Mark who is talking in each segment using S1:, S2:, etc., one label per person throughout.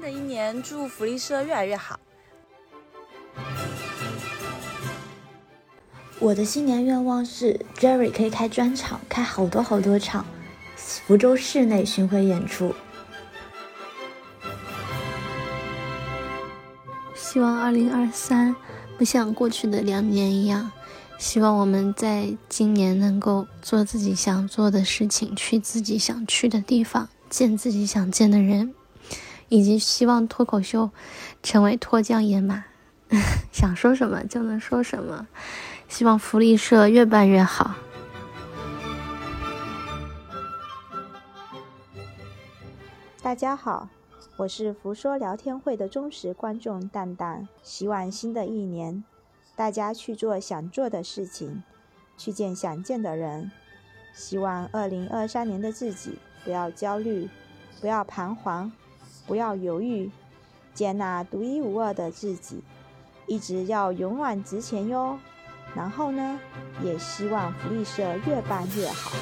S1: 的一年，祝福利社越来越好。
S2: 我的新年愿望是 Jerry 可以开专场，开好多好多场，福州市内巡回演出。
S3: 希望二零二三不像过去的两年一样，希望我们在今年能够做自己想做的事情，去自己想去的地方，见自己想见的人，以及希望脱口秀成为脱缰野马， 想说什么就能说什么。希望福利社越办越好。
S4: 大家好，我是福说聊天会的忠实观众蛋蛋。希望新的一年，大家去做想做的事情，去见想见的人。希望二零二三年的自己不要焦虑，不要彷徨，不要犹豫，接纳独一无二的自己，一直要勇往直前哟。然后呢，也希望福利社越办越好。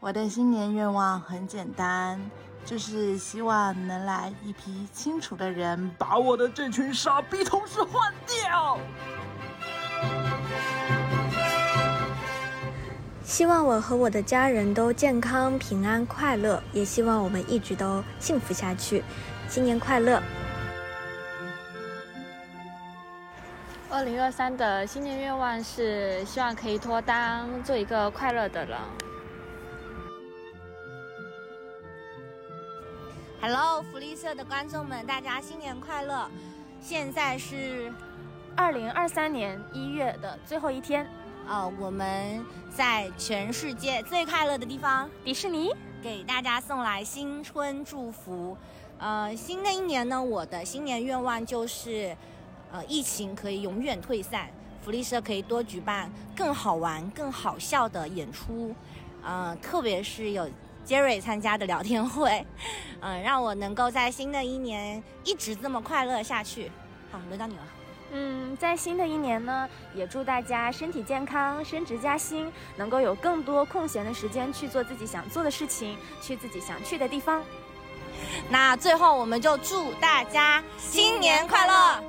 S5: 我的新年愿望很简单，就是希望能来一批清楚的人，把我的这群傻逼同事换掉。
S6: 希望我和我的家人都健康、平安、快乐，也希望我们一直都幸福下去。新年快乐！
S7: 二零二三的新年愿望是希望可以脱单，做一个快乐的人。
S8: Hello，福利社的观众们，大家新年快乐！现在是
S9: 二零二三年一月的最后一天。
S8: 呃，我们在全世界最快乐的地方
S9: ——迪士尼，
S8: 给大家送来新春祝福。呃，新的一年呢，我的新年愿望就是，呃，疫情可以永远退散，福利社可以多举办更好玩、更好笑的演出。呃，特别是有 Jerry 参加的聊天会，嗯、呃，让我能够在新的一年一直这么快乐下去。好，轮到你了。
S9: 嗯，在新的一年呢，也祝大家身体健康、升职加薪，能够有更多空闲的时间去做自己想做的事情，去自己想去的地方。
S8: 那最后，我们就祝大家新年快乐！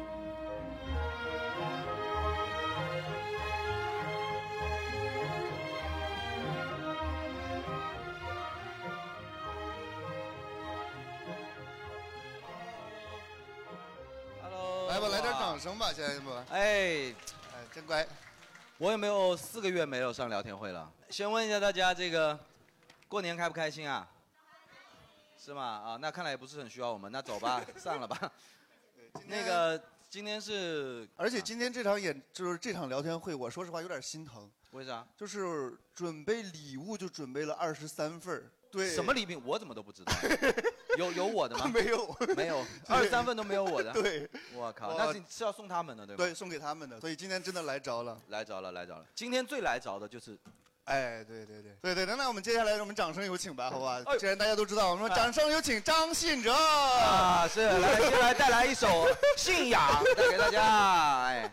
S10: 来吧，来点掌声啊吧，现在不？
S11: 哎，
S10: 哎，真乖。
S11: 我有没有四个月没有上聊天会了？先问一下大家，这个过年开不开心啊？是吗？啊，那看来也不是很需要我们，那走吧，散了吧。 那个今天是，
S10: 而且今天这场演就是这场聊天会，我说实话有点心疼。
S11: 为啥？
S10: 就是准备礼物就准备了二十三份儿。对
S11: 什么礼品我怎么都不知道，有有我的 吗？
S10: 没有，
S11: 没有，二十三份都没有我的。
S10: 对，
S11: 我靠，那是是要送他们的对吧？
S10: 对，送给他们的。所以今天真的来着了，
S11: 来着了，来着了。今天最来着的就是，
S10: 哎，对对对对对。那那我们接下来我们掌声有请吧，好吧？既然大家都知道，我们掌声有请张信哲
S11: 啊，是来接下来带来一首《信仰》带给大家，哎。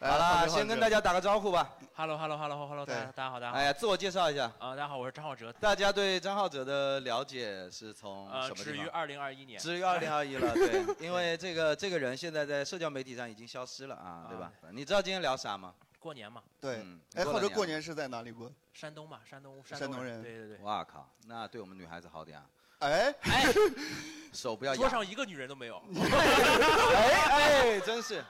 S11: 好了，先跟大家打个招呼吧。
S12: Hello，Hello，Hello，Hello，大家大家好，大家好。
S11: 哎呀，自我介绍一下。
S12: 啊，大家好，我是张浩哲。
S11: 大家对张浩哲的了解是从
S12: 呃，
S11: 什么？
S12: 止于二零二一年。
S11: 止于二零二一 了，对，因为这个这个人现在在社交媒体上已经消失了啊，对吧？你知道今天聊啥吗？
S12: 过年嘛。嗯
S10: 对。哎，浩哲过年是在哪里过？
S12: 山东嘛，山东
S10: 山
S12: 东
S10: 人。
S12: 对对对。
S11: 哇靠，那对我们女孩子好点啊。
S10: 哎
S12: 哎，
S11: 手不要。
S12: 桌上一个女人都没有。
S11: 哎哎，真是。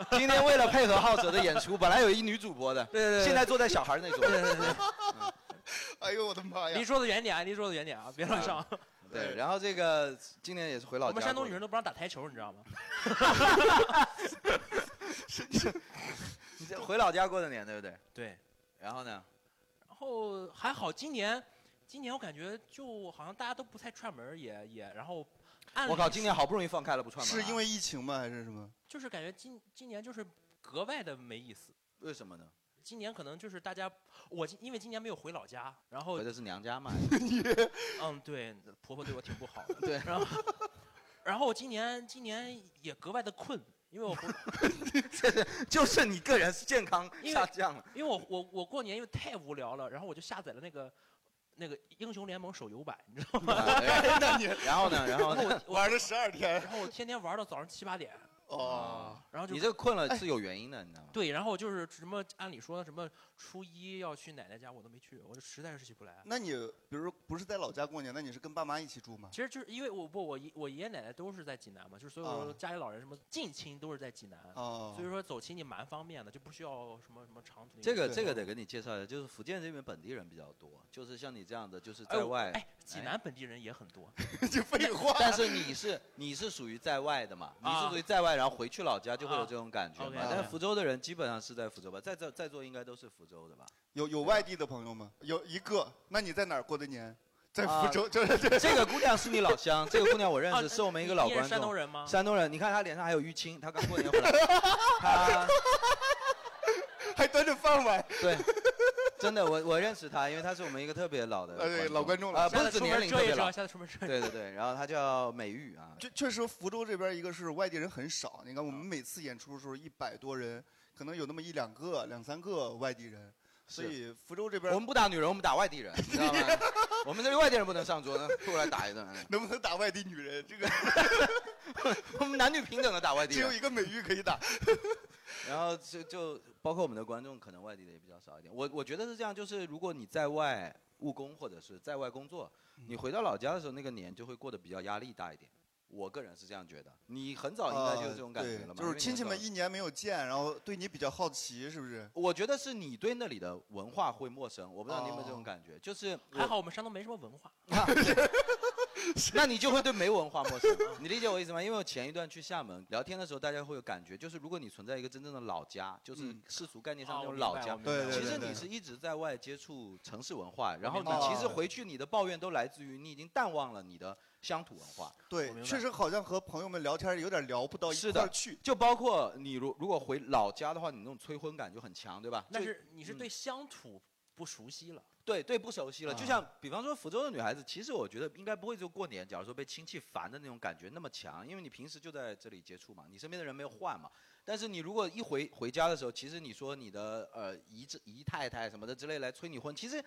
S11: 今天为了配合浩哲的演出，本来有一女主播的，
S12: 对对对，
S11: 现在坐在小孩那桌。
S12: 对对对。
S10: 哎呦我的妈呀！
S12: 离桌子远点，离桌子远点啊，别乱上。
S11: 对，然后这个今年也是回嗯老家。
S12: 我们山东女人都不让打台球，你知道 吗？
S11: 你这回老家过的年，对不对？
S12: 对。
S11: 然后呢？
S12: 然后还好，今年，今年我感觉就好像大家都不太串门，也也然后。
S11: 我靠，今年好不容易放开了不串门。啊
S10: 是因为疫情吗？还是什么？
S12: 就是感觉今今年就是格外的没意思。
S11: 为什么呢？
S12: 今年可能就是大家，我因为今年没有回老家，然后
S11: 回的是娘家嘛。
S12: 嗯，对，婆婆对我挺不好的。
S11: 对，
S12: 然后，然后今年今年也格外的困，因为我回
S11: 就是你个人健康
S12: 因为
S11: 下降了。
S12: 因为我我我过年因为太无聊了，然后我就下载了那个那个英雄联盟手游版，你知道吗？
S11: 那你哎然后呢然后呢
S12: 玩了十二天，然后我天天玩到早上七八点。
S11: 哦，
S12: 然后就哎
S11: 你这困了是有原因的，你知道吗？
S12: 对，然后就是什么，按理说什么初一要去奶奶家，我都没去，我就实在是起不
S11: 啊
S12: 来。
S10: 那你比如说不是在老家过年，那你是跟爸妈一起住吗？
S12: 其实就是因为我不我爷我爷爷奶奶都是在济南嘛，就是所
S10: 啊
S11: 哦
S12: 有家里老人什么近亲都是在济南，
S10: 哦
S12: 所以说走亲戚蛮方便的，就不需要什么什么长途那种。
S11: 这个这个得给你介绍一下，就是福建这边本地人比较多，就是像你这样的，就是
S12: 哎
S11: 在
S12: 我
S11: 外。
S12: 哎，济南本地人也很 多，
S11: 废话。但是你是你是属于在外的嘛？你
S12: 啊
S11: 是属于在外，然后回去老家就会有这种感觉嘛
S12: OK，？
S11: 但是
S12: OK
S11: 福州的人基本上是在福州吧，在在在座应该都是福州的吧？
S10: 有有外地的朋友吗？有一个。那你在哪儿过的年？在
S11: 啊
S10: 福州， 就是
S11: 这个姑娘是你 老乡，这个姑娘我认识，
S10: 啊
S11: 是我们一个
S10: 你
S11: 老
S10: 你
S11: 观
S10: 也
S11: 众。
S10: 是山东人吗
S11: 山东人，你看她脸上还有淤青，她刚过年 回来，她
S10: 还端着饭碗。
S11: 对，真的，我我认识她，因为她是我们一个特别老的
S10: 呃对
S11: 观众
S10: 老观众了
S11: 啊，不
S10: 下
S11: 是
S10: 次
S11: 指
S10: 出门
S11: 年龄
S10: 遮
S11: 特
S10: 一
S11: 别
S10: 遮
S11: 老，
S10: 下次出门遮一遮
S11: 对对对，然后她叫美玉啊，
S10: 确确实，福州这边一个是外地人很少，你看我们每次演出的时候一百多人，可能有那么一两个、两三个外地人，所以福州这边
S11: 我们不打女人，我们打外地人， 你知道吗？我们这里外地人不能上桌，过来打一顿。
S10: 能不能打外地女人？这个
S11: 我们男女平等的打外地
S10: 只
S11: 人。
S10: 有一个美玉可以打。
S11: 然后就就包括我们的观众，可能外地的也比较少一点。我我觉得是这样，就是如果你在外务工或者是在外工作，
S10: 嗯
S11: 你回到老家的时候，那个年就会过得比较压力大一点。我个人是这样觉得，你很早应该就是这种感觉了嘛
S10: 啊。对就是亲戚
S11: 因为
S10: 们
S11: 你很早
S10: 一年没有见，然后对你比较好奇，是不是？
S11: 我觉得是你对那里的文化会陌生，我不知道你有没有这种感觉，就是我
S12: 还好我们山东没什么文化。
S11: 那你就会对没文化陌生，啊你理解我意思吗？因为我前一段去厦门聊天的时候，大家会有感觉，就是如果你存在一个真正的老 家，就是
S10: 嗯
S11: 世俗概念上那种老
S12: 哦
S11: 家，
S12: 我明白我明白
S11: 其实
S12: 对对对
S11: 你是一直在外接触城市文化，然后你
S10: 明白
S11: 其实回去你的抱怨都来自于你已经淡忘了你的乡土文化。
S10: 对，确实好像和朋友们聊天有点聊不到一
S11: 是
S10: 块
S11: 的
S10: 儿去。，
S11: 就包括你如如果回老家的话，你那种催婚感就很强，对吧？
S12: 但
S11: 就是
S12: 你是对乡土不熟悉了，
S11: 对嗯对，不熟悉了。
S12: 啊
S11: 就像比方说福州的女孩子，其实我觉得应该不会就过年，假如说被亲戚烦的那种感觉那么强，因为你平时就在这里接触嘛，你身边的人没有换嘛。但是你如果一回回家的时候，其实你说你的呃姨这姨太太什么的之类来催你婚，其实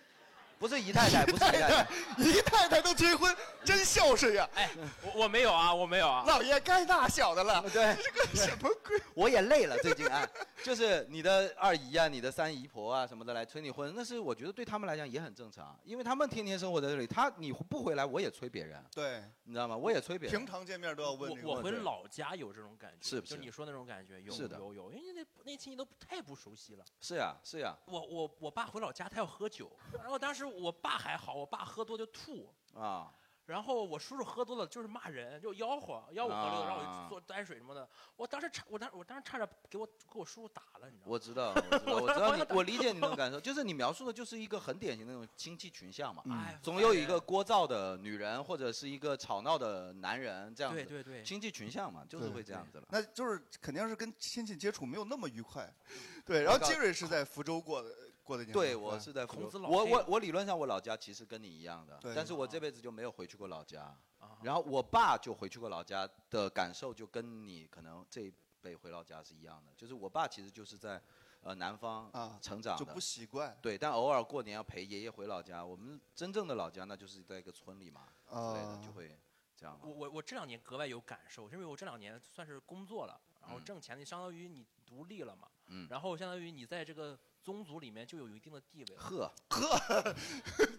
S11: 不是姨太太，不是姨太太，
S10: 姨太太都催婚，真孝顺呀！
S12: 哎，我我没有啊，我没有啊。
S10: 老爷该大小的了，
S11: 对，
S10: 这个什么鬼？
S11: 我也累了，最近啊， 就是你的二姨啊、你的三姨婆啊什么的来催你婚，那是我觉得对他们来讲也很正常，因为他们天天生活在这里，他你不回来我也催别人，
S10: 对，
S11: 你知道吗？我也催别人。
S10: 平常见面都要问这个
S12: 我
S10: 问
S12: 回
S10: 题
S12: 老家有这种感觉，
S11: 是不
S12: 就是你说那种感觉有
S11: 是的
S12: 有有，因为那那亲戚都太不熟悉了。
S11: 是呀、啊是呀、
S12: 我我我爸回老家，他要喝酒，然后当时我爸还好，我爸喝多就吐，
S11: 啊，
S12: 然后我叔叔喝多了就是骂人，就吆喝吆五喝六的，
S11: 啊
S12: 让我去做端水什么的。我当时差，我当我当时差点给我给我叔叔打了，你知道吗？
S11: 我知道，我 知道，我知
S12: 我
S11: 道
S12: 要
S11: 你
S12: 打，
S11: 我理解你那种感受， 就是你描述的就是一个很典型的那种亲戚群像嘛，
S12: 嗯哎
S11: 总有一个聒噪的女人或者是一个吵闹的男人这样子，
S12: 对对对
S11: 亲戚群像嘛，就是会这样子了。
S10: 那就是肯定是跟亲戚接触没有那么愉快，
S11: 嗯
S10: 对。然后杰瑞是在福州过的过的年吗，嗯
S11: 对，我是在福
S10: 福
S11: 州
S10: 州。
S11: 我我我理论上我老家其实跟你一样的
S10: 对，
S11: 但是我这辈子就没有回去过老家。
S12: 啊
S11: 然后我爸就回去过老家的感受，就跟你可能这一辈回老家是一样的，就是我爸其实就是在呃南方
S10: 啊
S11: 成长的，
S10: 就不习惯
S11: 对，但偶尔过年要陪爷爷回老家，我们真正的老家那就是在一个村里嘛之类的
S10: 啊，
S11: 就会这样了。
S12: 我我我这两年格外有感受，因为我这两年算是工作了，然后
S11: 嗯
S12: 挣钱，你相当于你独立了嘛，
S11: 嗯
S12: 然后相当于你在这个宗族里面就有一定的地位了。
S11: 呵
S10: 呵，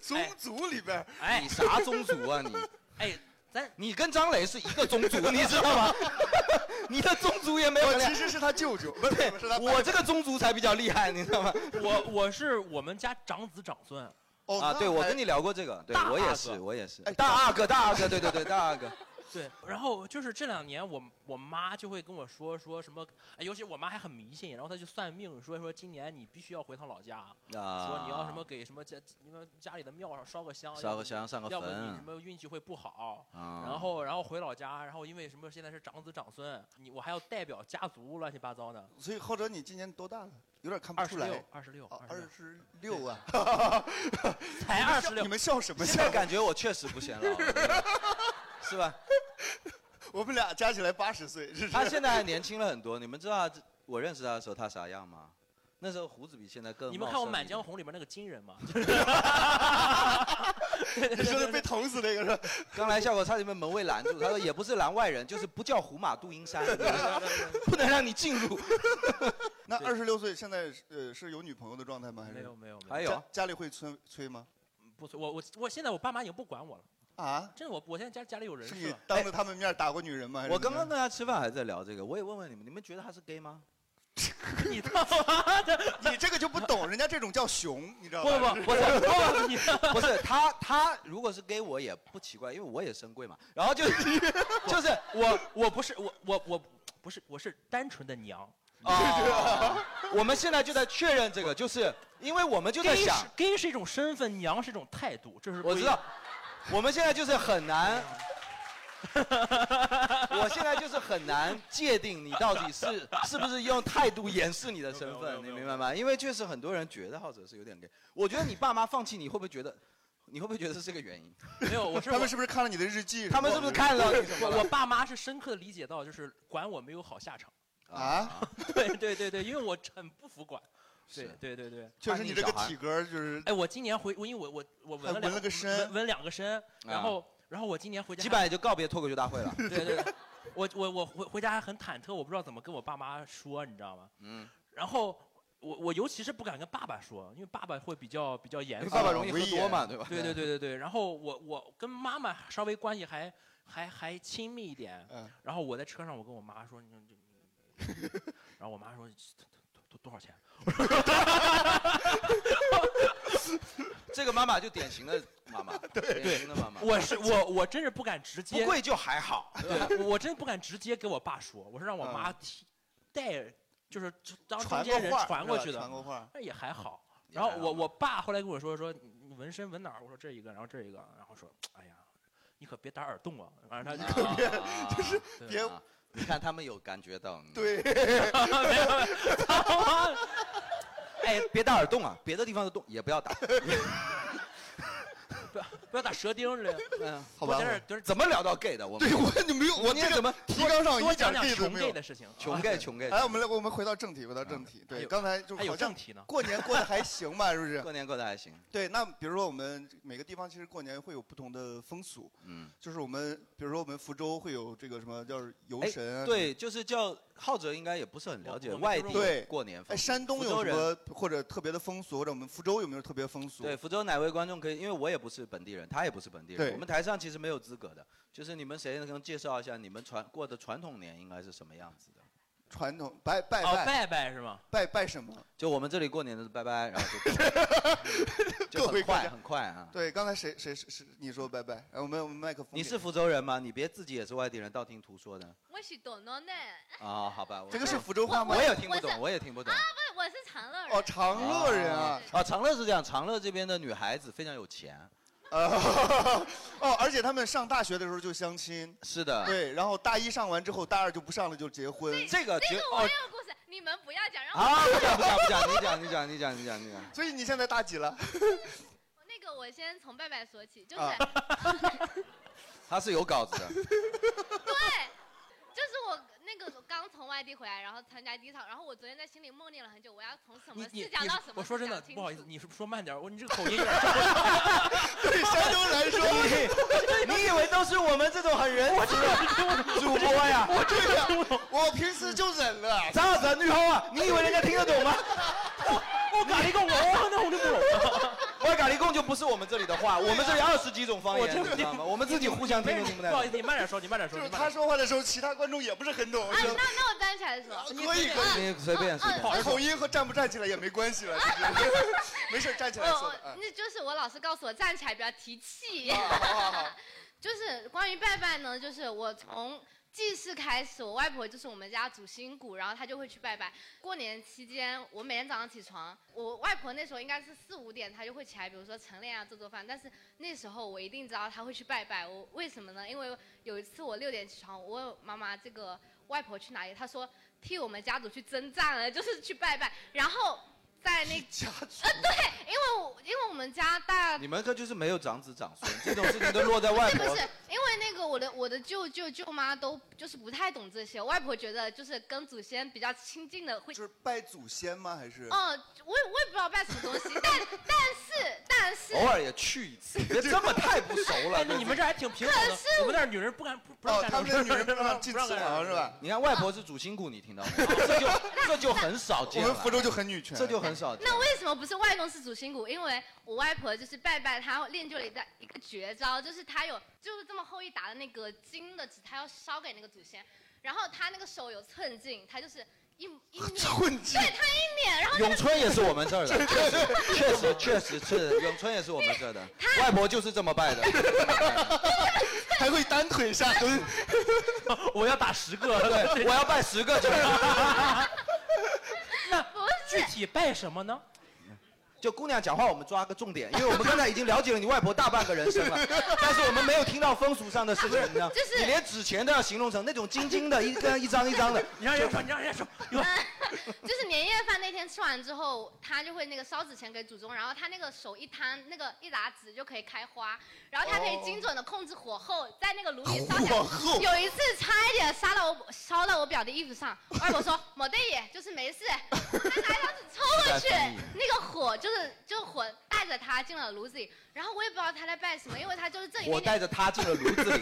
S10: 宗族里边，
S12: 哎，
S11: 你啥宗族啊你？
S12: 哎，咱
S11: 你跟张磊是一个宗族，你知道吗？你的宗族也没有
S10: 我
S11: 衡量。
S10: 其实是他舅舅，不是
S11: 对
S10: 不是他伯
S11: 我这个宗族才比较厉害，你知道吗？
S12: 我我是我们家长子长孙。
S10: 哦
S11: 啊，
S12: 那
S11: 对，我
S12: 还
S11: 跟你聊过这个，对
S12: 大
S11: 我也
S12: 阿
S11: 是，
S12: 哥
S11: 我也是
S12: 哎，
S11: 大阿哥，大阿哥，对对对，大阿哥，
S12: 对，然后就是这两年我，我妈就会跟我说说什么，哎尤其我妈还很迷信，然后她就算命说说今年你必须要回趟老家，
S11: 啊
S12: 说你要什么给什么家你们家里的庙上烧个香，
S11: 烧
S12: 要
S11: 个
S12: 不
S11: 香
S12: 你
S11: 上个
S12: 要不
S11: 坟
S12: 你什么运气会不好，
S11: 啊
S12: 然后然后回老家，然后因为什么现在是长子长孙，你我还要代表家族乱七八糟的，
S10: 所以浩哲，你今年多大了？有点看不
S12: 二十
S10: 出来哦
S12: 六，二十六，
S10: 二十六啊，
S12: 才 二十六，
S10: 你们笑什么
S11: 现在
S10: 笑？
S11: 感觉我确实不显老了，是吧？
S10: 我们俩加起来八十岁，是
S11: 他现在还年轻了很多。你们知道他我认识他的时候他啥样吗？那时候胡子比现在更。
S12: 你们看过《满江红》里面那个金人吗？就是
S11: 你说的被捅死那个是吧？ 刚来效果差点被门卫拦住，他说也不是拦外人，就是不叫胡马度阴 山，不能让你进入。
S10: 那二十六岁现在是呃是有女朋友的状态吗？还是
S12: 没有没有没有
S11: 还有
S10: 家家里会催催吗？
S12: 不是我我我现在我爸妈已经不管我了
S10: 啊！
S12: 真的我我现在家家里有人
S10: 是
S12: 设
S10: 你，当着他们面打过女人吗？还是
S11: 啊我刚
S10: 怎么
S11: 刚
S10: 样
S11: 跟他吃饭还在聊这个，我也问问你们，你们觉得他是 gay 吗？
S12: 你他妈的，
S10: 你这个就不懂，人家这种叫熊，你知道
S11: 不
S10: 吗？
S11: 不不，不 是
S10: 就是
S11: 不是不是他他如果是 gay 我也不奇怪，因为我也深贵嘛。然 后就是就是
S12: 我我不是我我我不是我是单纯的娘。
S11: 啊， 我们现在就在确认这个，就是因为我们就在
S12: gay
S11: 想
S12: 是 gay 是一种身份，娘是一种态度，这是
S11: 我
S12: 不一
S11: 知道，我们现在就是很难，我现在就是很难界定你到底是是不是用态度掩饰你的身份，你明白吗？因为确实很多人觉得浩哲是有点 gay，我觉得你爸妈放弃你会不会觉得，你会不会觉得是这个原因？
S12: 没有， 我是
S10: 他们是不是看了你的日记？
S11: 哎他们是不是看
S10: 哎
S11: 了你什么 了
S12: 我爸妈是深刻的理解到，就是管我没有好下场。
S10: 啊？
S12: 对对对对，因为我很不服管。对对对对，
S10: 确实你这个体格就是
S12: 哎，我今年回，我因为我我我纹了
S10: 还
S12: 两
S10: 纹了个身
S12: 纹纹两个身，然后然后我今年回家
S11: 基本啊上也就告别脱口秀大会 了。
S12: 对对，对我我我回回家还很忐忑，我不知道怎么跟我爸妈说，你知道吗？
S11: 嗯，
S12: 然后我我尤其是不敢跟爸爸说，因为爸爸会比较比较严肃，
S11: 因为爸爸容易喝多嘛对吧
S12: 对对对对对。然后我我跟妈妈稍微关系还还还亲密一点。
S11: 嗯
S12: 然后我在车上，我跟我妈说，你你你， 你然后我妈说多多多少钱？
S11: 这个妈妈就典型的 妈妈，典型的妈妈。
S12: 我是我我真是不敢直接，
S11: 不贵就还好。嗯
S12: 对，我真不敢直接给我爸说，我是让我妈替带，就是当哦中
S11: 传
S12: 间
S11: 个
S12: 人
S11: 话
S12: 传过去
S11: 是
S12: 的，嗯
S11: 吧传个话嗯
S12: 那也还好。然后我我爸后来跟我说说你你纹身纹哪儿？我说这一个，然后这一个，然后说哎呀，你可别打耳洞啊！完了他就
S11: 啊
S12: 就是
S11: 对
S12: 别
S11: 啊你看他们有感觉到。嗯
S12: 对没有没有他妈
S11: 哎，别打耳洞啊，别的地方的洞也不 要打。
S12: 不要打舌钉之类的。
S11: 嗯，
S12: 我在这儿就是
S11: 怎么聊到 gay 的？我们
S10: 对我你没有我
S11: 今
S10: 这
S11: 天
S10: 个
S11: 怎么
S10: 提纲上
S12: 多
S10: 一点
S12: 讲讲
S10: gay 都
S12: 穷
S10: 没有
S12: gay 的事情
S11: 穷 gay 穷 gay。
S10: 哎，我们来，我们回到正题，回到正题。
S11: 啊还
S10: 对，
S11: 有
S10: 刚才就
S11: 还有
S10: 好像
S11: 正题呢
S10: 过 年过得还行吧，是不是？
S11: 过年过得还行。
S10: 对，那比如说我们每个地方其实过年会有不同的风俗，
S11: 嗯，
S10: 就是我们比如说我们福州会有这个什么叫游
S11: 哎
S10: 神啊，
S11: 对，就是叫浩哲应该也不是很了解外地
S10: 对
S11: 过年
S10: 哎，
S11: 风俗。
S10: 山东
S11: 福州
S10: 有什
S11: 人
S10: 么或者特别的风俗，或者我们福州有没有特别风俗？
S11: 对，福州哪位观众可以？因为我也不是本地人，他也不是本地人，
S10: 对
S11: 我们台上其实没有资格的。就是你们谁能介绍一下你们传过的传统年应该是什么样子的？
S10: 传统拜拜
S11: 哦
S10: 拜
S11: 拜
S12: 拜是吗？
S10: 拜拜什么？
S11: 就我们这里过年的是拜拜，然后就 就很快很快啊。
S10: 对，刚才谁谁谁谁你说拜拜，哎我们我们麦克风 给。
S11: 你是福州人吗？你别自己也是外地人，道听途说的
S13: 我是广东的。
S11: 啊、好吧，我
S10: 这个是福州话吗
S11: 我也听不
S13: 我
S11: 懂，
S13: 是
S11: 我也听不懂
S13: 啊。，不，我是长乐人。
S10: 哦，长乐人啊，
S11: 啊，长乐是这样，长乐这边的女孩子非常有钱，
S10: 呃，哦，而且他们上大学的时候就相亲，
S11: 是的
S10: 对，然后大一上完之后，大二就不上了，就结婚。
S11: 这个
S13: 这
S11: 绝哦
S13: 个我也有故事，你们不要讲， 让我
S11: 啊，不讲不讲不讲，你讲你讲你讲你讲你讲，
S10: 所以你 现在大几了？
S13: 那个我先从拜拜说起，就是、
S11: 啊他是有稿 子的，
S13: 对，就是我那个刚从外地回来，然后参加第一场，然后我昨天在心里默念了很久，我要从什
S12: 你
S13: 么
S12: 你
S13: 事讲
S12: 你
S13: 到什么事
S12: 我说真的
S13: 讲清
S12: 不好意
S13: 楚
S12: 思，你是说慢点，我你这个口音有点重。对
S10: 山东来
S11: 说， 你以为都是我们这种很仁慈 的主播呀？
S10: 我这个，我平时就忍了。
S11: 张浩哲，你好啊，你以为人家听得懂吗？
S12: 我搞一个我，那我就不懂 了。
S11: 外嘎利贡就不是我们这里的话，我们这里二十几种方
S12: 我
S11: 言，
S12: 真
S11: 你知道吗？我们自己互相听都听不太
S12: 不好
S11: 懂
S12: 意。思，你慢点说，你慢点说。
S10: 就是他说话的时候，其他观众也不是很懂。
S13: 啊，那那我站起来
S11: 啊
S13: 说，
S10: 可以可
S13: 啊
S10: 以，
S11: 你随便随
S13: 便
S10: 口音和站不站起来也没关系了，其
S13: 啊
S10: 实 没事站起来说
S13: 我
S10: 的。哦啊
S13: 哦那就是我老师告诉我站起来不要提气。就是 关于拜拜呢，就是我从记事开始，我外婆就是我们家主心骨，然后她就会去拜拜。过年期间，我每天早上起床，我外婆那时候应该是四五点，她就会起来，比如说晨练啊、做做饭。但是那时候我一定知道她会去拜拜，我为什么呢？因为有一次我六点起床，我问妈妈这个外婆去哪里，她说替我们家族去征战了，就是去拜拜。然后。在那
S10: 家
S13: 呃对，因为我因为我们家大
S11: 你们这就是没有长子长孙，这种事情都落在外
S13: 不 是
S11: 婆
S13: 不是，因为那个我的我的舅舅舅妈都就是不太懂这些，我外婆觉得就是跟祖先比较亲近的会，
S10: 就是拜祖先吗？还是？
S13: 嗯，我也我也不知道拜什么东西，但但是但是
S11: 偶尔也去一次，别这么太不熟
S10: 哎
S11: 了。
S12: 哎你们这还挺平衡的
S13: 可是，
S12: 我们那儿女人不敢不不让
S10: 哦
S12: 干这种事儿，不让干这种事儿？
S11: 你看外婆是主心骨，你听到没有？这就这就很少见了。
S10: 我们福州就很女权
S11: 这就很少见。
S13: 那为什么不是外公是主心骨？因为我外婆就是拜拜，她练就了一个一个绝招，就是她有就是这么厚一沓的那个金的纸，她要烧给那个祖先，然后她那个手有寸劲，她就是一一 捻，
S11: 寸劲
S13: 对她一捻， 然后那
S11: 咏
S13: 个
S11: 春也是我们这儿的，
S13: 对
S11: 确实确 实确实是咏春也是我们这儿的， 外婆就是这么拜 的，
S10: 还会单腿下 蹲，
S12: 我要打十个，
S11: 对，我要拜十 个球。
S12: 具体拜什么呢？
S11: 就姑娘讲话，我们抓个重点，因为我们刚才已经了解了你外婆大半个人生了，但是我们没有听到风俗上的事情，你知道？
S13: 就是
S11: 你连纸钱都要形容成那种晶晶的，一根一张一张的。
S12: 你让人说，你让人说，
S13: 就是年夜饭那天吃完之后，他就会那个烧纸钱给祖宗，然后他那个手一摊，那个一沓纸就可以开花，然后他可以精准的控制火候，在那个炉里烧起来。
S14: 火候
S13: 有一次差一点烧到我烧到我表弟衣服上，外婆说没得也，就是没事。他拿张纸抽过去
S14: 不敢翻译，
S13: 那个火就是就火带着他进了炉子里，然后我也不知道他在拜什么，因为他就是这一
S11: 我
S13: 点点
S11: 带着她进了炉 子里，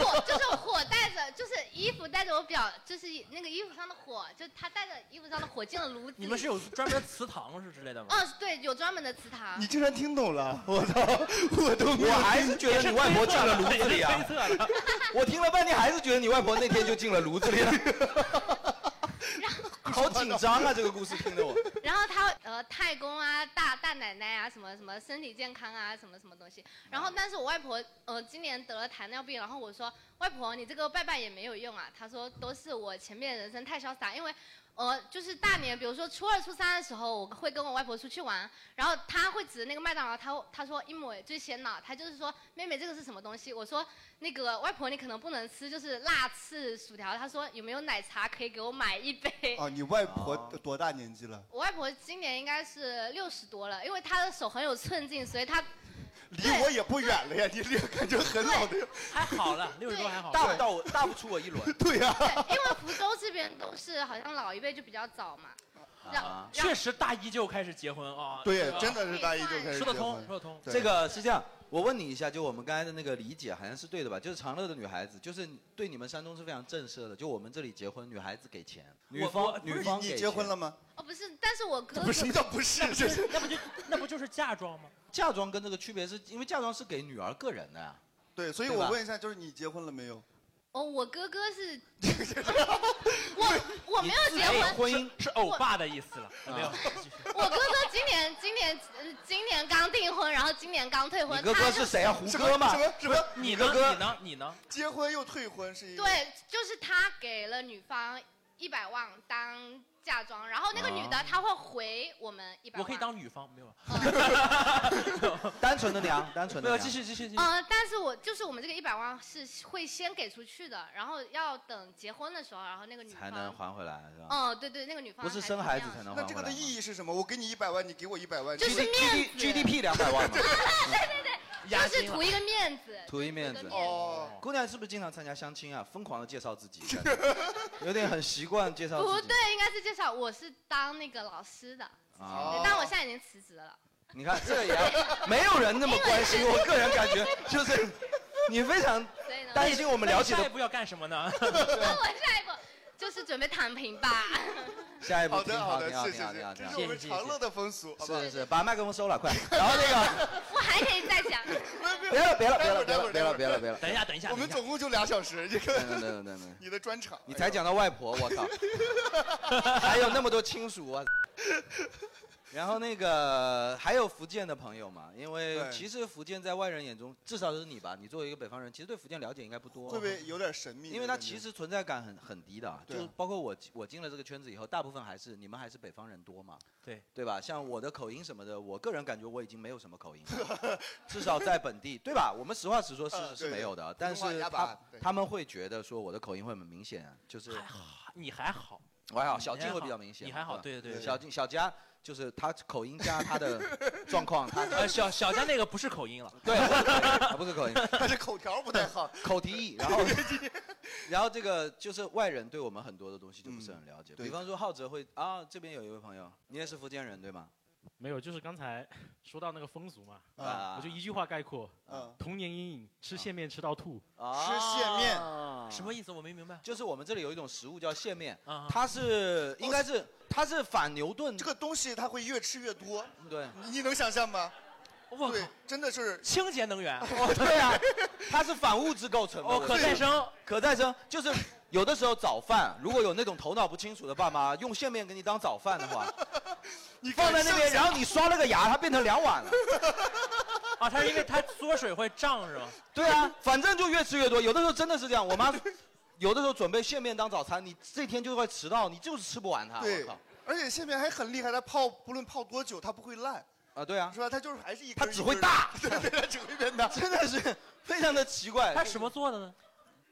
S13: 火就是火带着，就是衣服带着我表，就是那个衣服上的火，就他带着衣服上的火进了炉子。
S12: 你们是有专门祠堂是之类的吗？
S13: 嗯，对，有专门的祠
S11: 啊
S13: 堂。
S10: 你竟然听懂了，我操，我都没有
S11: 我还是觉得你外婆进了炉子里
S10: 也
S11: 啊
S10: 是推测！
S11: 我听了半天，还是觉得你外婆那天就进了炉 子里了。好紧张啊！这个故事听得我，
S13: 然后他呃太公啊、大大奶奶啊，什么什么身体健康啊，什么什么东西。然后但是我外婆呃今年得了糖尿病，然后我说外婆你这个拜拜也没有用啊，她说都是我前面人生太潇洒，因为。呃，就是大年，比如说初二、初三的时候，我会跟我外婆出去玩，然后她会指着那个麦当劳，她她说一抹最鲜脑，她就是说妹妹这个是什么东西？我说那个外婆你可能不能吃，就是辣翅薯条。她说有没有奶茶可以给我买一杯？
S10: 啊，你
S11: 哦
S10: 外婆多大年纪了？
S13: 我外婆今年应该是六十多了，因为她的手很有寸劲，所以她
S10: 离我也不远了呀，你这个感觉很老的。
S12: 还好 了，六十多还好。
S11: 大不到我，大不出我一轮。
S10: 对呀，
S13: 因为福州这边都是好像老一辈就比较早嘛，
S12: 啊确实大一就开始结婚啊。
S11: 对
S12: 是吧
S11: 真的是大一就开始
S12: 说得
S11: 结
S12: 通，
S11: 婚
S12: 说得通。
S11: 这个是这样，我问你一下，就我们刚才的那个理解好像是对的吧？就是长乐的女孩子，就是对你们山东是非常震慑的。就我们这里结婚，女孩子给钱，女方女方给
S10: 你
S11: 钱
S10: 结婚了吗？
S13: 哦不是，但是我哥哥
S11: 不是什么叫不是
S12: 那
S11: 这是
S12: 那不就那不就是嫁妆吗？
S11: 嫁妆跟这个区别是因为嫁妆是给女儿个人的呀。
S10: 对，所以
S11: 对吧
S10: 我问一下，就是你结婚了没有？
S13: 哦我哥哥是，我我没有结婚，
S12: 是欧巴的意思了，
S10: 啊
S12: 没有。
S13: 我哥哥今年今年呃今年刚订婚，然后今年刚退婚，他就
S11: 啊
S10: 什么什么什么？
S12: 你
S10: 哥
S12: 呢？
S10: 哥
S12: 你呢？你呢？
S10: 结婚又退婚 是一个？
S13: 对，就是他给了女方一百万当嫁妆，然后那个女的
S11: 啊
S13: 她会回我们一百
S12: 我
S13: 万。
S12: 可以当女方，没有啊。
S11: 单纯的娘，单纯
S12: 没
S11: 的
S12: 有
S11: 娘。
S12: 继续继续继续。
S13: 呃，但是我就是我们这个一百万是会先给出去的，然后要等结婚的时候，然后那个女
S11: 才
S13: 方，
S11: 能还回来是吧？
S13: 嗯、对对，那个女方
S11: 不是生孩子才能还回来吗。
S10: 那这个的意义是什么？我给你一百万，你给我一百万，
S13: 就是面子
S11: G D P 两百万嘛，
S13: 还就是图一个面子，
S11: 图一面
S13: 图
S11: 子
S13: 一个。面
S11: 姑娘是不是经常参加相亲啊？疯狂的介绍自 己，有点很习惯介绍
S13: 不
S11: 自己。
S13: 对，应该是介绍我是当那个老师的，
S11: 哦
S13: 对但我现在已经辞职了。
S11: 你看这也 没有人那么关心，我个人感觉就是你非常
S13: 所以呢
S11: 担心我们了解
S12: 那你下
S11: 的
S12: 一步要干什么呢？
S13: 那我下一步就是准备躺平 吧。
S11: 下一步
S10: 好
S11: 挺
S10: 的好的，
S11: 挺好
S10: 是
S11: 挺好
S10: 是
S11: 挺好
S10: 是，这
S11: 挺好
S10: 是我们长乐的风俗，好吧？
S11: 是是，把麦克风收 了，快。然后那个
S13: 我还可以再讲。
S11: 别了别了别了
S10: 待
S11: 别
S10: 会
S11: 了
S10: 儿
S11: 别了别了别了，
S12: 等一下等一下
S10: 我们总共就俩小时，这
S11: 等
S10: 个
S11: 等等等 等，
S10: 你的专场，
S11: 你才讲到外婆，我靠， 还有那么多亲属啊。然后那个还有福建的朋友嘛，因为
S10: 对
S11: 其实福建在外人眼中，至少是你吧，你作为一个北方人，其实对福建了解应该不多，
S10: 会不会有点神秘？
S11: 因为它其实存在感很很低的，
S10: 对啊
S11: 就包括我我进了这个圈子以后，大部分还是你们还是北方人多嘛，
S12: 对
S11: 对吧？像我的口音什么的，我个人感觉我已经没有什么口音了，至少在本地，对吧？我们实话实说是
S12: 呃
S11: 是
S12: 对
S11: 没有的，
S12: 普
S11: 但
S12: 通话
S11: 是
S12: 哑
S11: 他
S12: 巴对
S11: 他们会觉得说我的口音会很明显，就是
S12: 还好你还好，
S11: 我还好，
S12: 你
S11: 小静
S12: 还
S11: 会比
S12: 好
S11: 较明显，啊
S12: 你还好
S11: 吧
S12: 对对对
S11: 小静小佳。就是他口音加他 的状况，他
S12: 呃，小小佳那个不是口音了，
S11: 对， 不是口音不是口音，
S10: 他这口条不太好，
S11: 口蹄疫， 然后然后这个就是外人对我们很多的东西就不是很了
S10: 嗯
S11: 解，
S14: 对
S11: 比方说浩哲会啊，这边有一位朋友，你也是福建人对吗？
S14: 没有，就是刚才 说到那个风俗嘛，
S11: 啊
S14: 我就一句话概括，
S12: 嗯
S14: 童年阴影，吃线面吃到吐，
S11: 啊
S10: 啊
S12: 啊什么意思？我没明白。
S11: 就是我们这里有一种食物叫蟹面
S12: 啊，
S11: 它是应该是它是反牛顿
S10: 这个东西它会越吃越多，
S11: 对，
S10: 你能想象吗？
S12: 我
S10: 对，真的是
S12: 清洁能 源，
S11: 哦对啊， 它是反物质构成的。
S12: 哦
S11: 我
S12: 可再生，
S11: 可再生就是有的时候早饭，如果有那种头脑不清楚的爸妈，用线面给你当早饭 的话，
S10: 你
S11: 放在那边，然后你刷了个牙，它变成两碗了。
S12: 啊，它是因为它缩水会胀是吗？
S11: 对啊，反正就越吃越多，有的时候真的是这样。我妈 有的时候准备线面当早餐，你这天就会迟到，你就是吃不完它。
S10: 对
S11: 我靠，
S10: 而且线面还很厉害，它泡不论泡多久，它不会烂，
S11: 啊，对啊，
S10: 是吧？它就是还是一
S11: 它
S10: 根
S11: 只
S10: 一
S11: 会
S10: 根
S11: 大，
S10: 对对，它只会变大，
S11: 真的是非常的奇怪。
S12: 它什么做的呢？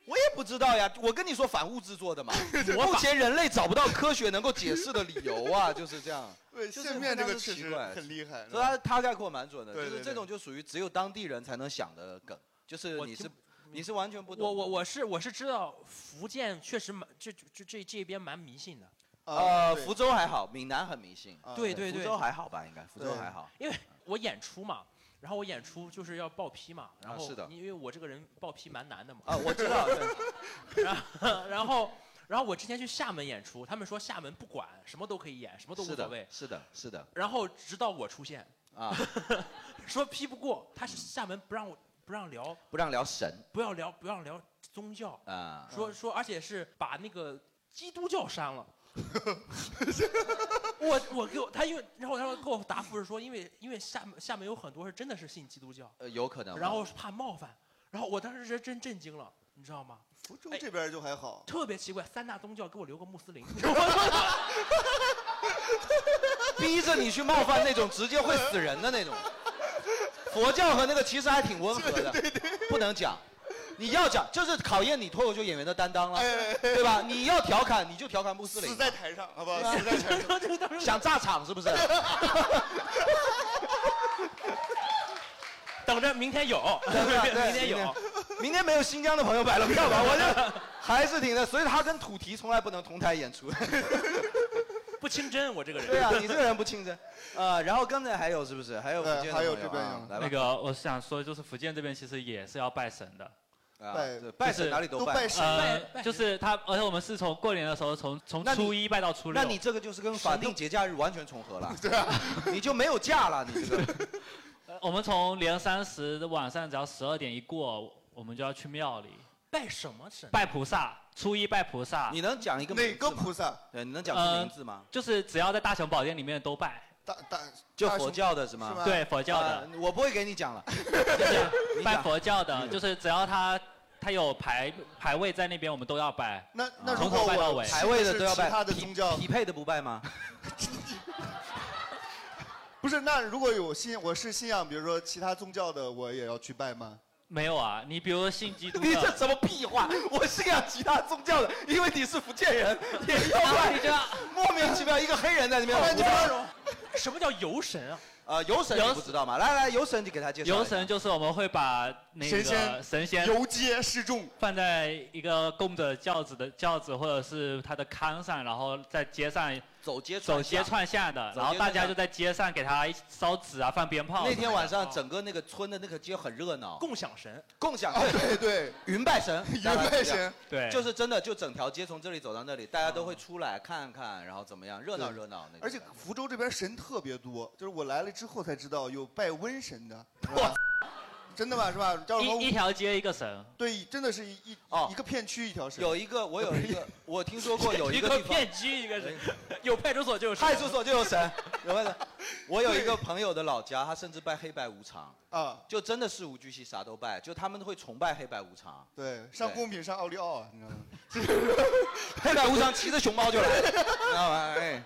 S11: 我也不知道呀，我跟你说反物质做 的嘛。
S12: 法
S11: 目前人类找不到科学能够解释的理由啊，就是这样。
S10: 对，
S11: 就是
S10: 线面这个确
S11: 非常之奇
S10: 实
S11: 怪
S10: 很厉害。
S11: 所以他他概括蛮准的，
S10: 对
S11: 就是
S10: 对
S11: 这
S10: 对
S11: 种就属于只有当地人才能想的梗，就是你是你是完全不懂的。
S12: 我我我是我是知道福建确实蛮这这这这这边蛮迷信的，
S11: 呃，
S12: 啊对
S11: 福州还好，闽南很迷信。
S12: 对对对
S11: 福州还好吧？应该福州
S12: 对
S11: 还好。
S12: 因为我演出嘛，然后我演出就是要报批嘛，然后
S11: 啊是的
S12: 因为我这个人报批蛮难的嘛。
S11: 啊我知道
S12: 然后然后然后我之前去厦门演出，他们说厦门不管什么都可以演，什么都无
S11: 是
S12: 所
S11: 的
S12: 谓，。
S11: 是的，是的。
S12: 然后直到我出现，
S11: 啊，
S12: 说批不过，他是厦门不让我不让聊，
S11: 不让聊神
S12: 不要聊不让聊宗教，
S11: 啊。
S12: 说说，而且是把那个基督教删了。我我给我他因为然后然后给我答复是说，因为因为厦门厦门有很多是真的是信基督教，
S11: 呃，有可能吧。
S12: 然后是怕冒犯，然后我当时是真震惊了，你知道吗？哎
S10: 福州这边就还好，
S12: 特别奇怪，三大宗教给我留个穆斯林，
S11: 逼着你去冒犯那种直接会死人的那种。佛教和那个其实还挺温和 的，不能讲。你要讲，就是考验你脱口秀演员的担当了，对吧？你要调侃，你就调侃穆斯林，
S10: 死在台上， 好不
S11: 对吧
S10: 好？死在台上。
S11: 想炸场是不是？
S12: 等着明天有，
S11: 对
S12: 明天有，
S11: 明天没有新疆的朋友买了票吧？我这还是挺的，所以他跟土提从来不能同台演出。
S12: 不清真，我这个人。
S11: 对啊，你这个人不清真。呃，然后刚才还有是不是？还有福建的朋友啊来吧
S15: 那个，我想说，就是福建这边其实也是要拜神的。
S11: 啊
S15: 就是
S11: 对拜神哪里都拜拜拜
S15: 呃，就是他，而且我们是从过年的时候，从从
S11: 那你
S15: 初一拜到初六。
S11: 那你这个就是跟法定节假日完全重合了， 对啊，你就没有假了，你这个。
S15: 呃我们从年三十的晚上，只要十二点一过，我们就要去庙里
S12: 拜什么神？
S15: 拜菩萨。初一拜菩萨。
S11: 你能讲一个
S15: 哪个
S11: 菩
S10: 萨？
S11: 对，你能讲
S15: 呃
S11: 出名字吗？
S15: 就是只要在大雄宝殿里面都拜。
S10: 大大
S11: 就佛教的是吗？
S15: 对，佛教的。
S11: 呃我不会给你讲了。
S15: 拜佛教的，就是只要他他有排排位在那边，我们都要拜。
S10: 那
S11: 那
S15: 从
S11: 如果
S15: 头拜到
S11: 我
S15: 尾，
S11: 排位的都要拜是其他的
S15: 宗
S10: 教
S11: 匹配的不拜吗？
S10: 不是，那如果有信，我是信仰，比如说其他宗教的，我也要去拜吗？
S15: 没有啊，你比如说信基督 的，
S10: 你这
S11: 什么屁话？ 我信仰其他宗教的，因为你是福建人，也要
S15: 啊
S11: 拜
S15: 你这样。
S11: 莫名其妙一个黑人在那边
S12: 哎
S11: 玩。
S12: 你不什么叫游神啊？
S11: 啊，游神你
S15: 游
S11: 不知道吗？来来，游神你给他介绍。
S15: 游，神就是我们会把那
S11: 神
S15: 个
S11: 仙
S15: 神仙
S11: 游
S10: 街示众，
S15: 放在一个供着轿子的轿子或者是他的龛上，然后在街上
S11: 走街
S15: 走
S11: 串巷
S15: 街串巷的，
S11: 走街
S15: 然后大
S11: 串
S15: 家
S11: 巷
S15: 就在街上给他烧纸啊、放鞭炮。
S11: 那天晚上整个那个村的那个街很热闹，
S12: 共享神，
S11: 共享
S10: 啊 对对，
S11: 云拜神，
S10: 云
S11: 大家
S10: 拜
S11: 就这样
S10: 神对
S11: 就是真的，就整条街从这里走到那里，大家都会出来看看，然后怎么样，热闹热闹啊那个。
S10: 而且福州这边神特别多，就是我来了之后才知道有拜瘟神的，真的吧？是吧？叫什么？
S15: 一一条街一个 神，
S10: 对，真的是一一一个片区一条神。
S11: 有一个，我有一个， 我听说过有一个地方
S12: 骗局，一个 神，有派出所就有啊神
S11: 派出所就 有神，有没有？我有一个朋友的老家，他甚至拜黑白无常，
S10: 啊，
S11: 就真的事无巨细啥都拜，就他们会崇拜黑白无常。
S10: 对，上
S11: 对
S10: 公屏上奥利奥，啊你知道吗？
S11: 黑白无常骑着熊猫就来，知道吗？哎，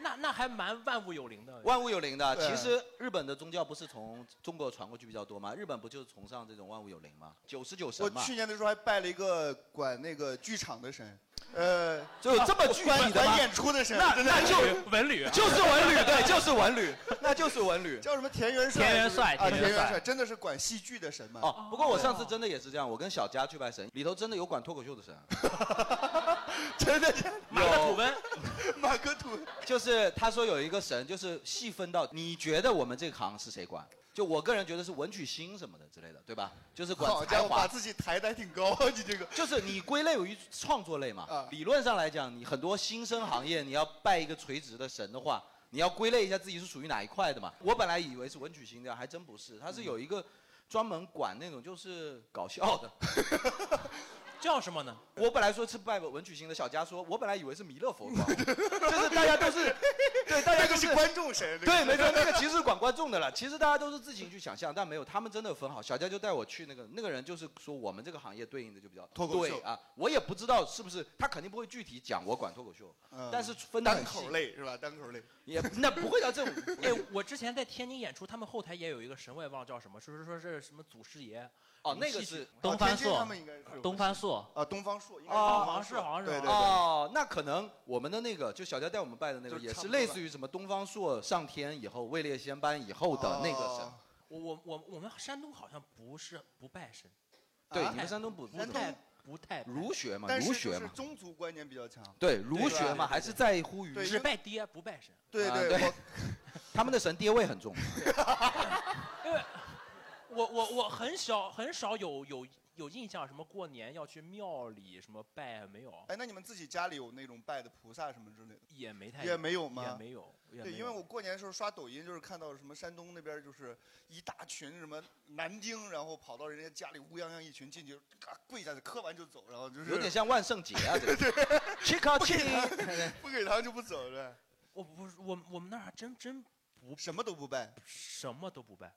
S12: 那那还蛮万物有灵的。
S11: 万物有灵的，
S12: 对
S11: 其实日本的宗教不是从中国传过去比较多吗？日本不就是崇尚这种万物有灵吗？九十九
S10: 我
S11: 神嘛。
S10: 去年的时候还拜了一个管那个剧场的神，呃，
S11: 就有这么具体
S10: 管
S11: 的吗
S10: 管演出的神，
S11: 那
S10: 真的
S11: 那就
S12: 文旅
S11: 就是文旅，对，就是文旅，那就是文旅。
S10: 叫什么田元帅？
S11: 田元帅
S10: 是不是啊，
S11: 田元
S10: 田元
S11: 帅
S10: 帅真的是管戏剧的神嘛？
S11: 哦，不过我上次真的也是这样，我跟小佳去拜神，里头真的有管脱口秀的神，啊
S10: 真的
S11: 马克吐温，
S10: 马克吐温，
S11: 就是他说有一个神，就是细分到你觉得我们这行是谁管？就我个人觉得是文曲星什么的之类的，对吧？就是管
S10: 好
S11: 才
S10: 家伙，
S11: 华
S10: 把，自己抬得还挺高，啊你这个啊
S11: 就是你归类于创作类嘛。理论上来讲，你很多新生行业你要拜一个垂直的神的话，你要归类一下自己是属于哪一块的嘛。我本来以为是文曲星的，还真不是，它是有一个专门管那种就是搞笑的。
S12: 叫什么呢？
S11: 我本来说是拜文曲星的，小佳说，我本来以为是弥勒佛管我，就是大家都是，对，大家
S10: 那
S11: 都
S10: 个是观众神，
S11: 对，没
S10: 那个
S11: 错
S10: 是，
S11: 那 个其实是管观众的了。其实大家都是自行去想象，但没有，他们真的分好。小佳就带我去那个那个人，就是说我们这个行业对应的就比较
S10: 脱口秀
S11: 对啊，我也不知道是不是他肯定不会具体讲我管脱口秀，
S10: 嗯
S11: 但是分得很
S10: 单
S11: 细
S10: 口类是吧？单口类
S11: 也那不会到这种。
S12: 哎，我之前在天津演出，他们后台也有一个神，我也忘了叫什么，说是说是什么祖师爷。
S11: 哦
S12: 什么
S11: 那个
S12: 戏曲
S11: 是
S12: 东方朔
S10: 他们应该是有
S12: 东方
S15: 朔
S10: 啊，东方朔应该是
S11: 哦，
S10: 东方朔对对对，
S11: 哦，那可能我们的那个就小佳带我们拜的那个，
S10: 就
S11: 也
S10: 差
S11: 是
S10: 不多
S11: 类
S10: 吧
S11: 似于什么东方朔上天以后，位列仙班以后的那个神
S10: 哦。
S12: 我我我我们山东好像不是不拜神，
S11: 对
S12: 不
S10: 啊
S12: 太
S11: 你们山东不不
S12: 不
S11: 怎么
S12: 太不太拜
S11: 儒学嘛，
S10: 但是
S11: 儒
S10: 就
S11: 学
S10: 是
S11: 嘛，
S10: 宗族观念比较强，
S11: 对，儒
S10: 吧
S11: 学嘛，还是在乎于
S10: 对
S12: 只拜爹不拜神。
S10: 对
S11: 啊
S10: 对我
S11: 他们的神爹味很重。
S12: 我我我很少很少有有有印象，什么过年要去庙里什么拜啊没有，
S10: 哎，那你们自己家里有那种拜的菩萨什么之类的？
S12: 也没太
S10: 也没有吗？
S12: 也没有，也
S10: 对，
S12: 没
S10: 因为
S12: 有
S10: 我过年的时候刷抖音，就是看到什么山东那边就是一大群什么男丁，然后跑到人家家里乌泱泱一群进去，嘎跪下去磕完就走，然后就是
S11: 有点像万圣节啊，这个。切靠
S10: 不给
S11: 切，
S10: 糖，不给糖就不走了。
S12: 我不是我我们那儿还真真不
S10: 什么都不拜，
S12: 什么都不拜，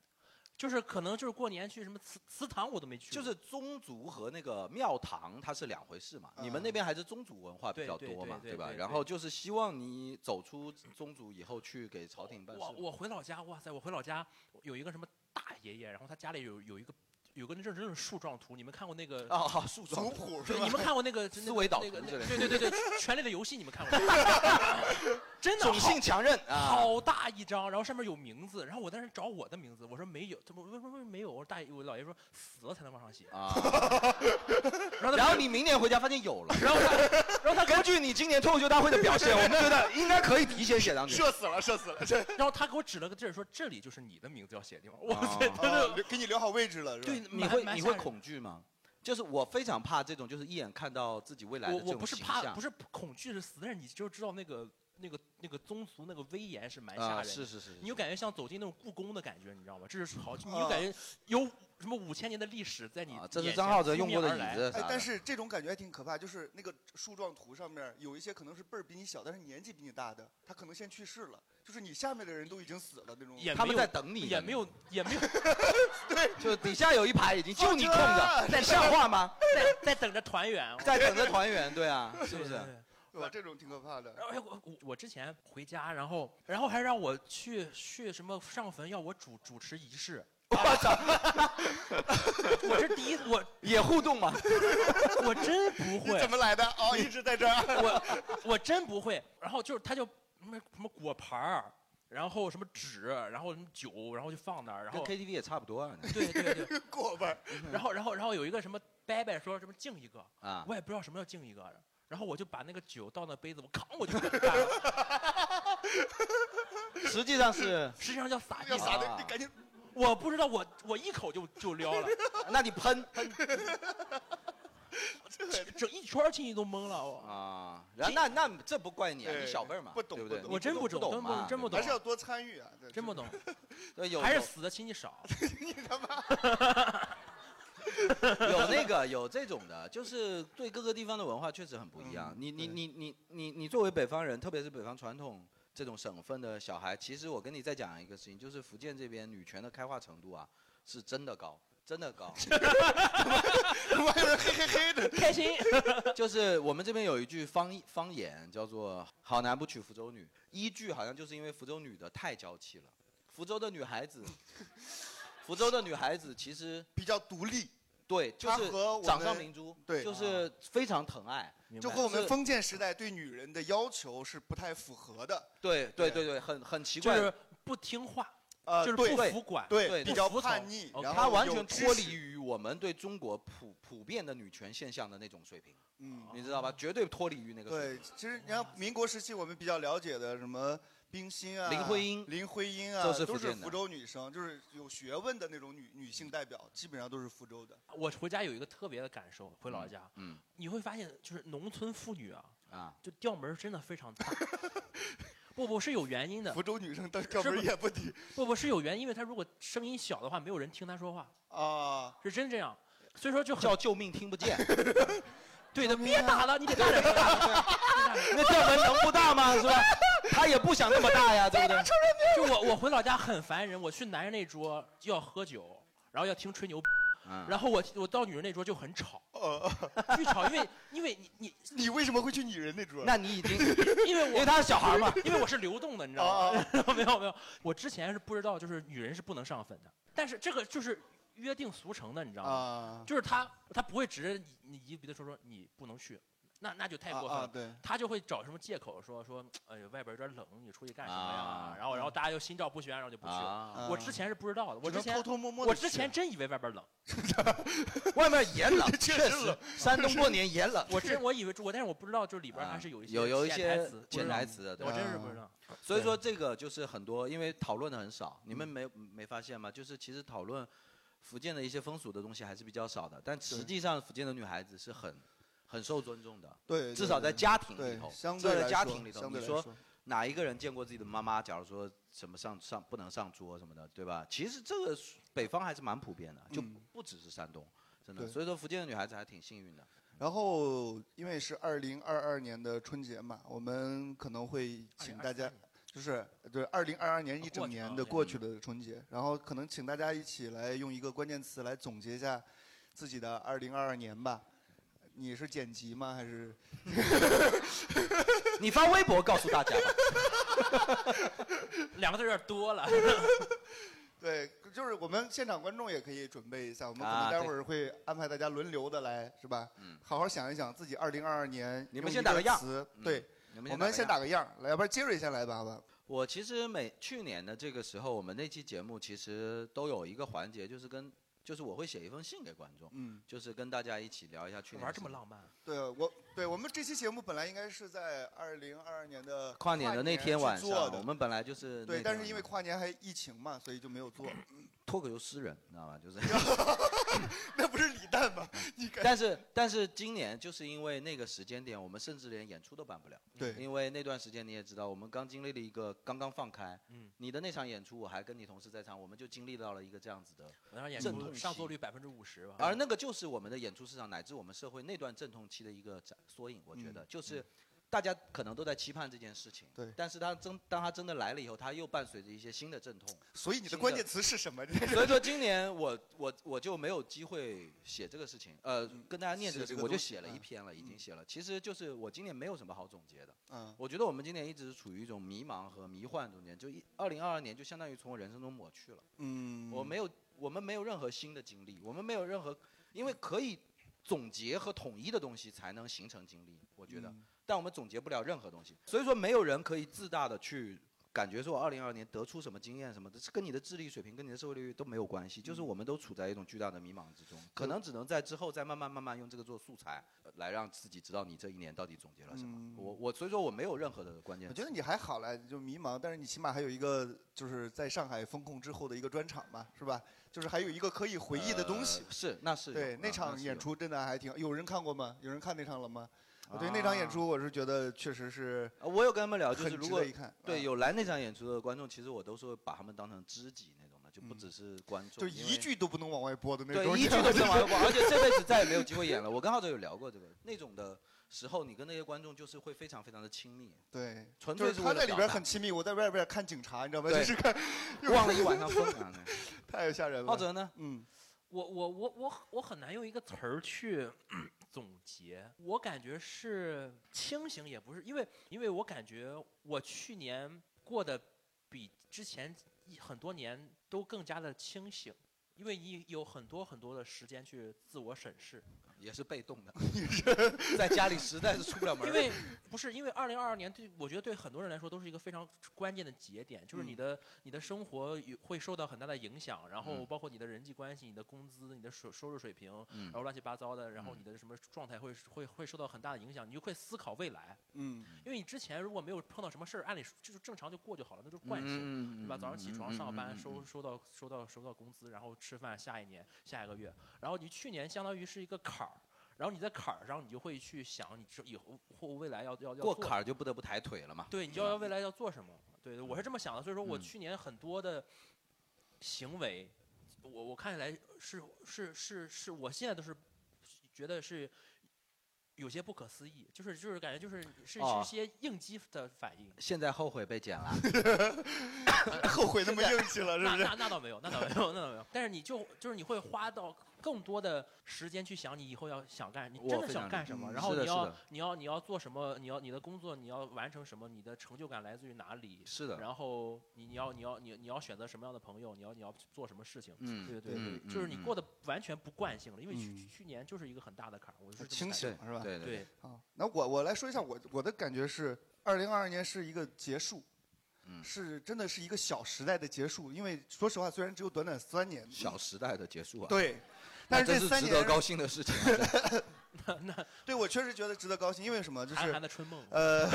S12: 就是可能就是过年去什么祠祠堂我都没去过，
S11: 就是宗族和那个庙堂它是两回事嘛。你们那边还是宗族文化比较多嘛，
S12: 对对对对
S11: 吧
S12: 对？对
S11: 然后就是希望你走出宗族以后去给朝廷办事
S12: 我。我回老家，哇塞，我回老家有一个什么大爷爷，然后他家里有有一个。有个那种那种树状图，你们看过那个
S11: 哦哦树状图族谱是
S12: 对，
S11: 吧
S12: 你们看过那个
S11: 思
S12: 那个
S11: 维导图
S12: 那个
S11: 之类的
S12: 对对对对，《权力的游戏》你们看过吗？ 真的
S11: 种姓强韧啊
S12: 好大一张，然后上面有名字，然后我在那找我的名字，我说没有，他们为什么没有？我说大爷，我姥爷说死了才能往上写
S11: 啊。
S12: 然后
S11: 然后你明年回家发现有了，然后
S12: 他，然后他
S11: 根据你今年脱口秀大会的 表现，我们觉得应该可以提前写上去。
S10: 死了，射死了！这
S12: 然后他给我指了个地儿，说这里就是你的名字要写的地方。哇塞，
S11: 哦
S12: 真的
S10: 哦给你留好位置了，是吧？
S12: 对
S11: 你会你会恐惧吗？就是我非常怕这种，就是一眼看到自己未来的
S12: 我
S11: 这
S12: 我
S11: 种
S12: 不是
S11: 形
S12: 怕，
S11: 象
S12: 不是恐惧是死，但是你就知道那个那个那个宗族那个威严是蛮吓人
S11: 啊
S12: 的、
S11: 是是是是
S12: 你就感觉像走进那种故宫的感觉，你知道吗？这是好，你
S10: 啊
S12: 就感觉有什么五千年的历史在你、
S11: 啊这是张浩哲用过的椅子
S10: 哎
S11: 啥，的
S10: 但是这种感觉还挺可怕，就是那个树状图上面有一些可能是辈儿比你小，但是年纪比你大的，他可能先去世了，就是你下面的人都已经死了那种。
S12: 也没有也没有也 没有，
S10: 对，
S11: 就底下有一排已经就你空着，你像话吗？？
S12: 在在等着团圆，
S11: 在等着团圆，对 啊，是
S12: 对
S11: 不是？
S12: 对
S10: 对吧？这种挺可怕的。
S12: 哎，我我我之前回家，然后然后还让我去去什么上坟，要我主主持仪式。我操！我这第一次我
S11: 也互动吗？
S12: 我真不会。
S10: 怎么来的？哦，一直在这儿。
S12: 我我真不会。然后就是他就什么什么果盘儿，然后什么纸，然后什么酒，然后就放那儿，然
S11: 跟
S12: 后
S11: KTV 也差不多啊。
S12: 对对 对，
S10: 过吧。
S12: 然后然后然后有一个什么伯伯说什么敬一个
S11: 啊
S12: 我也不知道什么叫敬一个，然后我就把那个酒倒那杯子，我扛我就干 了，
S11: 实际上是
S12: 实际上叫撒
S11: 要
S12: 地啊
S11: 撒的你赶
S10: 紧。
S12: 我不知道，我我一口就就撩了，
S11: 那你喷
S12: 喷，整一圈儿亲戚都懵了我。
S11: 啊，然后那那这不怪你啊，
S12: 对
S11: 你小辈儿嘛，
S12: 不懂
S11: 对不对？
S12: 不懂我真不
S11: 不
S12: 懂真不
S11: 嘛，
S12: 真不懂
S10: 还是要多参与啊！对
S12: 真不懂，
S11: 对有
S12: 还是
S11: 有
S12: 死的亲戚少。
S11: 有那个有这种的，就是对各个地方的文化确实很不一样。你你你你你你作为北方人，特别是北方传统这种省份的小孩，其实我跟你再讲一个事情，就是福建这边女权的开化程度啊，是真的高，真的高。 怎么有人嘿嘿嘿的？开心。 就是我们这边有一句方方言叫做“好男不娶福州女”，依据好像就是因为福州女的太娇气了，福州的女孩子， 福州的女孩子其实
S10: 比较独立，
S11: 对，就
S10: 她
S11: 是
S10: 和我
S11: 掌上
S10: 们
S11: 明珠，
S10: 对
S11: 就是非常疼爱，
S10: 就和我们
S11: 是
S10: 封建时代对女人的要求是不太符合的。
S11: 对对对对，很很奇
S12: 就
S11: 怪，
S12: 是不听话，
S11: 呃
S12: 就是
S11: 对
S12: 不服管，
S11: 对
S12: 不
S11: 比较
S12: 服从
S11: 叛逆
S12: OK
S11: 它完全脱离于我们对中国普普遍的女权现象的那种水平，
S10: 嗯，
S11: 你知道吧？绝对脱离于那个水
S10: 对，其实你看民国时期我们比较了解的什么冰心啊、
S11: 林徽因
S10: 林徽因啊，
S11: 都是
S10: 都
S11: 福建
S10: 是
S11: 的
S10: 福州女生，就是有学问的那种女女性代表，基本上都是福州的。
S12: 我回家有一个特别的感受，回老家，
S11: 嗯，
S12: 你会发现就是农村妇女啊，
S11: 啊，
S12: 就调门儿真的非常 大。不不是有原因的，
S10: 福州女生的调门儿也不低。
S12: 不不是有原因，因为她如果声音小的话，没有人听她说话
S10: 啊，
S12: 是真这样。所以说就很
S11: 叫救命听不见。 啊
S12: 对的，别打了，你得大点声。啊
S11: 那调门能不大 吗？是吧？他也不想那么大 呀，对不对？
S12: 就我我回老家很烦人，我去男人那桌要喝酒，然后要听吹牛逼，
S11: 嗯哦
S12: 然后我我到女人那桌就很吵， 巨吵，因为因为你你
S10: 你为什么会去女人那桌？
S11: 那你已经
S12: 因为我
S11: 因为他是小孩嘛
S12: 因为我是流动的，你知 道
S11: 哦
S12: 吗？没有没有，我之前是不知道，就是女人是不能上坟的，但是这个就是约定俗成的，你知道
S11: 啊
S12: 吗？就是他他不会指着你你一个鼻子说说你不能去。那那就太过分
S10: 啊
S12: 了，
S10: 啊对
S12: 他就会找什么借口说说，哎呦外边有点冷，你出去干什么呀？
S11: 啊
S12: 然后然后大家就心照不宣，然后就不去了。
S11: 啊
S12: 我之前是不知道的，我
S11: 只
S12: 之
S11: 能
S12: 前
S11: 偷偷摸摸地
S12: 我之
S11: 去
S12: 前真以为外边冷，，
S11: 外面也冷
S12: 确
S11: 确
S12: 实
S11: 实
S12: 冷，
S11: 山东过年也冷
S12: 。我真我以为我，但是我不知道，就是里边还是有一些
S11: 啊有有一
S12: 潜台
S11: 些
S12: 词不知
S11: 潜
S12: 道
S11: 台词的，对啊
S12: 我
S11: 吧
S12: 真是不知道。
S11: 所以说这个就是很多，因为讨论的很少，你们没没发现吗？就是其实讨论福建的一些风俗的东西还是比较少的，但实际上福建的女孩子是很很受尊重的，
S10: 对对
S11: 至少在
S10: 对
S11: 家庭
S10: 对
S11: 里头，
S10: 相
S11: 至少
S10: 对
S11: 在
S10: 来
S11: 家
S10: 说
S11: 庭里头，
S10: 相对
S11: 你
S10: 来
S11: 说
S10: 说
S11: 哪一个人见过自己的妈妈？假如说什么上上不能上桌什么的，对吧？其实这个北方还是蛮普遍的，就
S10: 嗯
S11: 不只是山东，真的。
S10: 对
S11: 所以说福建的女孩子还挺幸运的。
S10: 然后，因为是二零二二年的春节嘛，我们可能会请大家，就是对二零二二年一整年的过去
S12: 哦
S10: 的春节，然后可能请大家一起来用一个关键词来总结一下自己的二零二二年吧。你是剪辑吗？还是
S11: 你发微博告诉大家吧。
S12: 两个字有点多了。
S10: 对，就是我们现场观众也可以准备一下，我们可
S11: 啊
S10: 能
S11: 对
S10: 待会儿会安排大家轮流的来，是吧？嗯，好好想一想自己二零二二年
S11: 你
S10: 用
S11: 们
S10: 一
S11: 先打个样
S10: 词
S11: 嗯
S10: 对
S11: 你们，先
S10: 我
S11: 打
S10: 们
S11: 个
S10: 先
S11: 样
S10: 打个样，来，要不然杰瑞先来吧，好吧？
S11: 我其实每去年的这个时候，我们那期节目其实都有一个环节，就是跟就是我会写一封信给观众，
S10: 嗯，
S11: 就是跟大家一起聊一下去年
S10: 玩
S11: 是
S10: 这么浪啊
S12: 漫。
S10: 对我，对我们这期节目本来应该是在二零二二年的
S11: 跨年的那天晚
S10: 去做
S11: 上，
S10: 的
S11: 我们本来就是
S10: 对，
S11: 那
S10: 但
S11: 天
S10: 是因为跨年还疫情嘛，所以就没有做。
S11: 脱口秀诗人，你知道吧？就是，
S10: 那不是李诞吗？你
S11: 嗯但是但是今年就是因为那个时间点，我们甚至连演出都办不了。
S10: 对
S11: 因为那段时间你也知道，我们刚经历了一个刚刚放开，
S12: 嗯
S11: 你的那场演出我还跟你同事在场，我们就经历到了一个这样子的
S12: 我那场演
S11: 阵
S12: 出
S11: 痛
S12: 上
S11: 期
S12: 座率百分之五十吧。
S11: 而那个就是我们的演出市场乃至我们社会那段阵痛期的一个展缩影，我觉得、
S10: 嗯
S11: 就是大家可能都在期盼这件事情，
S10: 对
S11: 但是它真当它真的来了以后，它又伴随着一些新的阵痛。
S10: 所以你的
S11: 新
S10: 关键词是什么？
S11: 所以说今年我我我就没有机会写这个事情，呃，跟大家念这个
S10: 写这
S11: 事
S10: 个
S11: 情，我就
S10: 东西嗯
S11: 写了一篇了，已经写了。其实就是我今年没有什么好总结的，
S10: 嗯
S11: 我觉得我们今年一直是处于一种迷茫和迷幻中间，就一二零二二年就相当于从我人生中抹去了。
S10: 嗯，
S11: 我没有，我们没有任何新的经历，我们没有任何，因为可以总结和统一的东西才能形成经历，我觉得，
S10: 嗯
S11: 但我们总结不了任何东西，所以说没有人可以自大的去感觉说我二零二年得出什么经验什么的，这跟你的智力水平跟你的社会地位都没有关系，
S10: 嗯
S11: 就是我们都处在一种巨大的迷茫之中，可能只能在之后再慢慢慢慢用这个做素材，呃来让自己知道你这一年到底总结了什么。
S10: 嗯
S11: 我我所以说我没有任何的关键
S10: 我
S11: 词。
S10: 觉得你还好啦，就迷茫，但是你起码还有一个就是在上海封控之后的一个专场嘛，是吧？就是还有一个可以回忆的东西。
S11: 呃是那是有
S10: 对
S11: 啊，
S10: 那
S11: 那
S10: 场
S11: 是
S10: 演
S11: 有
S10: 出真的还挺，有人看过吗？有人看那场了吗？我对那
S11: 啊
S10: 场演出，我是觉得确实是。
S11: 呃我有跟他们聊，就是
S10: 很
S11: 如
S10: 值
S11: 果
S10: 得一看
S11: 对
S10: 啊
S11: 有来那场演出的观众，其实我都是会把他们当成知己那种的，就不只是观众，
S10: 就
S11: 因
S10: 一
S11: 为
S10: 句都不能往外播的那
S11: 对
S10: 种。
S11: 一句都不能往外播，而且这辈子再也没有机会演了。我跟浩哲有聊过这个，那种的时候，你跟那些观众就是会非常非常的亲密，
S10: 对，
S11: 纯
S10: 就
S11: 粹
S10: 是
S11: 是
S10: 他
S11: 为
S10: 在
S11: 了
S10: 里
S11: 表
S10: 边
S11: 达
S10: 很亲密，我在外边看警察，你知道吗？就
S11: 对
S10: 是看
S11: 忘了一晚上风
S10: 太吓人了。
S11: 浩哲呢？
S10: 嗯，
S12: 我我我我我很难用一个词儿去 总结，我感觉是清醒也不是，因为因为我感觉我去年过得比之前一很多年都更加的清醒，因为你有很多很多的时间去自我审视，
S11: 也是被动的， 在家里实在是出不了门儿
S12: 因为不是因为二零二二年对我觉得对很多人来说都是一个非常关键的节点，就是
S11: 嗯
S12: 你的、你的生活有会受到很大的影响，然后
S11: 嗯
S12: 包括你的人际关系、你的工资、你的收收入水平，
S11: 嗯
S12: 然后乱七八糟的，然后
S11: 嗯
S12: 你的什么状态会会会受到很大的影响，你就会思考未来。
S10: 嗯，
S12: 因为你之前如果没有碰到什么事儿，按理说就是正常就过就好了，那就是惯
S11: 嗯
S12: 性，对吧？
S11: 嗯
S12: 早上起床
S11: 嗯
S12: 上
S11: 嗯
S12: 班
S11: 嗯
S12: 收
S11: 嗯
S12: 收到收到收到工资，然后吃饭，下一年下一个月，然后你去年相当于是一个坎儿。然后你在坎儿上，你就会去想你之以后或未来要要要做
S11: 过坎儿就不得不抬腿了嘛。
S12: 对，你就要未来要做什么？对，我是这么想的，所以说我
S11: 嗯
S12: 去年很多的行为，我我看起来是是是是我现在都是觉得是有些不可思议，就是就是感觉就是是是
S11: 哦
S12: 一些应激的反应。
S11: 现在后悔被 剪了，
S10: 后悔那么硬气了，是
S12: 那
S10: 不是？
S12: 那那倒没有，那倒没有，那倒没有。但是你就就是你会花到更多的时间去想你以后要想干，你
S11: 我
S12: 真的
S11: 非
S12: 想
S11: 常
S12: 干
S11: 理
S12: 什
S11: 解
S12: 么，
S11: 嗯
S12: 然后
S11: 是的
S12: 你
S11: 是
S12: 要
S11: 的
S12: 你要你要做什么，你要你的工作你要完成什么，你的成就感来自于哪里？
S11: 是的
S12: 然后你你要你要你你要选择什么样的朋友，你要你要做什么事情？
S11: 嗯
S12: 对对
S11: 嗯
S12: 对，就是你
S11: 嗯
S12: 过得完全不惯性了，因为去
S10: 嗯
S12: 去年就是一个很大的坎儿，我是这么啊
S10: 清
S12: 感
S10: 醒
S12: 觉
S10: 是吧？
S12: 对对。
S10: 好，那我我来说一下我我的感觉是，二零二二年是一个结束。
S11: 嗯
S10: 是真的是一个小时代的结束，因为说实话，虽然只有短短三年，
S11: 小时代的结束啊。
S10: 对，但
S11: 那
S10: 是
S11: 真
S10: 这
S11: 是
S10: 三
S11: 值
S10: 年
S11: 得高兴 的事情啊。真的
S10: 对我确实觉得值得高兴，因为什么？就是
S12: 韩寒的春梦
S10: 呃，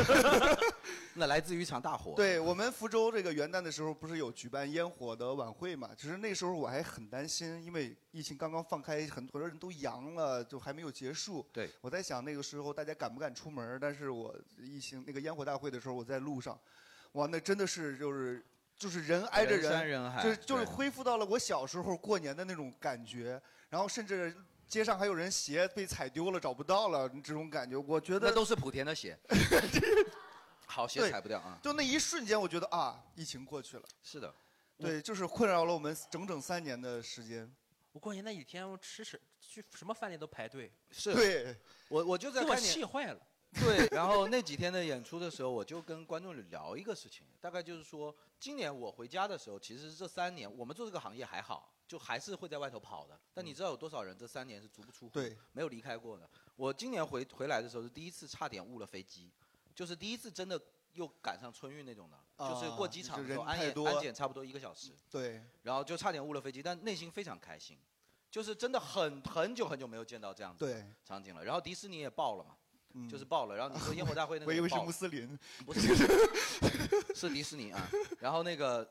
S11: 那来自于一场大火。
S10: 对我们福州这个元旦的时候，不是有举办烟火的晚会嘛？其实那时候我还很担心，因为疫情刚刚放开，很多人都阳了，就还没有结束。
S11: 对，
S10: 我在想那个时候大家敢不敢出门儿？但是我疫情那个烟火大会的时候，我在路上，哇，那真的是就是。就是人挨着
S11: 人山人海
S10: 就是就是
S11: 对
S10: 恢复到了我小时候过年的那种感觉，然后甚至街上还有人鞋被踩丢了找不到了这种感觉，我觉得
S11: 那都是莆田的 鞋，好鞋
S10: 对
S11: 踩不掉啊。
S10: 就那一瞬间，我觉得啊，疫情过去了。
S11: 是的，
S10: 对，就是困扰了我们整整三年的时间。
S12: 我过年那几天我吃什去什么饭店都排队，
S11: 是
S10: 对，
S11: 我我就在
S12: 给我
S11: 看你
S12: 气坏了。
S11: 对，然后那几天的演出的时候，我就跟观众聊一个事情，大概就是说，今年我回家的时候，其实这三年我们做这个行业还好，就还是会在外头跑的。但你知道有多少人这三年是足不出户，
S10: 嗯对，
S11: 没有离开过的。我今年回回来的时候是第一次差点误了飞机，就是第一次真的又赶上春运那种的，
S10: 啊
S11: 就是过机场的时候
S10: 就人
S11: 安
S10: 太
S11: 检
S10: 多
S11: 安检差不多一个小时，
S10: 对，
S11: 然后就差点误了飞机，但内心非常开心，就是真的很很久很久没有见到这样子的
S10: 对
S11: 场景了。然后迪士尼也爆了嘛，
S10: 嗯
S11: 就是爆了。然后你说烟火大会那
S10: 我
S11: 个
S10: 以
S11: 也
S10: 为是
S11: 爆
S10: 穆
S11: 了，
S10: 斯林。
S11: 不是 是迪士尼啊。然后那个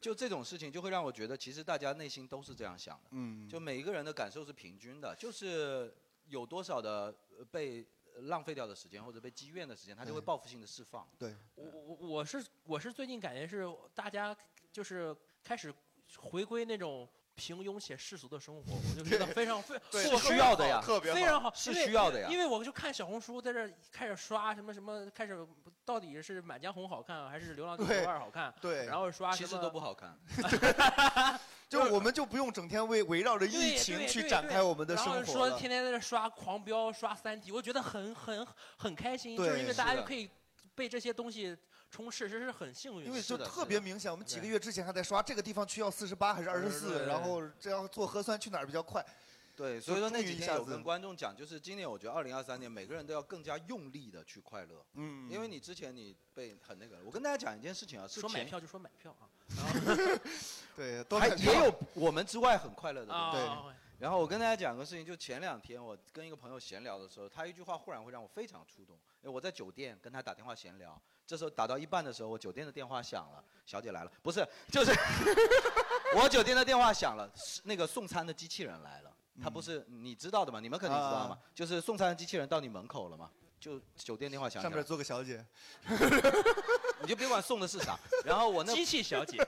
S11: 就这种事情就会让我觉得，其实大家内心都是这样想的，
S10: 嗯，
S11: 就每一个人的感受是平均的，就是有多少的呃被浪费掉的时间或者被积怨的时间，它就会
S12: 对
S11: 报复性的释放。
S10: 对，
S12: 我我我是我是最近感觉是大家就是开始回归那种平庸且世俗的生活，我就觉 得非常非
S11: 对
S12: 我
S11: 是需要的呀
S12: 非常好
S11: 特别好
S12: 非常好，
S11: 是
S12: 因为
S11: 需要的呀
S12: 因为我就看小红书在这儿开始刷什么什么，开始到底是《满江红》好看啊还是《流浪地球二》好看？
S10: 对
S12: 然后刷
S11: 其实都不好看。
S10: 就是我们就不用整天为围绕着
S12: 对
S10: 疫情
S12: 对
S10: 去
S12: 对
S10: 展
S12: 对
S10: 开我们的
S12: 然
S10: 生
S12: 后
S10: 活了。
S12: 说天天在这刷《狂飙》、刷《三体》，我觉得很很很开心，就是
S10: 对
S12: 因为大家
S10: 是的
S12: 就可以被这些东西充斥，这是很幸运。
S10: 因为就特别明显，我们几个月之前还在刷这个地方去要四十八还是二十
S11: 对对
S10: 四，
S11: 对
S10: 然后这样做核酸去哪儿比较快。
S11: 对，所以说那
S10: 就终
S11: 几
S10: 于一
S11: 天
S10: 下
S11: 有
S10: 子
S11: 跟观众讲，就是今年我觉得二零二三年每个人都要更加用力的去快乐。
S10: 嗯
S11: 因为你之前你被很那个，我跟大家讲一件事情啊，是
S12: 说买
S11: 前
S12: 票就说买票啊，
S10: 对，都
S11: 还
S10: 买
S11: 也
S10: 票
S11: 有我们之外很快乐的东西。
S12: 啊对。
S11: 然后我跟大家讲个事情，就前两天我跟一个朋友闲聊的时候，他一句话忽然会让我非常触动。因为我在酒店跟他打电话闲聊，这时候打到一半的时候，我酒店的电话响了，小姐来了，不是，就是 我酒店的电话响了，是那个送餐的机器人来了。他不是你知道的嘛？你们肯定知道嘛？
S10: 啊
S11: 就是送餐的机器人到你门口了嘛？就酒店电话响起
S10: 上
S11: 来了
S10: 面坐个小姐，
S11: 你就别管送的是啥。 然后我那
S12: 机器小姐，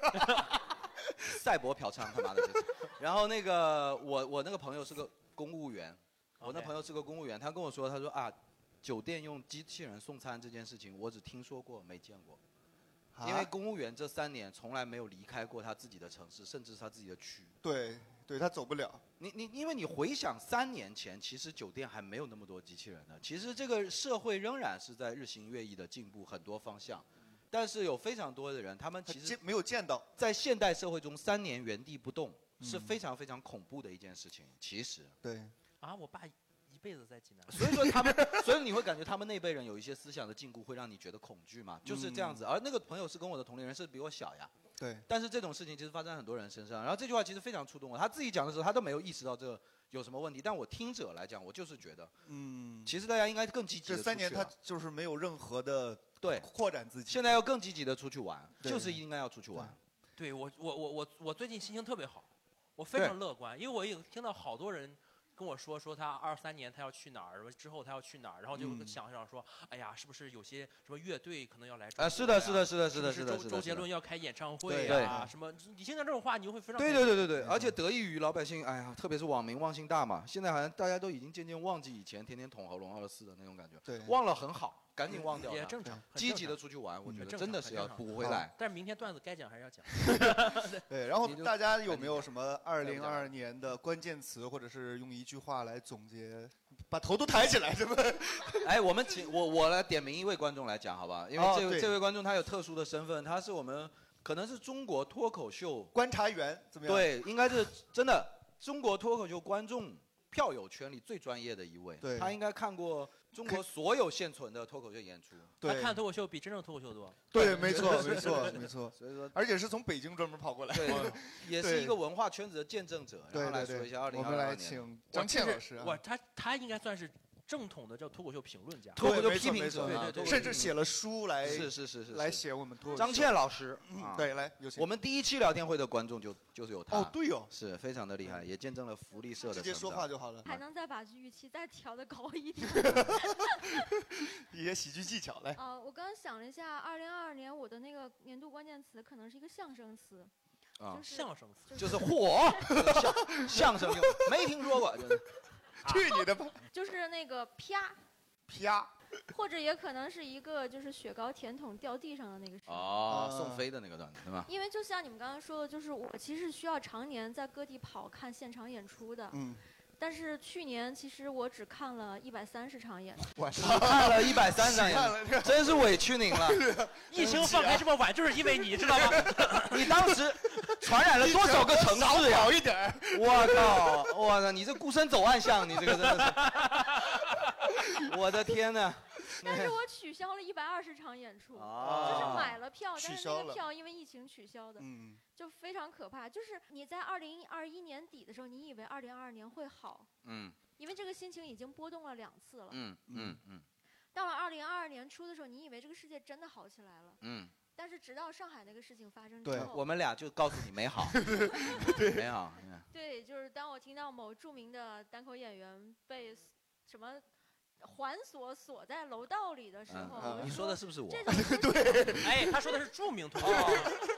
S11: 赛博嫖娼他妈的这是。然后那个我我那个朋友是个公务员，我那
S12: OK
S11: 朋友是个公务员，他跟我说，他说啊，酒店用机器人送餐这件事情，我只听说过没见过。因为公务员这三年从来没有离开过他自己的城市，甚至是他自己的区。
S10: 对对他走不了。
S11: 你你因为你回想三年前，其实酒店还没有那么多机器人呢。其实这个社会仍然是在日新月异的进步很多方向，但是有非常多的人，他们其实
S10: 没有嗯见到，嗯
S11: 在现代社会中三年原地不动是非常非常恐怖的一件事情。其实，
S10: 对，
S12: 啊，我爸一辈子在济南，
S11: 所以说他们，所以你会感觉他们那辈人有一些思想的禁锢，会让你觉得恐惧嘛，就是这样
S10: 嗯
S11: 子。而那个朋友是跟我的同龄人，是比我小呀。
S10: 对，
S11: 但是这种事情其实发生在很多人身上。然后这句话其实非常触动我，他自己讲的时候，他都没有意识到这有什么问题。但我听者来讲，我就是觉得，
S10: 嗯，
S11: 其实大家应该更积极地
S10: 这三年
S11: 出去啊
S10: 他就是没有任何的
S11: 对
S10: 扩展自己。
S11: 现在要更积极的出去玩，
S10: 对
S11: 就是应该要出去玩。
S12: 对我我我我我最近心情特别好，我非常乐观，因为我已经听到好多人跟我说说他二三年他要去哪儿，说之后他要去哪儿，然后就
S11: 嗯
S12: 想想说，哎呀，是不是有些什么乐队可能要来中国
S11: 啊
S12: 呀？
S11: 是的是的是的是的
S12: 是
S11: 是的
S12: 不
S11: 是
S12: 周周
S11: 的
S12: 杰
S11: 是的
S12: 伦要开演唱会
S11: 对
S12: 啊，
S11: 对
S12: 什么？你听到这种话，你会非常
S11: 对
S12: 开
S11: 对
S12: 心
S11: 对对对，啊而且得益于老百姓，哎呀，特别是网民忘性大嘛，现在好像大家都已经渐渐忘记以前天天捅喉咙二四的那种感觉，
S10: 对
S11: 忘了很好，赶紧忘掉
S12: 嗯
S11: 它，嗯
S12: 也正常，
S11: 积极的出去玩，我觉
S12: 很
S11: 得
S12: 正
S11: 真的
S12: 常
S11: 是
S12: 很
S11: 要
S12: 正常
S11: 补回来。
S12: 嗯但是明天段子该讲还是要 讲。
S10: 对，然后
S12: 你就
S10: 大家有没有什么二
S12: 再不
S10: 零
S12: 讲
S10: 二二年的关键词，或者是用一句话来总结？把头都抬起来，是吧？
S11: 哎，我们请我我来点名一位观众来讲，好吧？因为
S10: 哦
S11: 这位、
S10: 对
S11: 这位观众他有特殊的身份，他是我们可能是中国脱口秀
S10: 观察员怎么样？
S11: 对，应该是真的中国脱口秀观众票友圈里最专业的一位，
S10: 对
S11: 他应该看过中国所有现存的脱口秀演出。
S10: 对
S12: 他看脱口秀比真正脱口秀多。
S10: 对，没错，没 错，没错。
S11: 所以说，
S10: 而且是从北京专门跑过来，，
S11: 对也是一个文化圈子的见证者。然
S10: 对
S11: 后来
S10: 对对
S11: 说一下二零
S10: 我
S11: 二
S10: 们
S11: 二
S10: 来
S11: 年的。
S10: 请
S12: 我
S10: 张倩
S12: 这
S10: 老
S12: 是
S10: 师啊
S12: 我他他应该算是正统的叫脱口秀评论家，
S11: 脱口秀
S10: 没
S11: 批
S10: 错
S11: 评
S10: 没
S11: 者
S10: 错
S11: 啊
S10: 对对
S11: 脱口秀
S10: 甚
S11: 批
S10: 至
S11: 评
S10: 写了书来，
S11: 是是是是
S10: 来
S11: 是
S10: 写我们脱口秀
S11: 张倩老师
S10: 嗯，
S11: 啊
S10: 对，来有请
S11: 我们第一期聊天会的观众就就是有他。
S10: 哦对哦
S11: 是非常的厉害，也见证了福利社的
S10: 直接
S11: 成
S10: 说
S11: 长
S10: 话就好了。
S16: 还能再把预期再调的高一点。
S10: 一些喜剧技巧 来。
S16: 呃，我刚刚想了一下，二零二二年我的那个年度关键词可能是一个相声词，
S11: 啊，
S16: 就是
S12: 相声
S11: 就
S16: 就是是
S11: 嚯，相相声就没听说过，就是
S10: 去你的吧！
S16: 就是那个啪，
S10: 啪，
S16: 或者也可能是一个就是雪糕甜筒掉地上的那个声音。
S11: 哦，
S10: 啊
S11: 宋飞的那个段子对吧？
S16: 因为就像你们刚刚说的，就是我其实需要常年在各地跑看现场演出的，
S11: 嗯，
S16: 但是去年其实我只看了一百三十场演出。
S10: 我
S11: 看了一百三十场
S12: 看了
S11: 演出，真是委屈您了。
S12: 疫情放开这么晚，就是因为你知道吗？
S11: 你当时 传染了多 少个城市呀？
S12: 少跑
S10: 一点
S11: 我靠！我操！你这孤身走暗巷，你这个真的 是，我的天呐！
S16: 但是我取消了一百二十场演出，
S11: 啊
S16: 就是买了票，但
S11: 取
S16: 是
S11: 消
S16: 那
S11: 了
S16: 个票因为疫情取消的，
S10: 嗯
S16: 就非常可怕。就是你在二零二一年底的时候，你以为二零二二年会好，
S11: 嗯
S16: 因为这个心情已经波动了两次了。
S11: 嗯嗯嗯
S16: 到了二零二二年初的时候，你以为这个世界真的好起来了，
S11: 嗯，
S16: 但是直到上海那个事情发生之
S11: 对，
S16: 后，
S11: 嗯我们俩就告诉你 没好，没好。嗯
S16: 对，就是当我听到某著名的单口演员被
S12: 嗯
S16: s- 什么环锁锁在楼道里的时候，
S11: 嗯
S16: 我
S11: 你说的是不是我
S16: 这种
S12: 对， 哎，他说的是著名脱口秀，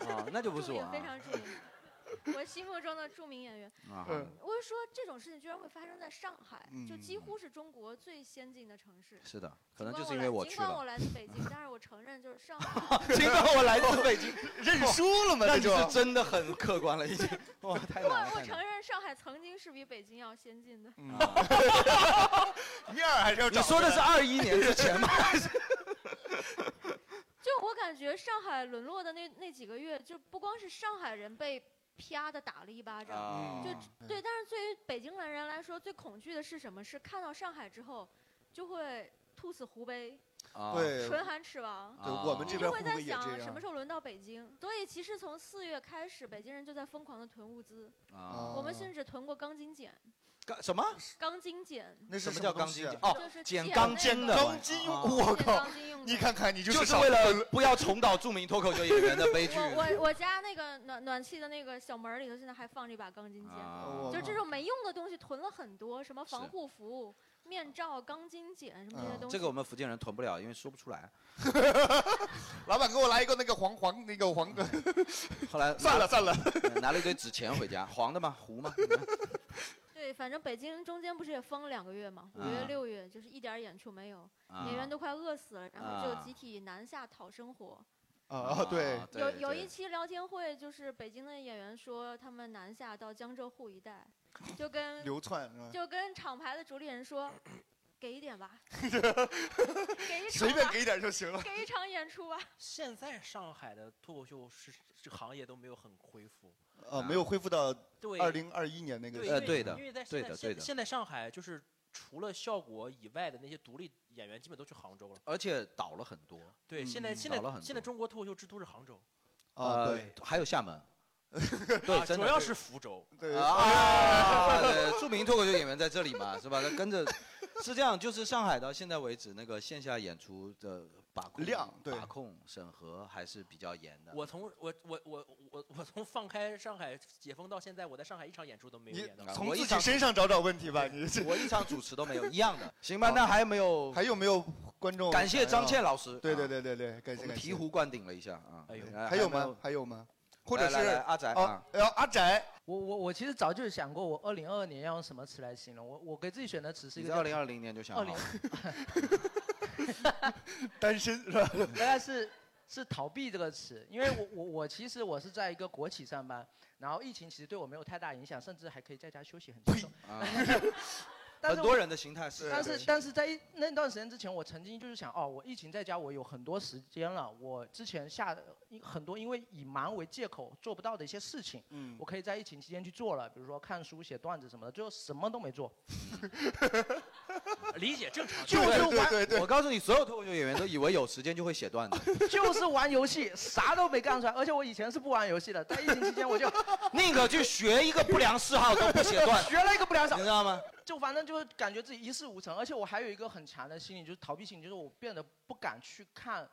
S11: 哦， 那就不是
S16: 著
S11: 我
S16: 名
S11: 啊
S16: 非常著名，我心目中的著名演员。嗯
S11: 啊
S16: 我就说这种事情居然会发生在上海，就
S11: 嗯
S16: 几乎是中国最先进的城市。
S11: 是的，可
S16: 尽
S11: 能
S16: 管
S11: 就是因为
S16: 我
S11: 我
S16: 来
S11: 去
S16: 尽管我。来自
S11: 了。
S16: 北京，但是我承认就是上海
S11: 尽管我来自北 京，
S10: 认输了吗
S11: 那
S10: 这
S11: 你
S10: 就是
S11: 真的很客观了，已经。哇，太难了
S16: 我我
S11: 太难
S16: 承
S11: 了。
S16: 认上海曾经是比北京要先进的。
S10: 面儿还是要
S11: 你说的是二一年之前 吗？
S16: 就我感觉上海沦落的那那几个月，就不光是上海人被啪的打了一巴掌，
S11: 啊
S16: 就对，但是对于北京人来说，最恐惧的是什么？是看到上海之后，就会兔死狐悲，
S11: 啊
S10: 对
S16: 唇寒齿亡。
S10: 对我们这
S16: 你
S10: 边
S16: 就
S10: 会
S16: 会
S10: 不会
S16: 在
S10: 也
S16: 想
S10: 这
S16: 什么
S10: 样
S16: 时？候轮到北京？所以其实从四月开始，北京人就在疯狂的囤物资。
S11: 啊
S16: 我们甚至囤过钢筋剪，
S11: 干什么？
S16: 钢筋剪。
S10: 那是
S11: 什么叫
S10: 什么
S11: 钢
S16: 就
S10: 东西啊
S11: 筋剪？哦
S16: 是，
S11: 剪
S16: 剪
S11: 钢
S16: 那
S11: 筋的
S16: 个
S11: 玩意
S16: 钢筋用的
S11: 儿，啊
S16: 我剪靠钢筋用的
S10: 你看看，你
S11: 就是是
S10: 少
S11: 为了不要重蹈著名脱口秀演员的悲剧。
S16: 我我我家那个暖暖气的那个小门儿里头，现在还放着一把钢筋剪，
S11: 啊
S16: 就这种没用的东西囤了很多，什么防
S11: 是
S16: 护服、面罩、钢筋剪什么这些东西。
S11: 啊这个我们福建人囤不了，因为说不出来。
S10: 老板给我来一个那个黄黄那个黄哥，
S11: 后 来
S10: 算了算
S11: 嗯了，拿了一堆纸钱回家，黄的吗？糊吗？
S16: 对，反正北京中间不是也封了两个月嘛，五
S11: 啊
S16: 月、六月就是一点儿演出没有，
S11: 啊
S16: 演员都快饿死了，然后
S11: 啊
S16: 就集体南下讨生活。
S11: 呃
S10: 啊，对，
S16: 有有一期聊天会，就是北京的演员说他们南下到江浙沪一带，就跟
S10: 流窜是吧
S16: 就跟厂牌的主理人 说，给一点吧，给一场吧
S10: 随便给一点就行了。
S16: 给一场演出吧。
S12: 现在上海的脱口秀是这行业都没有很恢复，
S10: 呃，没有恢复到
S12: 对
S10: 二零二一年那个
S12: 对，因为因为在现在现现在上海就是除了效果以外的那些独立演员，基本都去杭州了。
S11: 而且倒了很多。嗯
S12: 对，现在现
S11: 倒了
S12: 在
S11: 很
S12: 现
S11: 多。
S12: 在中国脱口秀之都是杭州，
S10: 哦
S11: 呃
S12: 对，
S11: 还有厦门。
S12: 啊
S11: 对，真
S12: 主
S11: 的
S12: 要是福州。
S10: 对
S11: 啊，对，著名脱口秀演员在这里嘛，是吧？他 跟着是这样，就是上海到现在为止，那个线下演出的把控
S10: 量对
S11: 把控审核还是比较严的。
S12: 我从我我我我我从放开上海解封到现在，我在上海一场演出都没有
S10: 你
S12: 演到。
S10: 从
S11: 啊我一
S10: 自己
S11: 场
S10: 身上找找问题吧，你
S11: 我一场主持都没有，一样 的。行吧，
S10: 好
S11: 那还有没有
S10: 还有没有观众？
S11: 感谢张倩老师
S10: 哦对
S11: 啊
S10: 对对对对，感谢
S11: 我们
S10: 感
S11: 醍
S10: 谢。
S11: 醐灌顶了一下啊！哎
S10: 还有吗？？还有吗？或者是
S11: 来来来阿宅
S10: 哦
S11: 啊
S10: 哎呦阿宅，
S17: 我我我其实早就想过，我二零二二年要用什么词来形容。我我给自己选的词是一
S11: 你
S17: 个
S11: 在
S17: 叫
S11: 二零二零年就想好了，
S10: 单身是吧？
S17: 大概是是逃避这个词，因为我我我其实我是在一个国企上班，然后疫情其实对我没有太大影响，甚至还可以在家休息很轻松。
S11: 啊
S17: 但
S11: 很
S17: 是我
S11: 多人的心态是这样
S17: 但
S11: 的，
S17: 是但是在一那段时间之前，我曾经就是想，哦，我疫情在家，我有很多时间了，我之前下的一很多因为以忙为借口做不到的一些事情，
S10: 嗯
S17: 我可以在疫情期间去做了，比如说看书、写段子什么的，最后什么都没做。
S11: 嗯
S12: 理解正常，
S11: 我告诉你，所有脱口秀演员都以为有时间就会写 段 子，
S17: 就是玩游戏，啥都没干出来。而且我以前是不玩游戏的，在疫情期间我就
S11: 宁可去 学一个不良嗜好都不写段子，
S17: 学了一个不良嗜好，
S11: 你知道吗？
S17: 就反正就是感觉自己一事无成。而且我还有一个很强的心理，就是逃避心理，就是我变得不敢去看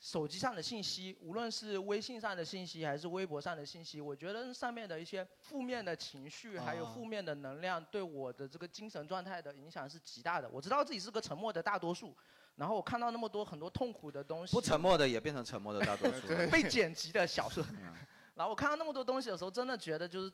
S17: 手机上的信息，无论是微信上的信息还是微博上的信息，我觉得上面的一些负面的情绪还有
S18: 啊
S17: 负面的能量对我的这个精神状态的影响是极大的。我知道自己是个沉默的大多数。然后我看到那么多很多痛苦的东西，
S11: 不沉默的也变成沉默的大多 数了， 嗯
S17: 被剪辑的小说。然后我看到那么多东西的时候，真的觉得就是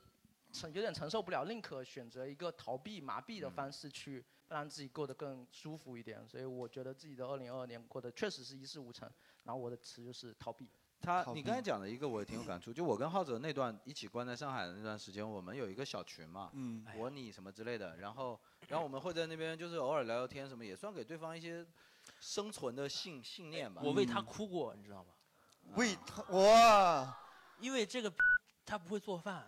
S17: 承有点承受不了，宁可选择一个逃避、麻痹的方式去让自己过得更舒服一点。所以我觉得自己的2022年过得确实是一事无成。然后我的词就是逃避。
S11: 他，啊你刚才讲的一个我也挺有感触，就我跟浩哲那段一起关在上海的那段时间，我们有一个小群嘛，
S12: 哎
S10: 嗯
S11: 我你什么之类的，然后，然后我们会在那边就是偶尔聊聊天什么，也算给对方一些生存的信信念吧。
S12: 我为他哭过，你知道吗？
S11: 啊
S10: 为他哇，
S12: 因为这个他不会做饭，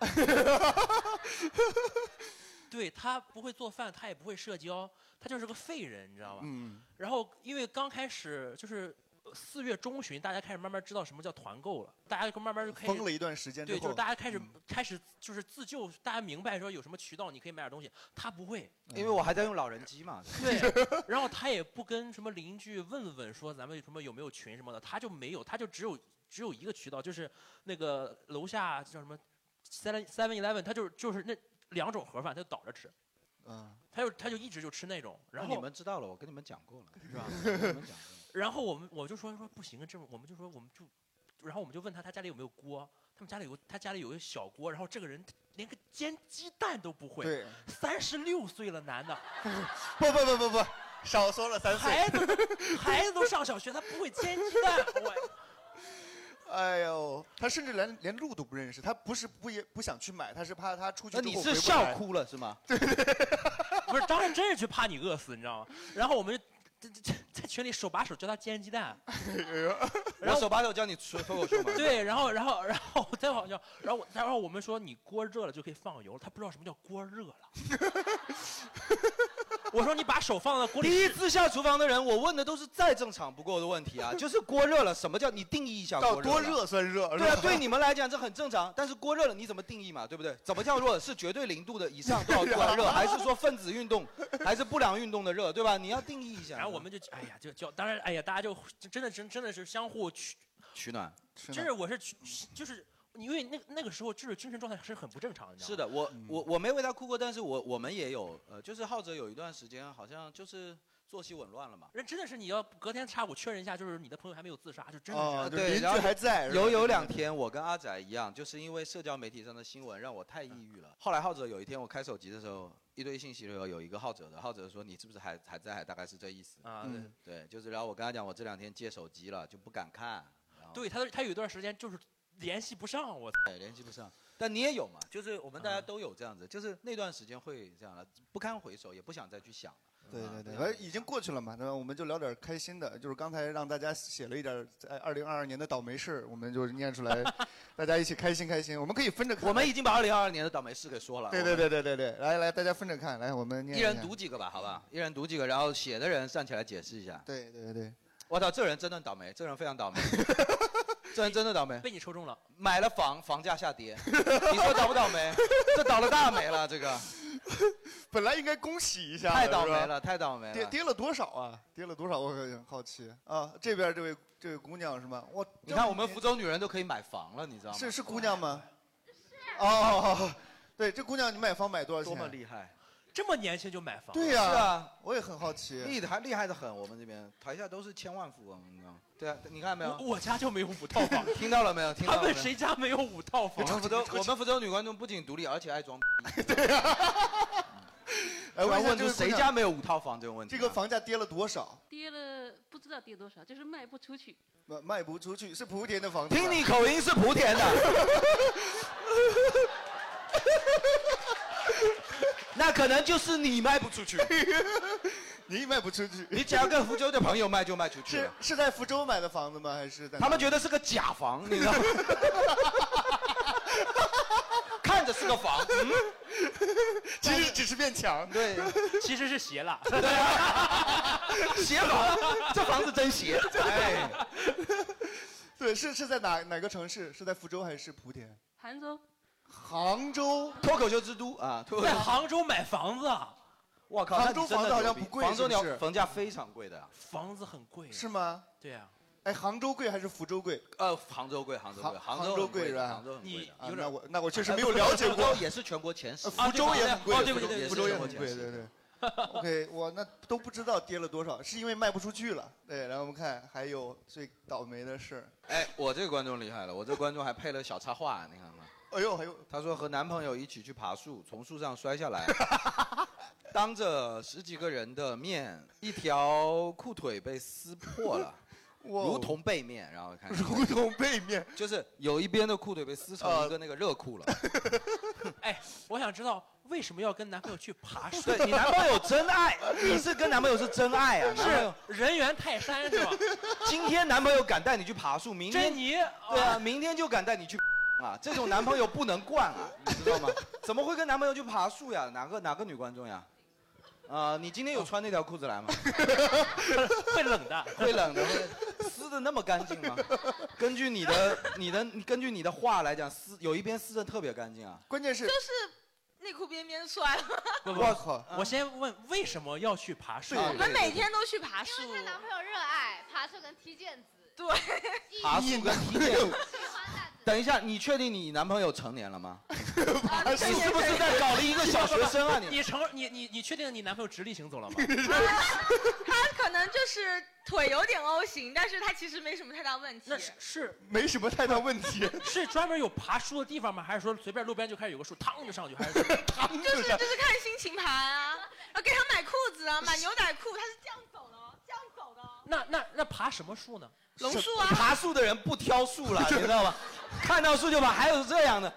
S12: 对他不会做饭，他也不会社交，他就是个废人，你知道吧？
S10: 嗯，
S12: 然后因为刚开始就是呃四月中旬，大家开始慢慢知道什么叫团购了，大家就慢慢就开始
S10: 封了一段时间之
S12: 对，就
S10: 后嗯
S12: 是大家开始、开始就是自救，大家明白说有什么渠道你可以买点东西，他不会，
S11: 因为我还在用老人机嘛。
S12: 对， 然后他也不跟什么邻居问问说咱们什么有没有群什么的，他就没有，他就只有只有一个渠道，就是那个楼下叫什么 Seven Seven Eleven，他就是就是那两种盒饭，他就倒着吃，
S10: 嗯，
S12: 他就他就一直就吃那种，然
S11: 那
S12: 后
S11: 你们知道了，我跟你们讲过了， 是吧？
S12: 然后我们我就说说不行啊，这我们就说我们就，然后我们就问他他家里有没有锅，他们家里有他家里有一个小锅，然后这个人连个煎鸡蛋都不会，
S10: 对
S12: 三十六岁了男的，
S10: 不不不不不，少说了三岁。
S12: 孩子 都孩子都上小学，他不会煎鸡蛋，我
S10: 哎呦，他甚至连连路都不认识，他不是不也不想去买，他是怕他出去
S11: 那
S10: 之
S11: 你
S10: 后
S11: 是
S10: 回不
S11: 笑
S10: 来
S11: 哭了是吗？
S12: 不是当时真是去怕你饿死，你知道吗？然后我们就。这这这在群里手把手教他煎鸡 蛋，
S10: 哎
S11: 我手把手教你吃脱口秀 嘛。
S12: 对，然后然后然后再往下，然后我然后我们说你锅热了就可以放油了，他不知道什么叫锅热了。我说你把手放到锅里
S11: 第一次下厨房的人，我问的都是再正常不过的问题啊，就是锅热了，什么叫你定义一下
S10: 到
S11: 锅
S10: 多
S11: 了
S10: 热算热
S11: 对啊
S10: 是吧，
S11: 对你们来讲这很正常，但是锅热了你怎么定义嘛，对不对？怎么叫热？是绝对零度的以上多少度的 热，还是说分子 运动，还是不良运动的热，对吧？你要定义一下。
S12: 然后我们就哎呀，就教，当然哎呀，大家就真的真真的是相互取，
S11: 取暖，
S12: 真是我是取就是因为那那个时候就是精神状态是很不正常，你知道吗？
S11: 是的，我我我没为他哭过，但是我我们也有，呃，就是浩哲有一段时间好像就是作息紊乱了嘛。
S12: 人真的是你要隔天下午确认一下，就是你的朋友还没有自杀，就真的是这样、啊
S11: 哦，对，然后有有两天，
S12: 我
S11: 我跟阿仔一样，就是因为社交媒体上的新闻让我太抑郁
S12: 嗯
S11: 了。后来浩哲有一天我开手机的时候，一堆信息流有一个浩哲的，浩哲说你是不是还还在，大概是这意思。
S12: 啊
S11: 对，就是然后我跟他讲，我这两天戒手机了，就不敢看。然后
S12: 对他，他有一段时间就是联系不上我。
S11: 啊
S12: 嗯
S11: 对，联系不上。但你也有嘛，就是我们大家都有这样子，就是那段时间会这样了，不堪回首，也不想再去想了。
S10: 对
S11: 啊
S10: 对对，反正已经过去了嘛，那我们就聊点开心的，就是刚才让大家写了一点在二零二二年的倒霉事，我们就念出来，大家一起开心开心。我们可以分着看，
S11: 我们已经把二零二二年的倒霉事给说了。
S10: 对对对对对对，来来，大家分着看，来我们念
S11: 一
S10: 下
S11: 人读几个吧，好吧，一人读几个，然后写的人站起来解释一下。
S10: 嗯对对对，
S11: 我操，这人真的倒霉，这人非 常倒霉，这人真的倒霉，
S12: 被你抽中了，
S11: 买了房，房价下跌，你说倒不倒霉？这倒了大霉了，这个
S10: 本来应该恭喜一下的，
S11: 太倒霉
S10: 是吧
S11: 了，太倒霉
S10: 跌
S11: 了。
S10: 跌了多少啊？跌了多少？我很好奇啊。这边这位这位姑娘是吗？我
S11: 你看我们福州女人都可以买房了，你知道吗？
S10: 是是姑娘吗？是。哦，对，这姑娘你买房买多少钱？
S11: 多么厉害！
S12: 这么年轻就买房。
S10: 对呀、
S11: 是啊，
S10: 我也很好奇。
S11: 厉害厉害的很，我们这边台下都是千万富翁，你知道吗？对啊，你看到没有？
S12: 我我家就没有五套房，
S11: 听到了没有？听到了
S12: 他
S11: 没有
S12: 们谁家没有五套
S11: 我
S12: 房？
S11: 们福州，我们福州女观众不仅独立，而且爱装逼。
S10: 哎，
S11: 突然
S10: 我
S11: 问出谁家没有五套房这个问题啊
S10: 这个房价跌了多少？
S18: 跌了不知道跌多少，就是卖不出去。
S10: 卖卖不出去，是莆田的房子。
S11: 听你口音是莆田的。 那可能就是你卖不出去，
S10: 你卖不出去。
S11: 你只要跟福州的朋友卖就卖出 去
S10: 是
S11: 了。
S10: 是在福州买的房子吗？还是在哪里？
S11: 他们觉得是个假房，你知道吗？看着是个房，嗯，
S10: 其实只是面墙，
S11: 对，
S12: 其实是斜了，
S11: 啊 邪房，这房子真邪。哎，
S10: 对，是是在哪哪个城市？是在福州还是莆田？
S18: 杭州
S10: 杭州
S11: 脱口秀之都啊，脱口秀
S12: 在杭州买房子，
S11: 我啊靠，
S10: 杭州
S11: 那你
S10: 房
S11: 真的
S10: 子好像
S11: 牛逼
S10: 不贵
S11: 杭州
S10: 是不是
S11: 鸟房价非常贵的，
S12: 房子很贵。
S10: 是吗？
S12: 对啊呀、
S10: 哎，杭州贵还是福州贵？
S11: 呃，杭州贵，杭州贵，
S10: 杭
S11: 杭州
S10: 州
S11: 很贵
S10: 是
S11: 的
S10: 吧？
S11: 杭州很贵的。
S10: 啊那我那我确实没有了解
S11: 福
S10: 过
S11: 州。也是全国前十，
S10: 呃福州也很贵，
S11: 哦对不起，对不起
S10: 福州也
S11: 全国
S10: 很
S11: 前
S10: 贵，
S11: 十
S10: 对对。OK，我那都不知道跌了多少，是因为卖不出去了。对，然后我们看还有最倒霉的事儿。
S11: 哎，我这个观众厉害了，我这个观众还配了小插画，你看看。
S10: 哎呦，还有，
S11: 他说和男朋友一起去爬树，从树上摔下来， 当着十几个人的面，一条裤腿被撕破了，
S10: 哇
S11: 如同背面，然后看，
S10: 如同背面，
S11: 就是有一边的裤腿被撕成一个那个热裤了。
S12: 哎我想知道为什么要跟男朋友去 爬树？
S11: 对你男朋友真爱，你是跟男朋友是真爱 啊，男朋友
S12: 是人猿泰山 是吧？
S11: 今天男朋友敢带你去爬树，明天
S12: 珍妮
S11: 对啊，明天就敢带你去 啊，这种男 朋友不能惯啊，你知道吗？怎么会跟男朋友去爬树呀？哪个哪个女观众呀？啊、你今天有穿那条裤子来吗？
S12: 会冷的，
S11: 会冷的，会撕的那么干净吗？根据你的你的根据你的话来讲，撕有一边撕的特别干净啊。
S10: 关键
S18: 就是内裤边边摔了。
S12: 不不，
S11: 我靠
S12: 我先问为什么要去爬树？
S18: 我们每天都去爬树，
S13: 因为她男朋友热爱爬树跟踢毽子。
S18: 对，
S11: 爬树跟踢毽子。等一下，你确定你男朋友成年了吗？
S18: 呃
S12: 你
S11: 你是不是在搞了一个小学生啊？你
S12: 你成你你你确定你男朋友直立行 走了吗？
S18: 他可能就是腿有点 O 型，但是他其实没什么太大问题。
S12: 那是是
S10: 没什么太大问题。
S12: 是专门有爬树的地方吗？还是说随便路边就开始有个树，嘡就上去？还是
S18: 就是就是看心情盘啊， 然 后给他买裤子啊，买牛仔裤，他是这样走的哦，这样走的哦。
S12: 那那那爬什么树呢？
S18: 榕树啊
S11: 爬树的人不挑树 了，你知道吗？看到树就爬，还有这样的。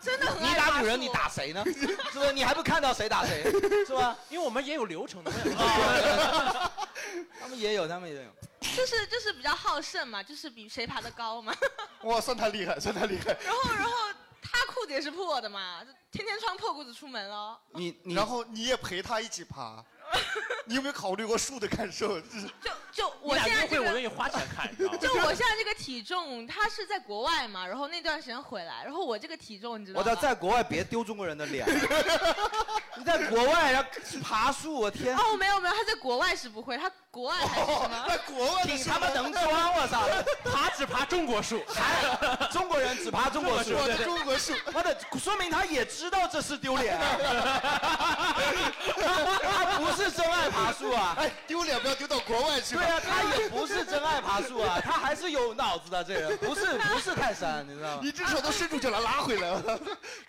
S18: 真的很
S11: 你
S18: 爱
S11: 打
S18: 爬
S11: 女人，
S18: 树
S11: 你打谁呢？是不是？你还不看到谁打谁， 是吧？
S12: 因为我们也有流程的，
S11: 他们也有，他们也有。
S18: 就是就是比较好胜嘛，就是比谁爬得高嘛。
S10: 哇，算他厉害，算他厉害。
S18: 然后然后他裤子也是破的嘛，就天天穿破裤子出门哦。
S11: 你你，
S10: 然后你也陪他一起爬，你有没有考虑过树的感受？就是
S18: 就我现在这个，
S12: 花钱看，你知道吗
S18: 就我现在这个体重，他是在国外嘛，然后那段时间回来，然后我这个体重你知道
S11: 我
S18: 吗？
S11: 在在国外别丢中国人的脸。 你在国外然后爬树，我天！
S18: 哦，没有没有，他在国外是不会，他国外还是什么？
S10: 哦在国外
S11: 挺他妈能装，我操！
S12: 爬只爬中国 树，
S11: 中国人只爬中国树，
S10: 我的中 国树，
S11: 妈的，说明他也知道这是丢脸啊。他不是真爱爬树啊！
S10: 哎，丢脸不要丢到国外去吧。
S11: 对啊，他也不是真爱爬 树啊，他还是有脑子的这人，不是不是泰山，你知道吗？
S10: 你这手都伸出去了，拉回来了。
S18: 他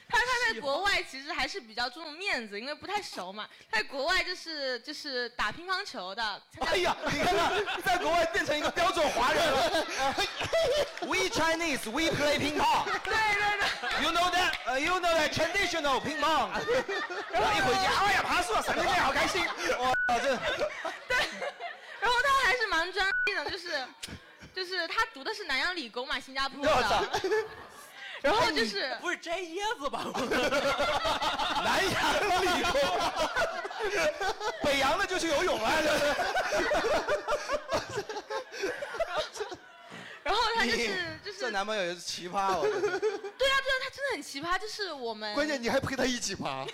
S18: 他在在国外其实还是比较注重面子，因为不太熟嘛。在国外就是就是打乒乓球的，
S11: 哎呀，你看他在国外变成一个标准华人 了。We Chinese, we play ping pong. 对对对。You know that? 呃 you know that traditional ping pong. 然后一回家，哎呀，爬树，闪电妹好开心。哇，这
S18: 然后他还是蛮专业的，就是就是他读的是南洋理工嘛，新加坡
S11: 我操
S18: 的。然后就是、
S12: 哎你不是摘椰子吧？
S11: 南洋理工，北洋的就去游泳了。这是
S18: 然后他就是
S11: 就是这男朋友也是奇葩，我的天
S18: 对啊对啊，他真的很奇葩，就是我们
S10: 关键你还陪他一起爬，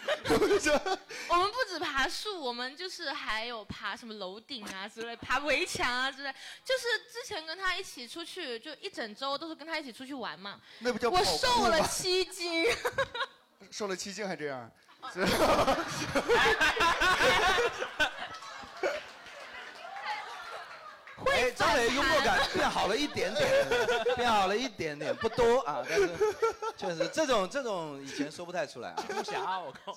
S18: 我们不止爬树，我们就是还有爬什么楼顶啊之类，爬围墙啊之类。就是之前跟他一起出去，就一整周都是跟他一起出去玩嘛。
S10: 那不叫
S18: 我
S10: 跑酷
S18: 瘦了
S10: 吗
S18: 七斤，
S10: 受了七斤还这样。是
S18: 哦
S11: 哎，张磊幽默感变好了一 点点，变好了一点点，不多啊，但是确实这种这种以前说不太出来啊。
S12: 不侠，我靠！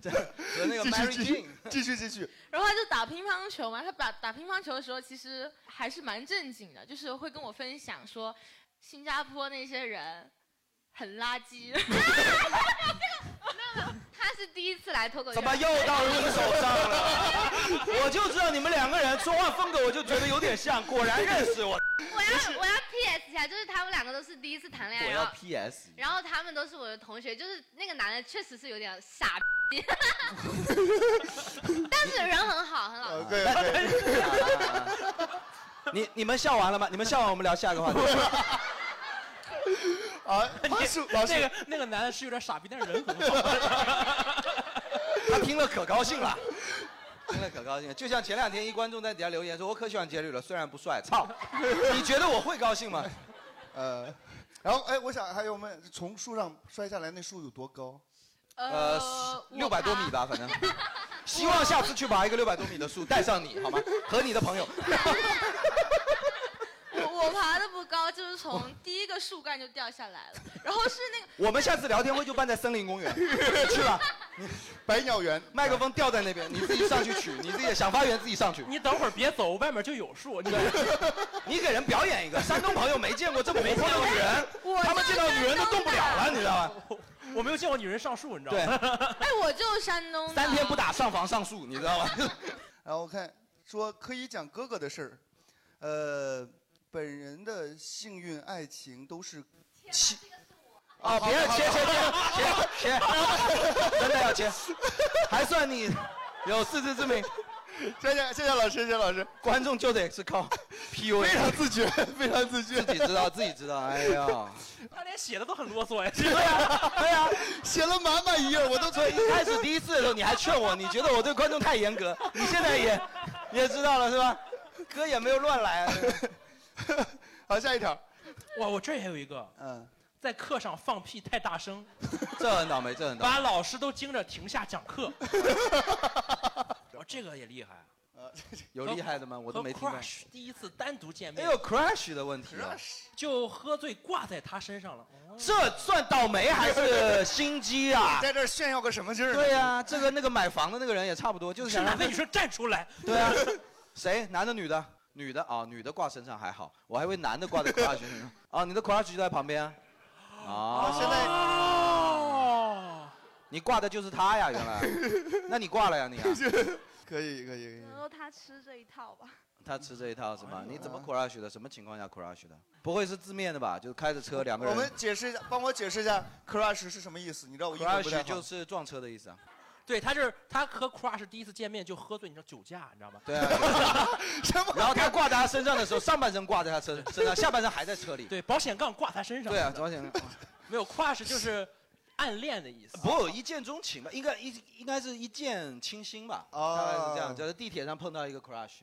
S11: 这和那个
S10: 继
S11: Mary
S10: 续继
S11: Jane
S10: 续 继续继续，
S18: 然后他就打乒乓球嘛。他打打乒乓球的时候，其实还是蛮正经的，就是会跟我分享说，新加坡那些人很垃圾。
S13: 他是第一次来脱口秀，
S11: 怎么又到你手上了？我就知道你们两个人说话风格，我就觉得有点像，果然认识我。
S13: 我要我要 PS 一下，就是他们两个都是第一次谈恋爱，
S11: 我
S13: 然
S11: 要
S13: 后
S11: PS，
S13: 然后他们都是我的同学，就是那个男的确实是有点傻 逼， 但是人很好，很老实。
S11: 对 你你们笑完了吗？你们笑完，我们聊下一个话题。
S10: 啊，
S12: 老
S10: 师，
S11: 老师
S12: 那个那个男的是有点傻逼，但是人很好。
S11: 他听了可高兴了，听了可高兴了。就像前两天一观众在底下留言说：“我可喜欢杰吕了，虽然不帅，操！”你觉得我会高兴吗？
S10: 呃，然后哎，我想还有问，从树上摔下来那树有多高？
S11: 呃，六百多米吧，反正。希望下次去拔一个六百多米的树，带上你好吗？和你的朋友。
S18: 我我爬的不高，就是
S10: 哦
S18: 从第一个树干就掉下来了。然后是那个
S11: 我们下次聊天会就办在森林公园，去 吧。
S10: 百鸟园，
S11: 麦克风吊在那边，你自己上去取，你自己想发言自己上去。
S12: 你等会儿别走，外面就有树。你
S11: 你给人表演一个，山东朋友没见过这么活泼的 女人
S18: 我，
S11: 他们
S18: 就
S11: 见到
S18: 山
S11: 女人都
S18: 东
S11: 动不
S18: 的
S11: 了了，你知道吗？
S12: 我没有见过女人上树，你知道吗？
S18: 哎，我就是山东的。
S11: 三天不打上房上树，你知道吗？
S10: 然后我看说可以讲哥哥的事儿，呃，本人的幸运爱情都是哦切
S11: 啊，别切 切切切切，真的要切，还算你有自知之明。
S10: 谢谢谢谢老师，谢谢老师。
S11: 观众就得是靠 PUA，非常
S10: 自觉， 非常自觉，
S11: 自己知道自己知道。哎 呀，
S12: 他连写的都很啰嗦呀。
S11: 对啊呀，
S10: 哎写了满满一页，我都
S11: 所以一开始第一次的时候你还劝我，你觉得我对观众太严格，你现在也你也知道了是吧？歌也没有乱来、啊。
S10: 好，下一条。
S12: 哇，我这儿也有一个，
S10: 嗯，
S12: 在课上放屁太大声，
S11: 这很倒霉，这很倒
S12: 把
S11: 霉。
S12: 老师都惊着停下讲 课。
S11: 哦
S12: 哇，这个也厉害。
S11: 啊
S10: 呃
S11: 有厉害的吗？我都没听
S12: 过。
S11: 过
S12: 和。Crush 第一次单独见
S11: 哎
S12: 面，
S11: 呦，crash 的问题啊，
S12: 就喝醉挂在他身上了。
S11: 这算倒霉啊还是心机啊？
S10: 在这儿炫耀个什么劲儿呢？
S11: 对呀、这个那个买房的那个人也差不多，就是
S12: 是
S11: 想
S12: 哪
S11: 让
S12: 个女生站出来？
S11: 对啊，谁？男的、女的？女的啊、女的挂身上还好，我还以为男的挂在 crush 身上。啊，你的 crush 就在旁边啊。啊，现在
S12: 哦，
S11: 你挂的就是他呀，原来。那你挂了呀，你啊。
S10: 可以，可以，可以。哎
S16: 然后他吃这一套吧。
S11: 他吃这一套是吗？你怎么 crush 的？什么情况下 crush 的？不会是字面的吧？就是开着车两个
S10: 我
S11: 人。
S10: 们解释一下，帮我解释一下 crush 是什么意思？你知道我英文不太
S11: crush
S10: 好。
S11: 就是撞车的意思啊。
S12: 对，他就是他和 Crush 第一次见面就喝醉，你知道酒驾，你知道吗？
S11: 对啊。然后他挂在他身上的时候，上半身挂在他身身上，下半身还在车里。
S12: 对，保险杠挂他身上。
S11: 对啊，保险杠。
S12: 没有 Crush 就是暗恋的意思。
S11: 不，一见钟情吧，应该一应该是一见倾心吧，
S10: 哦
S11: 大概是这样，就是地铁上碰到一个 crush，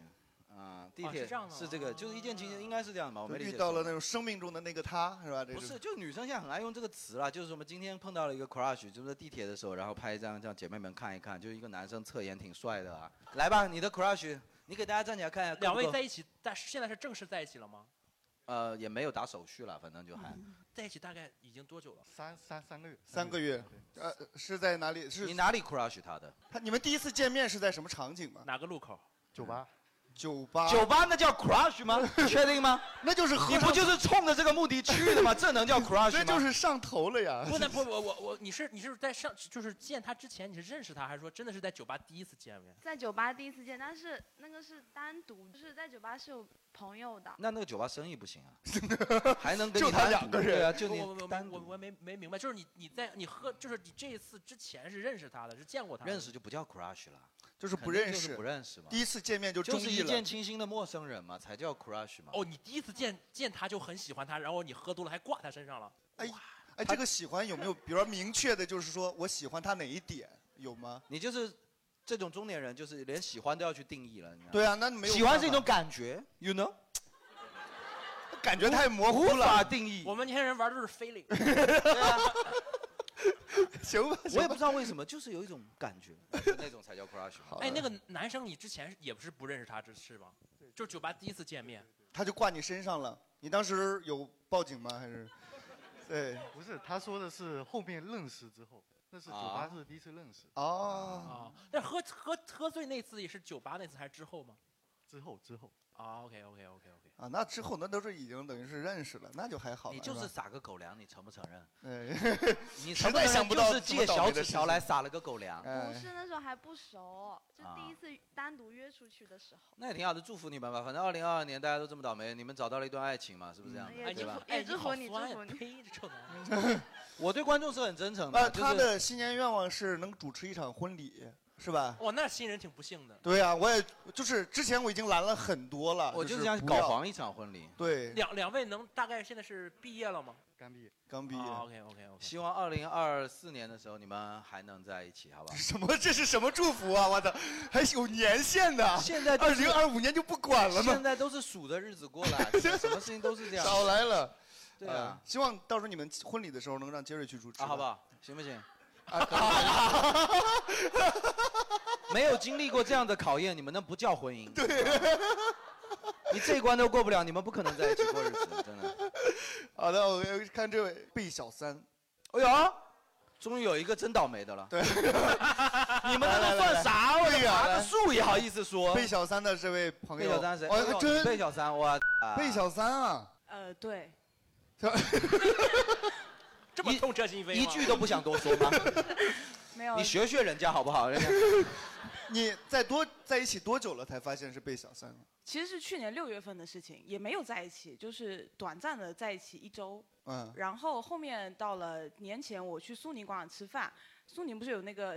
S11: 啊，地
S10: 哦
S11: 铁
S10: 是这样的吗
S11: 是这个，就是一见倾心，应该是这样吧，我没理
S10: 遇
S11: 解
S10: 到
S11: 错。
S10: 了那种生命中的那个他，是吧？这
S11: 不是，就是女生现在很爱用这个词了，就是什么今天碰到了一个 crush，就是在地铁的时候，然后拍一张，让姐妹们看一看，就是一个男生侧颜挺帅的啊，来吧，你的 crush，你给大家站起来看一下够
S12: 两
S11: 不够，
S12: 位在一起，但是现在是正式在一起了吗？
S11: 呃，也没有打手续了，反正就还。
S12: 在一起大概已经多久了？
S19: 三三三个月。
S10: 三个月，呃，是在哪里？是
S11: 你哪里啊 crush 他的？
S10: 他你们第一次见面是在什么场景吗？
S12: 哪个路口？
S19: 酒吧。
S10: 酒吧。
S11: 酒吧那叫 crush 吗？你确定吗？
S10: 那就是喝
S11: 你不
S10: 上
S11: 就是冲着这个目的 去的吗？这能叫 crush 吗？
S10: 那就是上头了呀。
S12: 不能不我我我，你是你是在上就是见他之前你是认识他，还是说真的是在酒吧第一次见面？
S20: 在酒吧第一次见，但是那个是单独，就是在酒吧是有朋友的。
S11: 那那个酒吧生意不行 啊，还能跟
S10: 就
S11: 你
S10: 他
S11: 单
S10: 两
S11: 独
S10: 个人
S11: 对啊，就
S12: 我
S11: 你
S12: 我我我没没明白，就是你你在你喝，就是你这一次之前是认识他的，是见过他的，
S11: 认识就不叫 crush 了，
S10: 就是不
S11: 肯定
S10: 认
S11: 就是
S10: 识
S11: 不认识嘛。
S10: 第一次见面就中
S11: 是
S10: 意
S11: 一
S10: 了
S11: 见倾心的陌生人嘛，才叫 crush 嘛。
S12: 哦，你第一次见见他就很喜欢他，然后你喝多了还挂他身上了。
S10: 哎哎，这个喜欢有没有，比如说明确的，就是说我喜欢他哪一点，有吗？
S11: 你就是这种中年人，就是连喜欢都要去定义了。你知道吗
S10: 对啊那没有
S11: 喜欢
S10: 办
S11: 是一
S10: 法
S11: 种感觉，you know，
S10: 感觉太模糊
S11: 无法
S10: 了。
S11: 定义。
S12: 我们年轻人玩的都是 feeling，
S10: 行吧，
S11: 我也不知道为什么，就是有一种感 觉，那种才叫 crush 嘛。
S12: 哎，那个男生你之前也不是不认识他，这是吗？就酒吧第一次见面，
S10: 他就挂你身上了。你当时有报警吗？还 是？对，
S19: 不是，他说的是后面认识之后，那是酒吧
S12: 啊
S19: 是第一次认识。
S10: 哦。
S12: 但喝喝喝醉那次也是酒吧那次还是之后吗？
S19: 之后之后。
S12: 啊，OK OK OK OK。
S10: 啊，那之后那都是已经等于是认识了，那就还好了。
S11: 你就是
S10: 吧
S11: 撒个狗粮，你承不承认？
S10: 哎
S11: 你
S10: 实
S11: 承
S10: 在
S11: 认
S10: 想不到
S11: 就是
S10: 这么
S11: 借
S10: 倒霉
S11: 小
S10: 的
S11: 纸
S10: 事
S11: 条
S10: 情哎
S11: 来撒了个狗粮。
S20: 不是那时候还不熟，就
S11: 哎啊
S20: 第一次单独约出去的时候。
S11: 那也挺好的，祝福你们吧。反正二零二二年大家都这么倒霉，你们找到了一段爱情嘛，是不是这样的？
S20: 嗯也
S11: 对
S20: 祝
S11: 吧
S20: 福？，也祝福
S12: 哎你
S20: 你，
S12: 好
S20: 祝
S12: 酸呀
S20: 福你。
S12: 呸，这臭男人！
S11: 我对观众是很真诚的。
S10: 那
S11: 就是
S10: 呃他的新年愿望是能主持一场婚礼，是吧？
S12: 哇，那新人挺不幸的。
S10: 对啊，我也就是之前我已经拦了很多了，
S11: 我
S10: 就
S11: 就是想
S10: 不
S11: 搞
S10: 要
S11: 黄一场婚礼。
S10: 对，
S12: 两两位能大概现在是毕业了吗？
S19: 刚毕业。
S10: 刚毕业。哦
S12: OK OK OK。
S11: 哦希望二零二四年的时候你们还能在一起，好不 好？
S10: 什么？这是什么祝福啊！我操，还有年限的。
S11: 现在就
S10: 二
S11: 是
S10: 零二五年就不管了吗？
S11: 现在都是数着日子过 来，什么事情都是这样。
S10: 少来了。呃
S11: 对啊，
S10: 希望到时候你们婚礼的时候能让杰瑞去主持
S11: 啊，好不
S10: 吧？
S11: 好？行不行？
S10: 啊，可以
S11: 没有经历过这样的考验，你们那不叫婚姻。对，你这一关都过不了，你们不可能在一起 过日子，真的。
S10: 好的，我们看这位贝小三，
S11: 哎呦，终于有一个真倒霉的了。对，你们那都算啥？
S10: 来来
S11: 我
S10: 来
S11: 的妈
S10: 来
S11: 的树也好意思说。
S10: 啊贝小三的这位朋
S11: 贝
S10: 友，
S11: 小三谁？哎
S10: 哦，还真
S11: 贝小三，我
S10: 贝小三啊，
S21: 呃，对，
S12: 这么痛彻心扉吗，
S11: 一句都不想多说吗？
S21: 没有
S11: 你学学人家好不好？人家
S10: 你在多在一起多久了才发现是贝小三？
S21: 其实是去年六月份的事情，也没有在一起，就是短暂的在一起一周。
S10: 嗯
S21: 然后后面到了年前，我去苏宁广场吃饭，苏宁不是有那个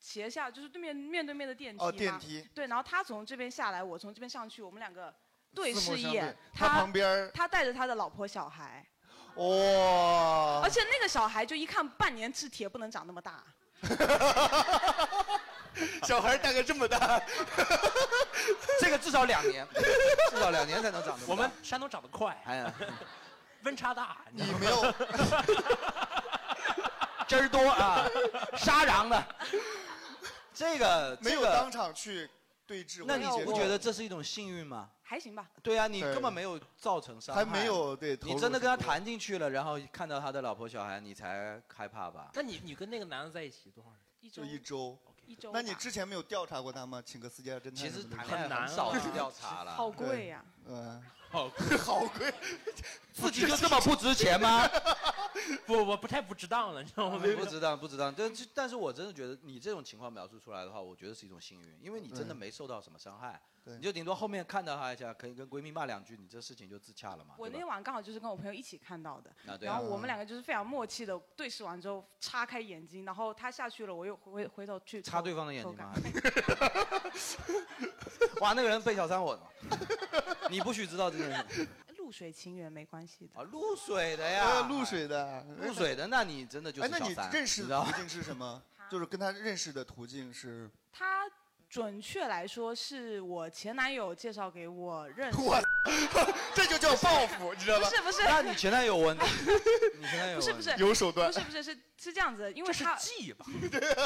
S21: 斜下，就是对面面对面的电梯吗？
S10: 哦电梯
S21: 对，然后他从这边下来，我从这边上去，我们两个对
S10: 四目
S21: 视一
S10: 相
S21: 眼
S10: 对。他旁边儿
S21: 他带着他的老婆小孩，
S10: 哇、哦
S21: 而且那个小孩就一看半年吃铁不能长那么大。
S10: 小孩大概这么大，
S11: 这个至少两年，至少两年才能长得。
S12: 我们山东长得快，
S11: 哎呀，
S12: 温差大，你知道吗
S10: 没有
S11: 汁儿多啊，沙瓤的。这个
S10: 没有
S11: 这个
S10: 当场去对峙，
S11: 那你
S10: 或者
S11: 不
S10: 接
S11: 觉得
S10: 触？
S11: 这是一种幸运吗？
S21: 还行吧。
S11: 对啊，你
S10: 对
S11: 根本没有造成伤害，
S10: 还没有对投入
S11: 你真的跟他谈进去了，然后看到他的老婆小孩，你才害怕吧？
S12: 那你你跟那个男的在一起多少年？
S21: 一
S10: 就一周，
S21: 一周
S10: 那你之前没有调查过他吗？请个私家侦探
S11: 其实
S10: 什么的
S11: 谈恋爱很难少啊去调查了好 贵呀
S10: 对嗯，
S12: 好
S11: 啊
S10: 好贵，
S11: 自己就这么不值钱吗？
S12: 不不不太不值当了，你知道吗？
S11: 不知道，不知道。但是但是我真的觉得你这种情况描述出来的话，我觉得是一种幸运，因为你真
S10: 对
S11: 的没受到什么伤害，
S10: 对
S11: 你就顶多后面看到他一下，可以跟闺蜜骂两句，你这事情就自洽了嘛，
S21: 我
S11: 啊对
S21: 那？
S11: 吧
S21: 晚刚好就是跟我朋友一起看到的，
S11: 啊对啊
S21: 然后我们两个就是非常默契的对视完之后，叉开眼睛，然后他下去了，我又回回 头去
S11: 插
S21: 偷
S11: 对方的眼
S21: 偷
S11: 睛
S21: 看
S11: 吗？ 哇，那个人被小三我呢，你不许知道这件事。
S21: 露水情缘没关系的
S11: 啊，露水的呀，
S10: 呃露水的，
S11: 露水的，那你真的就是
S10: 哎，那
S11: 小
S10: 你
S11: 三，
S10: 认识
S11: 你知
S10: 的
S11: 道
S10: 途径是什么？就是跟他认识的途径是，
S21: 他 准确来说是我前男友介绍给我认识，
S10: 这就叫报复，你知道吗？
S21: 不是不是
S11: 那你前男友问题，你前男友
S21: 不是
S11: 问
S21: 不
S11: 题
S21: 是
S10: 啊有手段 啊
S21: 不是不是是是这样子，因为
S12: 这是
S21: 技吧？对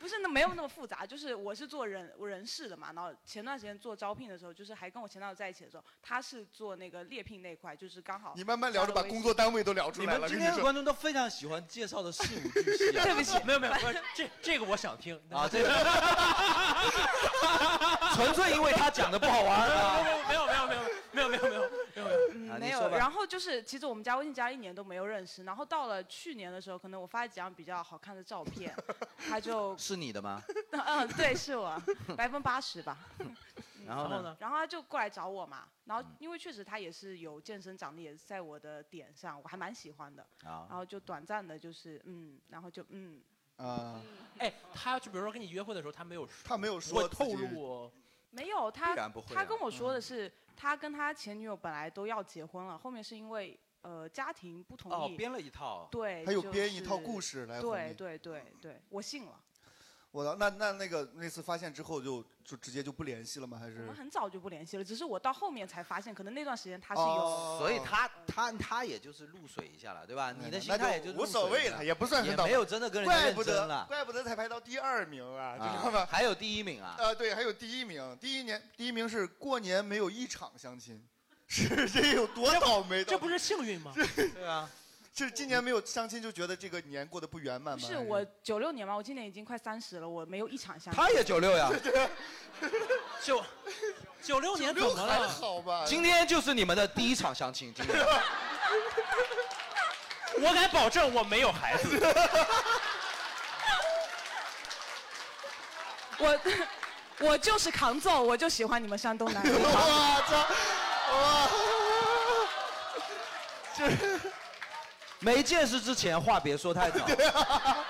S21: 不是那没没有那么复杂，就是我是做人人事的嘛，然后前段时间做招聘的时候，就是还跟我前男友在一起的时候，他是做那个猎聘那一块，就是刚好
S10: 你慢慢聊着，把工作单位都聊出来
S11: 你
S10: 了。
S11: 们今
S10: 跟
S11: 天的
S10: 说
S11: 观众都非常喜欢介绍的事无巨细、 啊。
S21: 对不起
S12: 没有没有，不是这这个我想听
S11: 啊，这个 纯粹因为他讲的不好玩啊。
S12: 没有没有没有没有没有没有没有没有没有
S11: 啊
S21: 没
S11: 你说
S21: 有，
S11: 吧
S21: 然后就是其实我们加微信加一年都没有认识，然后到了去年的时候，可能我发了几张比较好看的照片，他就，
S11: 是你的吗？
S21: 嗯，对，是我， 百分之八十吧。
S11: 然后呢？？
S21: 嗯然后他就过来找我嘛，然后因为确实他也是有健身，长得也是在我的点上，我还蛮喜欢的。
S11: 啊
S21: 然后就短暂的，就是嗯，然后就嗯，
S10: 啊，
S12: 哎，他就比如说跟你约会的时候，他没有说
S10: 他没有
S12: 不会
S21: 说自
S12: 透
S21: 己
S12: 露我，
S21: 没有他
S12: 必然不会，啊
S21: 他跟我说的是、他跟他前女友本来都要结婚了，后面是因为呃家庭不同意，
S11: 哦，编了一套。
S21: 对，
S10: 他有
S21: 就
S10: 编一套
S21: 是
S10: 故事来哄
S21: 对
S10: 你
S21: 对对对，我信了。
S10: 我的那那那个那次发现之后就就直接就不联系了吗？还
S21: 我
S10: 是
S21: 们很早就不联系了，只是我到后面才发现，可能那段时间他是有，呃
S10: 哦
S11: 所以他他他也就是露水一下了，对吧？你的
S10: 嗯
S11: 心
S10: 那
S11: 态
S10: 就
S11: 也就
S10: 无所谓了，也不算很
S11: 也
S10: 倒
S11: 没
S10: 霉
S11: 有真的跟人家
S10: 怪
S11: 认
S10: 不
S11: 真
S10: 得
S11: 了。
S10: 怪不得才排到第二名啊，知
S11: 啊
S10: 道吗？
S11: 还有第一名啊！
S10: 呃，对，还有第一名，第一年第一名是过年没有一场相亲，是这有多倒霉的？这不
S12: 是幸运吗？
S11: 对啊，
S10: 是今年没有相亲就觉得这个年过得不圆满
S21: 不
S10: 吗？
S21: 是
S10: 还
S21: 我九六年嘛，我今年已经快三十了，我没有一场相亲。
S11: 他也96呀
S12: 九九六年怎么
S10: 还
S12: 了？
S10: 好吧？
S11: 今天就是你们的第一场相亲，今 天
S12: 我敢保证我没有孩 子。
S21: 我我就是扛揍，我就喜欢你们山东男 人。
S10: 我操！哇！
S11: 没见识之前话别说 太早。
S10: 啊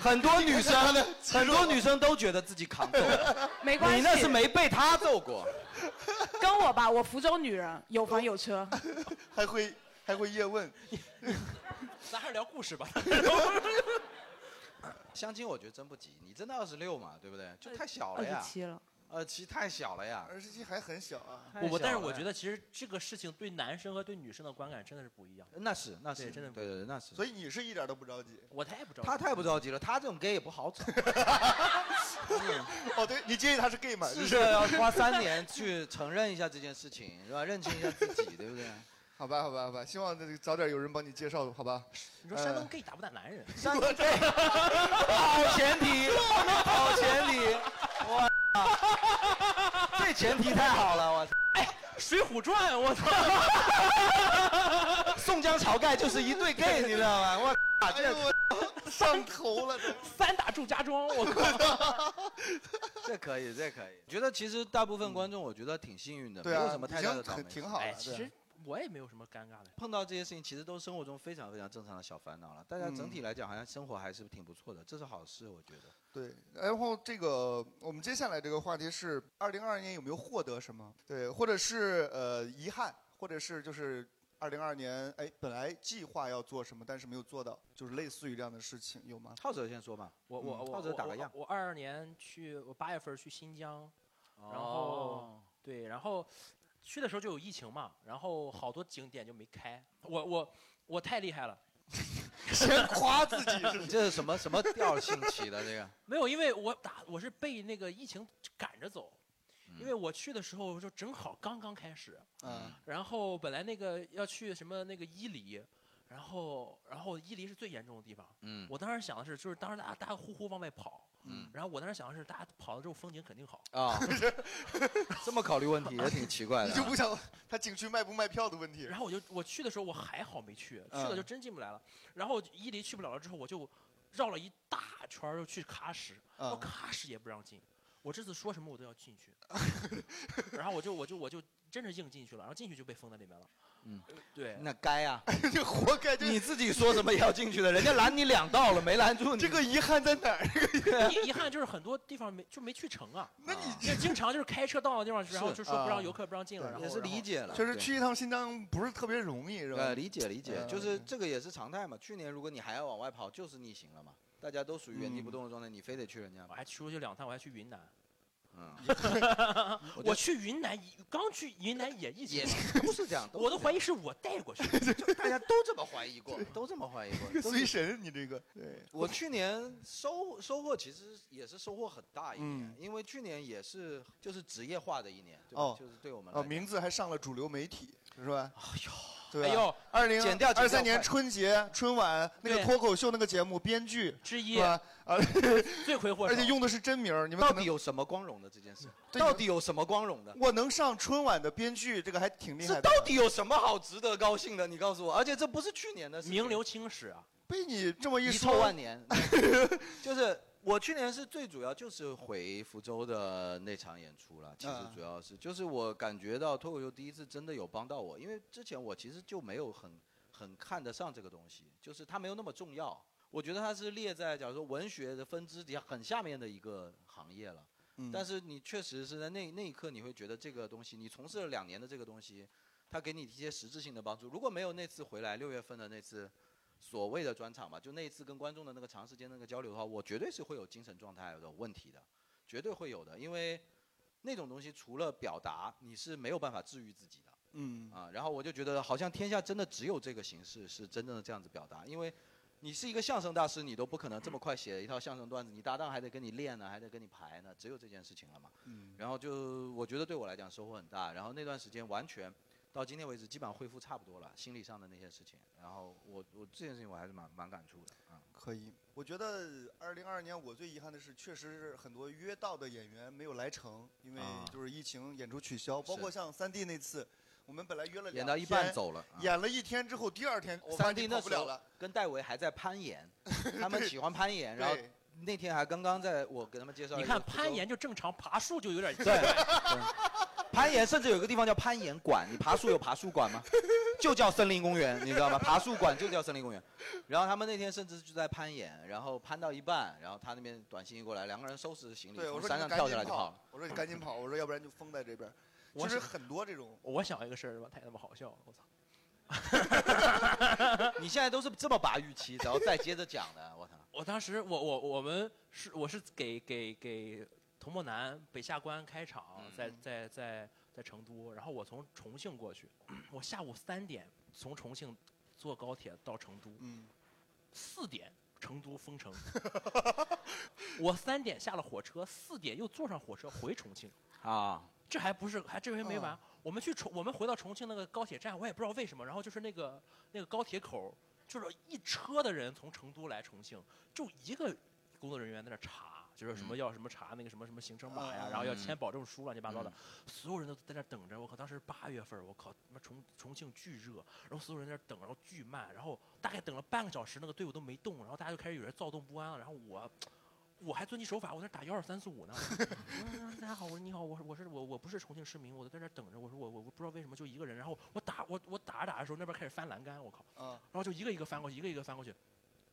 S11: 很多女生，很多女生都觉得自己扛揍，
S21: 没关系
S11: 你那是没被他揍过。
S21: 跟我吧，我福州女人，有房有车。
S10: 还会还会叶问，
S12: 咱还是聊故 事吧。
S11: 相亲我觉得真不急，你真的二十六嘛，对不对？就太小了呀。
S12: 27
S21: 了。
S11: 呃二十七太小了呀。
S10: 二十七还很小啊。
S11: 太
S12: 我我
S11: 小
S12: 但是
S11: 了
S12: 我
S11: 呀
S12: 觉得其实这个事情对男生和对女生的观感真的是不一样。
S11: 那是那是
S12: 对真的不
S11: 对对对那是。
S10: 所以你是一点都不着急，
S12: 我太不着急
S11: 他太不着急了，他这种 gay 也不好找。
S10: 哦，对你介意他是 gay 吗？
S11: 至少要花三年去承认一下这件事情，是吧？认清一下自己， 对不对？
S10: 好吧，好吧，好吧，希望这个早点有人帮你介绍，好吧？
S12: 你说山
S10: 呃
S12: 东 gay 打不打男人？
S11: 呃山 东 gay，好前提，好 前提，我操，这前提太好了，我操。
S12: 《哎水浒传》，我操！
S11: 宋江、晁盖就是一对 gay，你知道吗？我操，
S10: 哎呦
S11: 这
S10: 我上头了，
S12: 三打祝家庄，我靠！
S11: 这可以，这可以。觉得其实大部分观众，我觉得挺幸运的，
S10: 对
S11: 没
S10: 啊
S11: 有什么太大的倒霉
S10: 已经挺挺好了
S11: 哎
S10: 对啊
S11: 其
S12: 其
S11: 实
S12: 实我也没有什么尴尬的。
S11: 碰到这些事情，其实都是生活中非常非常正常的小烦恼了。大家整体来讲，好像生活还是挺不错的，这是好事，我觉得。
S10: 对，然后这个我们接下来这个话题是二零二二年有没有获得什么？对，或者是呃遗憾，或者是就是二零二年哎本来计划要做什么，但是没有做到，就是类似于这样的事情有吗？
S11: 浩哲先说吧，
S12: 我我
S10: 嗯
S12: 我
S11: 或者打个
S12: 我
S11: 样
S12: 我二二年去，我八月份去新疆，然
S11: 哦
S12: 后对，然后去的时候就有疫情嘛，然后好多景点就没开。我我我太厉害了，
S10: 先夸自己
S11: 你 这是什么什么调性起的？这个
S12: 没有，因为我打我是被那个疫情赶着走，
S11: 嗯
S12: 因为我去的时候就正好刚刚开始，
S10: 嗯，
S12: 然后本来那个要去什么那个伊犁，然后然后伊犁是最严重的地方，
S11: 嗯
S12: 我当时想的是，就是当时大家大家呼呼往外跑，
S11: 嗯
S12: 然后我当时想的是，大家跑了之后风景肯定好，
S11: 啊，这么考虑 问题也挺奇怪的。啊呃
S10: 你就不想他景区卖不卖票的问题？
S12: 然后我就我去的时候我还好没去，
S11: 嗯
S12: 去了就真进不来了。然后伊犁去不了了之后，我就绕了一大圈儿又去喀什，
S11: 嗯
S12: 然后喀什也不让进。我这次说什么我都要进去， 然后我就我就我就真是硬进去了，然后进去就被封在里面了。呃
S11: 嗯，
S12: 对，
S11: 那 该呀、
S10: 这活该！
S11: 你自己说什么也要进去的，人家 拦你两道了，没拦住你。
S10: 这个遗憾在哪儿？
S12: 遗遗憾就是很多地方没就没去成啊。那你这经常就是开车到的地方去，然后就说不让游客不让进了，然后
S11: 嗯也是理解了，
S10: 确实
S11: 对
S10: 去一趟新疆不是特别容易，是吧？
S11: 呃，理解理解，
S10: 嗯
S11: 就是这个也是常态嘛。去年如果你还要往外跑，
S10: 嗯
S11: 就是逆行了嘛。大家都属于原地不动的状态，你非得去人家嘛。
S12: 我还去出去两趟，我还去云南。，
S11: 嗯
S12: 我去云南，刚去云南也疫情，
S11: 都是这样，
S12: 我都怀疑是我带过去的。
S11: 大家都这么怀疑过，都这么怀疑过。都是
S10: 随神，你这个对
S11: 我去年收收获其实也是收获很大一年
S10: 嗯，
S11: 因为去年也是就是职业化的一年，对吧
S10: 哦，
S11: 就是对我们来
S10: 哦，
S11: 讲
S10: 名字还上了主流媒体，是吧？哎呦，
S11: 哎
S10: 对
S11: 呦
S10: 吧？二零
S11: 剪掉剪
S10: 二
S11: 掉
S10: 三年春节春晚那个
S11: 对
S10: 脱口秀那个节目，编剧
S12: 之一
S10: 是吧？ 啊，
S12: 罪魁祸
S10: 而且用的是真名儿，你们
S11: 到
S10: 可能
S11: 底有什么光荣的这件事？
S10: 对
S11: 到底有什么光荣的？
S10: 我能上春晚的编剧，这个还挺厉害
S11: 这
S10: 的。
S11: 到底有什么好值得高兴的？你告诉我，而且这不是去年的事情，
S12: 名留青史啊！
S10: 被你这么
S11: 一
S10: 说
S11: 臭万年，就是我去年是最主要就是回福州的那场演出了，其实
S10: 嗯
S11: 主要是就是我感觉到脱口秀第一次真的有帮到我，因为之前我其实就没有很很看得上这个东西，就是它没有那么重要。我觉得它是列在假如说文学的分支底下很下面的一个行业了，
S10: 嗯
S11: 但是你确实是在那那一刻你会觉得这个东西，你从事了两年的这个东西，它给你一些实质性的帮助。如果没有那次回来六月份的那次所谓的专场吧，就那一次跟观众的那个长时间的那个交流的话，我绝对是会有精神状态的问题的，绝对会有的，因为那种东西除了表达，你是没有办法治愈自己的。
S10: 嗯
S11: 啊，然后我就觉得好像天下真的只有这个形式是真正的这样子表达，因为你是一个相声大师，你都不可能这么快写一套相声段子，你搭档还得跟你练呢，还得跟你排呢，只有这件事情了嘛。
S10: 嗯
S11: 然后就我觉得对我来讲收获很大，然后那段时间完全到今天为止基本上恢复差不多了，心理上的那些事情，然后我我这件事情我还是蛮蛮感触的啊。
S10: 可以，我觉得二零二二年我最遗憾的是，确实是很多约到的演员没有来成，因为
S11: 啊
S10: 就是疫情演出取消，包
S11: 是
S10: 括像三 D 那次，我们本来约了
S11: 演
S10: 两
S11: 到一半
S10: 天
S11: 走了啊
S10: 演了一天之后，第二天我发现
S11: 三 D
S10: 跑
S11: 那
S10: 不
S11: 时
S10: 了
S11: 候
S10: 了，
S11: 跟戴维还在攀岩，他们喜欢攀岩，然后
S10: 对
S11: 那天还刚刚在我给他们介绍一
S12: 你
S11: 个
S12: 看
S11: 福
S12: 攀
S11: 州
S12: 岩就正常，爬树就有点
S11: 对，攀岩甚至有个地方叫攀岩馆，你爬树有爬 树馆吗？就叫森林公园，你知道吗？爬树馆就叫森林公园。然后他们那天甚至就在攀岩，然后攀到一半，然后他那边短信一过来，两个人收拾行李
S10: 对我
S11: 从
S10: 说
S11: 山
S10: 你
S11: 上
S10: 们
S11: 跳
S10: 赶紧
S11: 下来就跑
S10: 跑
S11: 了。，
S10: 我说你赶紧跑，我说要不然就封在这边儿。
S12: 我
S10: 其实
S12: 想
S10: 很多这种，
S12: 我想一个事儿吧，他也他妈好笑，我操！
S11: 你现在都是这么拔预期，然后再接着讲的，哎我操！
S12: 我当时我我我们是我是给给给童漠南北下关开场，
S11: 嗯
S12: 在在在在成都，然后我从重庆过去，我下午三点从重庆坐高铁到成都，
S11: 嗯
S12: 四点成都封城， 我三点下了火车，四点又坐上火车回重庆，
S11: 啊，
S12: 这还不是，还这回没完。
S11: 嗯
S12: 我们去重，我们回到重庆那个高铁站，我也不知道为什么，然后就是那个那个高铁口，就是一车的人从成都来重庆，就一个工作人员在那查，就是什么要什么查那个什么什么行程码呀，
S11: 嗯
S12: 然后要签保证书乱七八糟的，所有人都在那等着。我靠，当时八月份，我靠，他妈重重庆巨热，然后所有人在那等，然后巨慢，然后大概等了半个小时，那个队伍都没动，然后大家就开始有人躁动不安了，然后我。 我还遵纪守法，我在那打幺二三四五呢。我说大家好，我说你好，我说我是我我不是重庆市民，我在那儿等着。我说我我我不知道为什么就一个人，然后我打我我打着打着的时候，那边开始翻栏杆，我靠，
S10: 嗯，
S12: 然后就一个一个翻过去，一个一个翻过去，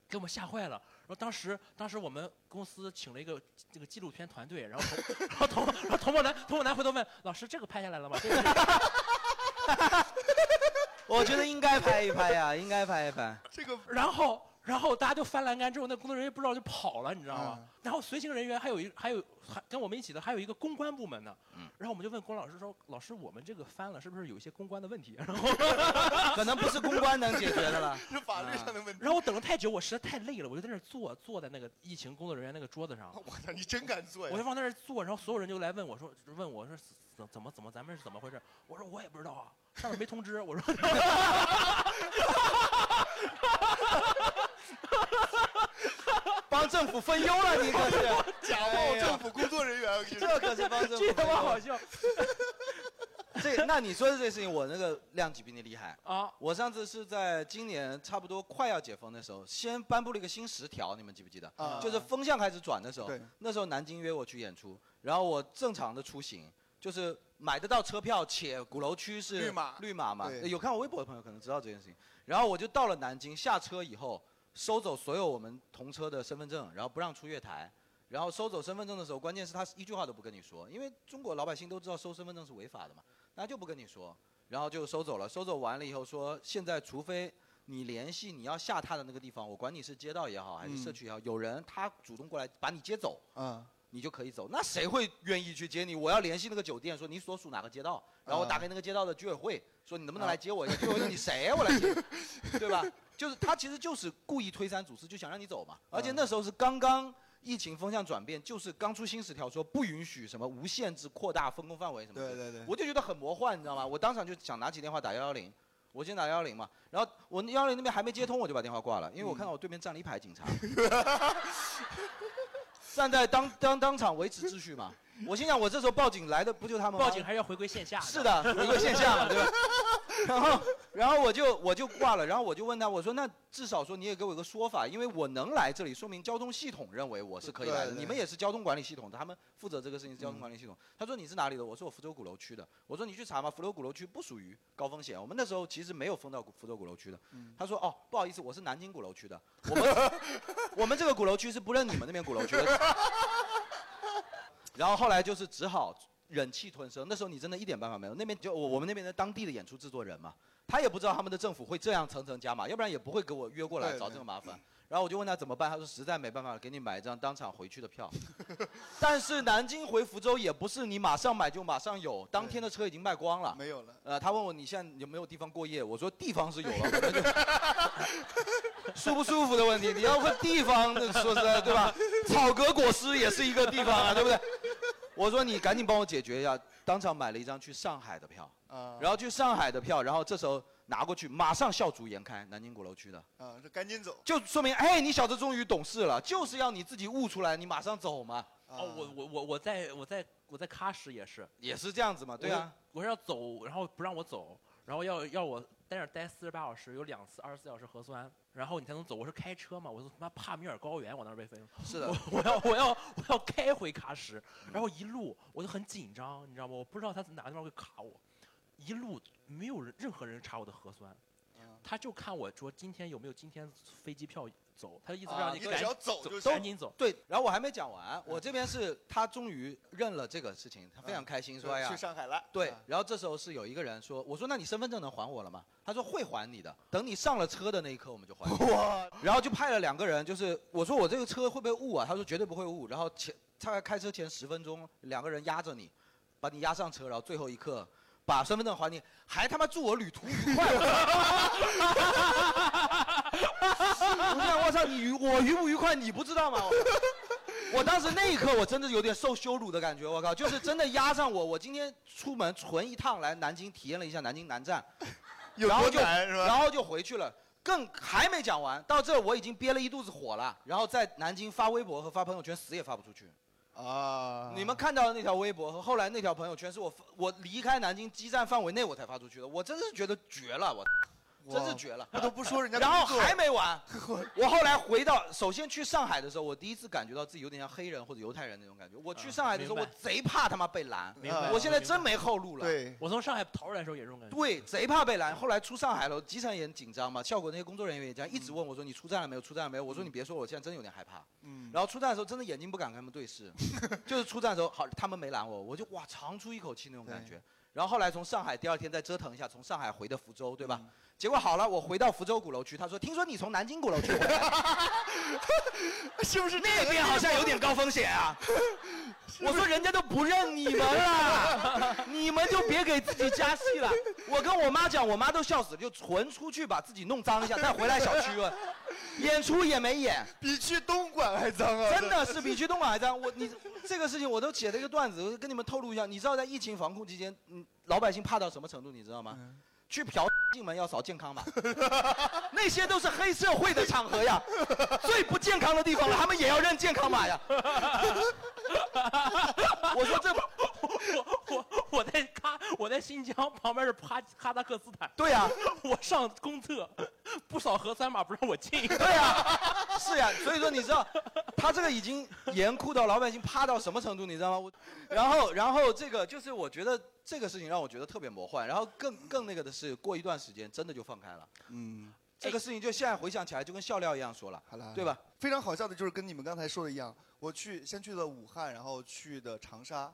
S12: 给我们吓坏了。然后当时当时我们公司请了一个这个纪录片团队，然后同然后同然后童漠男童漠男回头问老师这个拍下来了吗？这个是
S11: 我觉得应该拍一拍呀、 应该拍一拍。
S10: 这个，
S12: 然后然后大家就翻栏杆之后，那工作人员不知道就跑了，你知道吗？
S10: 嗯
S12: 然后随行人员还有一还有还跟我们一起的还有一个公关部门呢，
S11: 嗯
S12: 然后我们就问龚老师说，老师我们这个翻了是不是有一些公关的问题？然后
S11: 可能不是公关能解决的了
S10: 是法律上的问题。
S12: 嗯然后我等了太久，我实在太累了，我就在那儿坐坐在那个疫情工作人员那个桌子上，
S10: 我操，你真敢做呀！
S12: 我就往那儿坐，然后所有人就来问我说，问我说怎怎么怎么咱们是怎么回事？我说我也不知道啊，上面没通知。我说
S10: 啊
S11: 帮政府分忧了，你可
S10: 哎
S11: 是
S10: 假冒政府工作人员，我跟你说
S11: 这可是帮政府
S12: 这他妈好
S11: 笑。这，那你说的这事情，我那个量级比你厉害
S12: 啊！
S11: 我上次是在今年差不多快要解封的时候，先颁布了一个新十条，你们记不记得？
S10: 啊
S11: 就是风向开始转的时候
S10: 对，
S11: 那时候南京约我去演出，然后我正常的出行，就是买得到车票，且鼓楼区是
S10: 绿码
S11: 绿码嘛，
S10: 对
S11: 有看我微博的朋友可能知道这件事情。然后我就到了南京，下车以后收走所有我们同车的身份证，然后不让出月台。然后收走身份证的时候，关键是他一句话都不跟你说，因为中国老百姓都知道收身份证是违法的嘛，那就不跟你说，然后就收走了。收走完了以后说，现在除非你联系你要下榻的那个地方，我管你是街道也好还是社区也好，有人他主动过来把你接走，
S10: 嗯，
S11: 你就可以走。那谁会愿意去接你？我要联系那个酒店，说你所属哪个街道，然后我打给那个街道的居委会，说你能不能来接我一下？居委会说你谁啊，我来接 你，对吧？就是他其实就是故意推三阻四，就想让你走嘛。而且那时候是刚刚疫情风向转变，就是刚出新十条说不允许什么无限制扩大分工范围什么的。
S10: 对对对
S11: 我就觉得很魔幻，你知道吗？我当场就想拿起电话打幺幺零。我先打幺幺零嘛，然后我幺幺零那边还没接通，我就把电话挂了，因为我看到我对面站了一排警察， 站在当当当场维持秩序嘛。我心想，我这时候报警来的不就他们吗？
S12: 报警还是要回归线下。
S11: 嗯是的，回归线下嘛， 对吧？然后，然后我就我就挂了，然后我就问他，我说那至少说你也给我一个说法，因为我能来这里，说明交通系统认为我是可以来的，
S10: 对对
S11: 你们也是交通管理系统的，他们负责这个事情是交通管理系统。他说你是哪里的？我说我福州鼓楼区的。我说你去查嘛，福州鼓楼区不属于高风险，我们那时候其实没有封到福州鼓楼区的。
S10: 嗯
S11: 他说哦，不好意思，我是南京鼓楼区的，我们 我们这个鼓楼区是不认你们那边鼓楼区的。 然后后来就是只好忍气吞声。那时候你真的一点办法没有。那边就我我们那边的当地的演出制作人嘛，他也不知道他们的政府会这样层层加码，要不然也不会给我约过来
S10: 对
S11: 找这个麻烦。然后我就问他怎么办，他说实在没办法了，给你买一张当场回去的票。 但是南京回福州也不是你马上买就马上有，当天的车已经卖光了，没有了。呃，他问我你现在有没有地方过夜，我说地方是有了，我们就舒不舒服的问题。你要问地方，那说实在对吧？草格果丝也是一个地方啊，对不对？我说你赶紧帮我解决一下，当场买了一张去上海的票，
S10: 啊
S11: 然后去上海的票，然后这时候拿过去，马上笑逐颜开，南京鼓楼区的。
S10: 啊，这赶紧走。
S11: 就说明，哎，你小子终于懂事了，就是要你自己悟出来，你马上走嘛。
S10: 啊
S12: 哦，我我我我 在我在我在喀什也是，
S11: 也是这样子嘛，对啊。
S12: 我是要走，然后不让我走，然后要要我在那儿待四十八小时，有两次二十四小时核酸，然后你才能走。我是开车嘛，我是他妈帕米尔高原往那儿被分。
S11: 是的
S12: 我我要我要我要开回喀什，然后一路我就很紧张，你知道吗？我不知道他哪个地方会卡我，一路没有人任何人查我的核酸。
S10: 嗯
S12: 他就看我说今天有没有今天飞机票走，他就意思让
S11: 啊
S12: 赶
S11: 只要走就行
S12: 赶 紧走。
S11: 对，然后我还没讲完，我这边是他终于认了这个事情，他非常开心，说哎呀
S10: 去上海了。
S11: 对，然后这时候是有一个人说，我说那你身份证能还我了吗？他说会还你的，等你上了车的那一刻我们就还你。哇！然后就派了两个人，就是我说我这个车会不会误啊？他说绝对不会误。然后前大概开车前十分钟，两个人压着你，把你压上车，然后最后一刻把身份证还你，还他妈祝我旅途愉快。我想我操你愉我愉不愉快你不知道吗？ 我我当时那一刻我真的有点受羞辱的感觉，我靠，就是真的压上我。我今天出门纯一趟来南京，体验了一下南京南站，
S10: 有
S11: 然后
S10: 多
S11: 就
S10: 难是吧
S11: 然后就回去了。更还没讲完，到这我已经憋了一肚子火了，然后在南京发微博和发朋友圈，死也发不出去。
S10: 啊，
S11: 你们看到的那条微博和后来那条朋友圈，是我发我离开南京基站范围内我才发出去的，我真是觉得绝了，我
S10: 哇
S11: 真是 绝了，
S10: 我都不说人家
S11: 然后
S10: 工作
S11: 还没完，我后来回到，首先去上海的时候，我第一次感觉到自己有点像黑人或者犹太人那种感觉。我去上海的时候，
S12: 明
S11: 我
S12: 白
S11: 贼怕他妈被拦
S12: 明白，
S11: 我现在
S12: 明白
S11: 真没后路了。
S10: 对，
S12: 我从上海逃出来的时候也是这种感觉。
S11: 对，贼怕被拦。后来出上海了，机场也很紧张嘛，效果那些工作人员也这样，一直问我说：“你出站了没有？出站了没有？”我说：“你别说，我现在真有点害怕。”
S10: 嗯
S11: 然后出站的时候，真的眼睛不敢跟他们对 视，就是出站的时候，好，他们没拦我，我就哇长出一口气那种感觉。然后后来从上海第二天再折腾一下，从上海回的福州，对吧？结果好了，我回到福州鼓楼区，他说：“听说你从南京鼓楼区回来， 是不是那边好像有 点高风险啊？”我说人家都不认你们了， 你们就别给自己加戏了。我跟我妈讲，我妈都笑死了，就纯出去把自己弄脏一下，再回来小区了。 演出也没演，
S10: 比去东莞还脏啊！
S11: 真的是比去东莞还脏。我你这个事情我都写了一个段子，我跟你们透露一下。你知道在疫情防控期间，嗯，老百姓怕到什么程度，你知道吗？
S10: 嗯
S11: 去嫖进门要扫 健康码，那些都是黑社会的场合呀，最不健康的地方了，他们也要认健康码呀。我说这
S12: 我在喀，我在新疆旁边是哈哈萨克斯坦。
S11: 对呀、
S12: 我上公厕，不扫核酸码不让我进。
S11: 对呀、是呀，所以说你知道，他这个已经严酷到老百姓怕到什么程度，你知道吗？我，然后然后这个就是我觉得这个事情让我觉得特别魔幻，然后更更那个的是，过一段时间真的就放开了。
S10: 嗯，
S11: 这个事情就现在回想起来就跟笑料一样说了，
S10: 好了，
S11: 对吧？？
S10: 非常好笑的就是跟你们刚才说的一样，我去先去了武汉，然后去的长沙，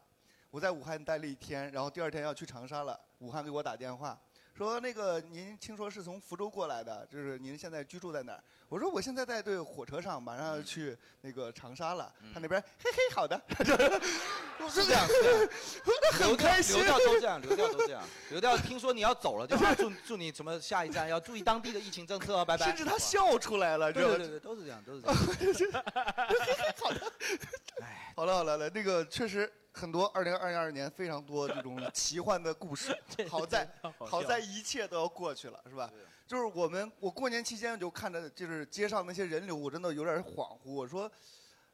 S10: 我在武汉待了一天，然后第二天要去长沙了，武汉给我打电话说那个您听说是从福州过来的，就是您现在居住在哪儿？我说我现在在对火车上，马上要去那个长沙了。他那边嘿嘿， 好的，
S11: 嗯是这 样，是这样
S10: 很开心
S11: 流调流调都这样，流调 都这样，流调听说你要走了，就啊祝祝你什么下一站要注意当地的疫情政策啊，拜拜。
S10: 甚至他笑出来了，
S11: 对
S10: 知道
S11: 对
S10: 吗
S11: 对对，都是这样，都是这样。
S10: 好了好了，那个确实很多，二零二二年非常多这种奇幻的故 事
S11: 这。
S10: 好在
S11: 这好笑
S10: 好在一切都要过去了，是吧？就是我们我过年期间就看着就是街上那些人流，我真的有点恍惚。我说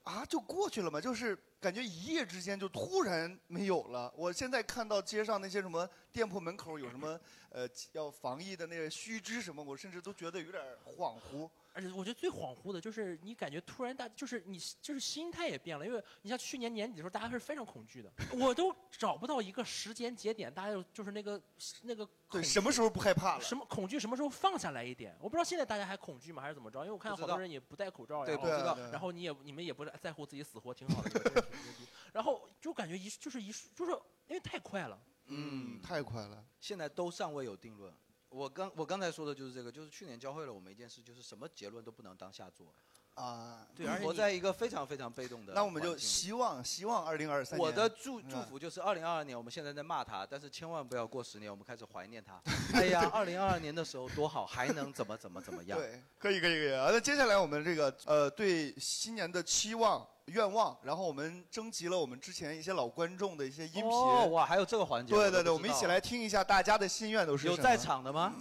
S10: 啊，就过去了嘛，就是感觉一夜之间就突然没有了。我现在看到街上那些什么店铺门口有什么呃要防疫的那个须知什么，我甚至都觉得有点恍惚。
S12: 而且我觉得最恍惚的就是你感觉突然大，就是你就是心态也变了，因为你像去年年底的时候，大家是非常恐惧的，我都找不到一个时间节点，大家有就是那个那个
S10: 对什么时候不害怕了
S12: 什么恐惧什么时候放下来一点？我不知道现在大家还恐惧吗，还是怎么着？因为我看
S11: 不知
S12: 好
S11: 道
S12: 多人也不戴口罩，
S11: 对
S12: 然后
S11: 不知道对
S12: 然后你也你们也不是在乎自己死活，挺好 的，你们真是挺牛逼然后就感觉一就是一就是因为太快了，
S10: 嗯，太快了。
S11: 现在都尚未有定论。我刚我刚才说的就是这个，就是去年教会了我们一件事，就是什么结论都不能当下做。
S10: 啊，
S11: 对，活在一个非常非常被动的。
S10: 那我们就希望希望二零二三。嗯
S11: 我的祝祝福就是二零二二年，我们现在在骂他，但是千万不要过十年，我们开始怀 念他。哎呀，二零二二年的时候多好，还能怎么怎么怎么样？
S10: 对，可以可以可以啊！那接下来我们这个呃对新年的期望愿望，然后我们征集了我们之前一些老观众的一些音频。
S11: 哦哇，还有这个环节。
S10: 对对
S11: 都不知
S10: 对，
S11: 道
S10: 我们一起来听一下大家的心愿都是
S11: 有
S10: 什
S11: 在
S10: 么
S11: 场的吗？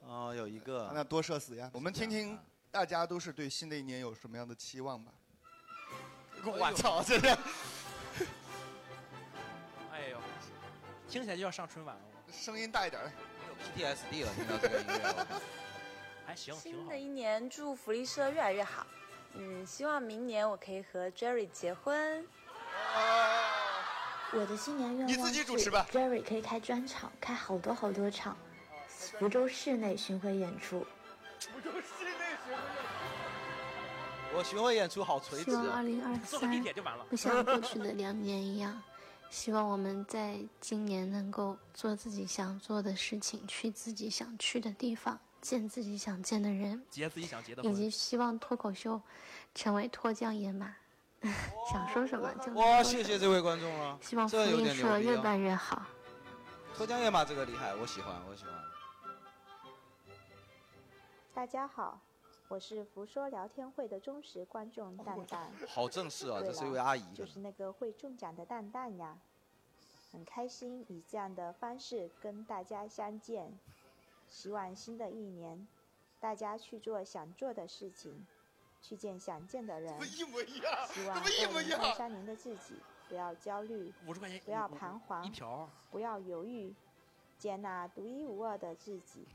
S11: 哦，有一个。
S10: 那多社死呀！我们听
S11: 嗯
S10: 听大家都是对新的一年有什么样的期望吧。
S11: 哎
S10: 我操，这是
S12: 哎呦，听起来就 要上春晚了。
S10: 声音大一点。
S11: PTSD 了，听到这个音乐了。
S12: 还行，挺
S1: 新的一年祝福利社越来越好。嗯，希望明年我可以和 Jerry 结婚。
S2: 我的新年愿望你自己主持吧。Jerry 可以开专场，开好多好多场，福州市内巡回演出。
S19: 我就室内学
S11: 我巡回演出好垂
S3: 希
S11: 直
S3: 望
S11: 啊。
S3: 二零二三不像过去的两年一样，希望我们在今年能够做自己想做的事情，去自己想去的地方，见自己想见的人，
S12: 结自己想结的
S3: 以
S12: 婚。
S3: 及希望脱口秀成为脱缰野马，
S12: 哦
S3: 想说什么就能
S11: 哇，
S3: 说
S11: 谢
S3: 什
S11: 谢
S3: 么
S11: 这位观众了。
S3: 希望福
S11: 这有
S3: 利
S11: 点
S3: 社
S11: 牛逼
S3: 越
S11: 啊！
S3: 办越好。
S11: 脱缰野马这个厉害，我喜欢，我喜欢。
S4: 大家好，我是福说聊天会的忠实观众蛋蛋。
S11: 哦好正式啊，
S4: 对
S11: 这
S4: 了
S11: 是一位阿姨。
S4: 就是那个会中奖的蛋蛋呀。很开心以这样的方式跟大家相见，希望新的一年，大家去做想做的事情，去见想见的
S11: 哦
S4: 人。
S10: 一模一样
S4: 希望
S10: 怎么一模
S4: 二
S10: 一
S4: 零
S11: 啊
S10: 样
S4: 二三年的自己不要焦虑，不要彷徨，
S12: 条
S4: 不要犹豫，接纳独一无二的自己，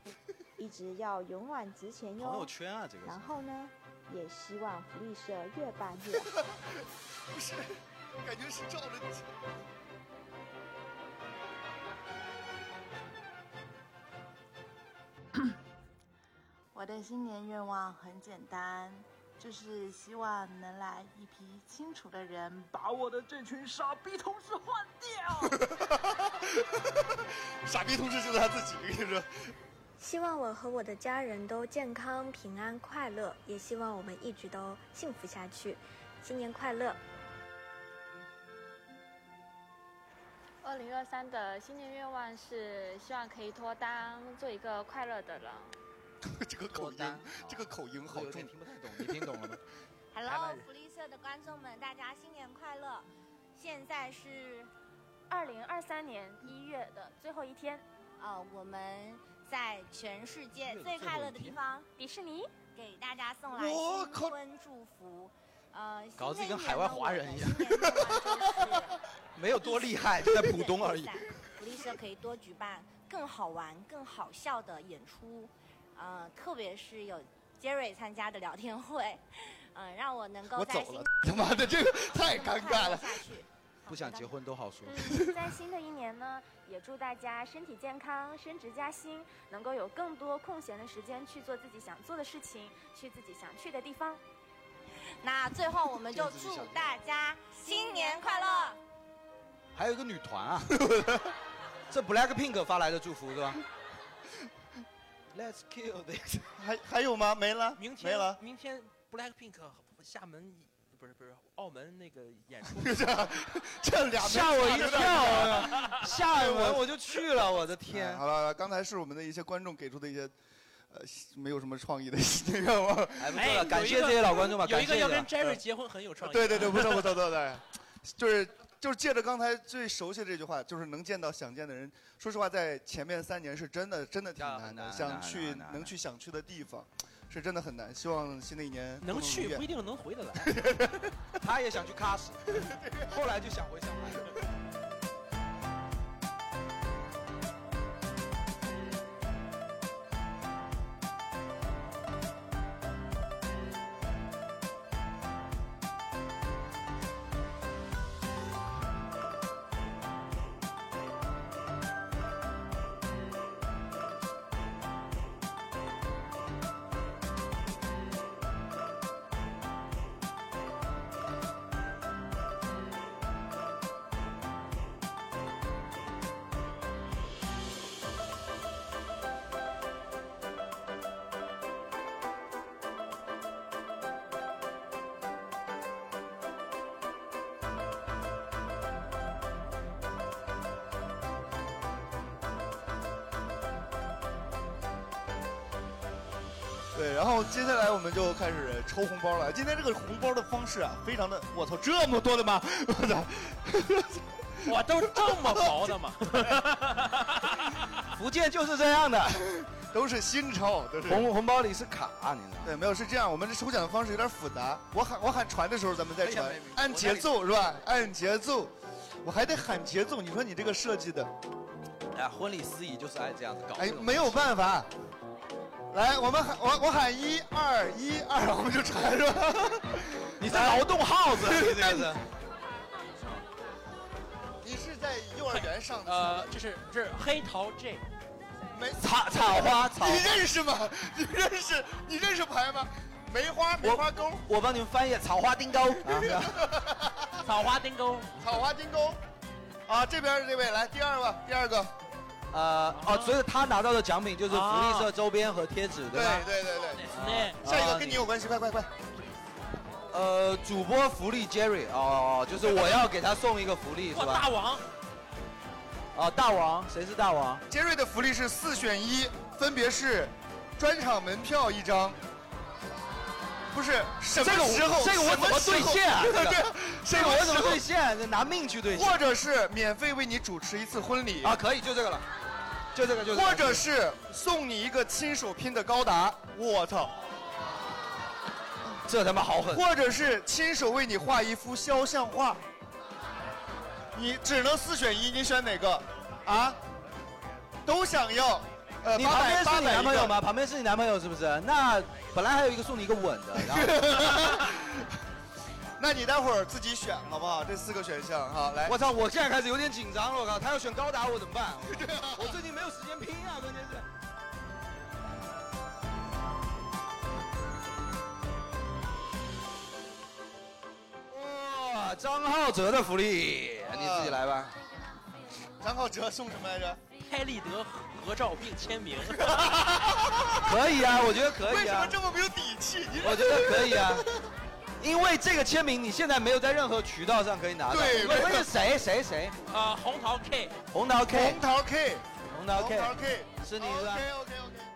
S4: 一直要勇往直前哟。
S11: 朋友圈啊这个是
S4: 然后呢，也希望福利社越办越好。
S10: 不是，感觉是照着你。
S5: 我的新年愿望很简单，就是希望能来一批清楚的人，把我的这群傻逼同事换掉。
S10: 傻逼同事就是他自己，跟你说。
S6: 希望我和我的家人都健康、平安、快乐，也希望我们一直都幸福下去。新年快乐！
S7: 二零二三的新年愿望是希望可以脱单，做一个快乐的人。
S10: 这个口音， 这个口音好重，听
S11: 不太懂，你听 懂了吗？
S8: Hello，福利社的观众们，大家新年快乐！现在是
S9: 二零二三年一月的最后一天，
S8: 呃，我们在全世界最快乐的地方——迪士尼，给大家送来
S11: 我
S8: 新春祝福。呃，新
S11: 搞
S8: 的
S11: 自己跟
S8: 一
S11: 海
S8: 年
S11: 外
S8: 呢
S11: 华人一样，
S8: 我们
S11: 没有多厉害，哎就在浦 东而已。
S8: 福利社可以多举办更好玩、更好笑的演出，呃，特别是有 Jerry 参加的聊天会，嗯、
S9: 呃
S8: 让我能够
S11: 我
S8: 在
S11: 走
S8: 新
S11: 了， 他妈的这个太尴尬了。不想结婚都好 说。
S9: 嗯， 在新的一年呢，也祝大家身体健康、升职加薪，能够有更多空闲的时间去做自己想做的事情，去自己想去的地方。
S8: 那最后我们就祝大家新年快乐！
S11: 还有一个女团啊，这 Black Pink 发来的祝福是吧？ Let's kill this。
S10: 还还有吗？没了，
S12: 明
S10: 没
S12: 天
S10: 了。，
S12: 明天 Blackpink 厦门不是不是澳门那个演 出
S10: 这俩没
S12: 吓我一
S10: 有点
S12: 跳，啊吓我哎
S11: 我就去了，我的天！
S10: 哎好了，刚才是我们的一些观众给出的一些，呃，没有什么创意的一些愿望。
S11: 还不错了哎感谢有一个这些老观众吧
S12: 有一个要跟
S11: 感谢一下
S12: Jerry 结婚很有创意。
S10: 对对对，不错不 错不错，对，就是就是借着刚才最熟悉的这句话，就是能见到想见的人。说实话，在前面三年是真的真的挺难的，
S11: 难
S10: 想
S11: 难
S10: 去
S11: 难难
S10: 能去想去的地方，是真的很难。希望新的一年
S12: 能
S10: 更如
S12: 去
S10: 愿
S12: 不一定能回得来。
S11: 他也想去喀什，后来就想回上 海。
S10: 对，然后接下来我们就开始抽红包了。今天这个红包的方式啊，非常的，我操，这么多 的吗？我操，
S12: 我都这么薄的吗？
S11: 福建就是这样的，
S10: 都是新钞，都是
S11: 红红包里是卡、啊你知道吗？
S10: 对，没有是这样，我们这抽奖的方式有点复杂。我喊我喊传的时候，咱们再传
S11: 哎呀没没，没
S10: 按节奏是吧？按节奏，我还得喊节奏。你说你这个设计的，
S11: 哎，婚礼司仪就是爱这样子搞。
S10: 哎，没有办法。来，我们喊我我喊一二一二，我们就传是吧？
S11: 你是劳动号子，你这是。
S10: 你是在幼儿园上的？
S12: 呃，这是这是黑桃 J，
S10: 没
S11: 草草花 草
S10: 你认识吗？ 你认识你认识牌吗？梅花梅花钩，
S11: 我帮你们翻译，草花 丁钩。啊
S12: 草花丁钩，
S10: 草花丁钩。啊，这边这位来第二个，第二个，
S11: 呃，哦，所以他拿到的奖品就是福利社周边和贴纸，
S10: 对
S11: 呃吧？
S10: 对对对，
S11: 啊
S10: 下一个跟你有关系，快快快！
S11: 呃，主播福利 Jerry 哦，就是我要给他送一个福利是
S12: 哇，
S11: 吧？
S12: 大王，
S11: 哦，大王，谁是大王？
S10: 杰瑞的福利是四选一，分别是专场门票一张，不是什么
S11: 这个我
S10: 时候？
S11: 这个我怎么兑现啊
S10: 什么时候
S11: 这 个
S10: 对，
S11: 这个我怎么兑啊
S10: 现？
S11: 这拿命去兑
S10: 现。或者是免费为你主持一次婚礼
S11: 啊，可以，就这个了，就这个，就这个。
S10: 或者是送你一个亲手拼的高达，我操！
S11: 这他妈好狠！
S10: 或者是亲手为你画一幅肖像画，你只能四选一，你选哪个？啊？都想要。呃，
S11: 你旁边
S10: 800
S11: 是你男朋友？吗？
S10: 800一个
S11: 旁边是你男朋友是不是？那本来还有一个送你一个吻 的，然后
S10: 那你待会儿自己选好不好？这四个选项哈，来。
S11: 我操，我现在开始有点紧张了，我靠，他要选高达我怎么办？ 我最近没有时间拼啊，关键是。哇，张浩哲的福利，你自己来吧。
S10: 啊张浩哲送什么来着？
S12: 拍立得合照并签名。
S11: 可以啊，我觉得可
S10: 为
S11: 以
S10: 什么
S11: 啊，
S10: 这么没有底气？你
S11: 我觉得可以啊。因为这个签名，你现在没有在任何渠道上可以拿到。
S10: 对
S11: 关
S10: 没
S11: 键
S10: 有
S11: 是谁谁谁，
S12: 啊，红桃 K，
S11: 红桃 K，
S10: 红桃 K，
S11: 哎红桃 K，
S10: 桃 K，啊
S11: 是你是吧
S10: OK OK OK。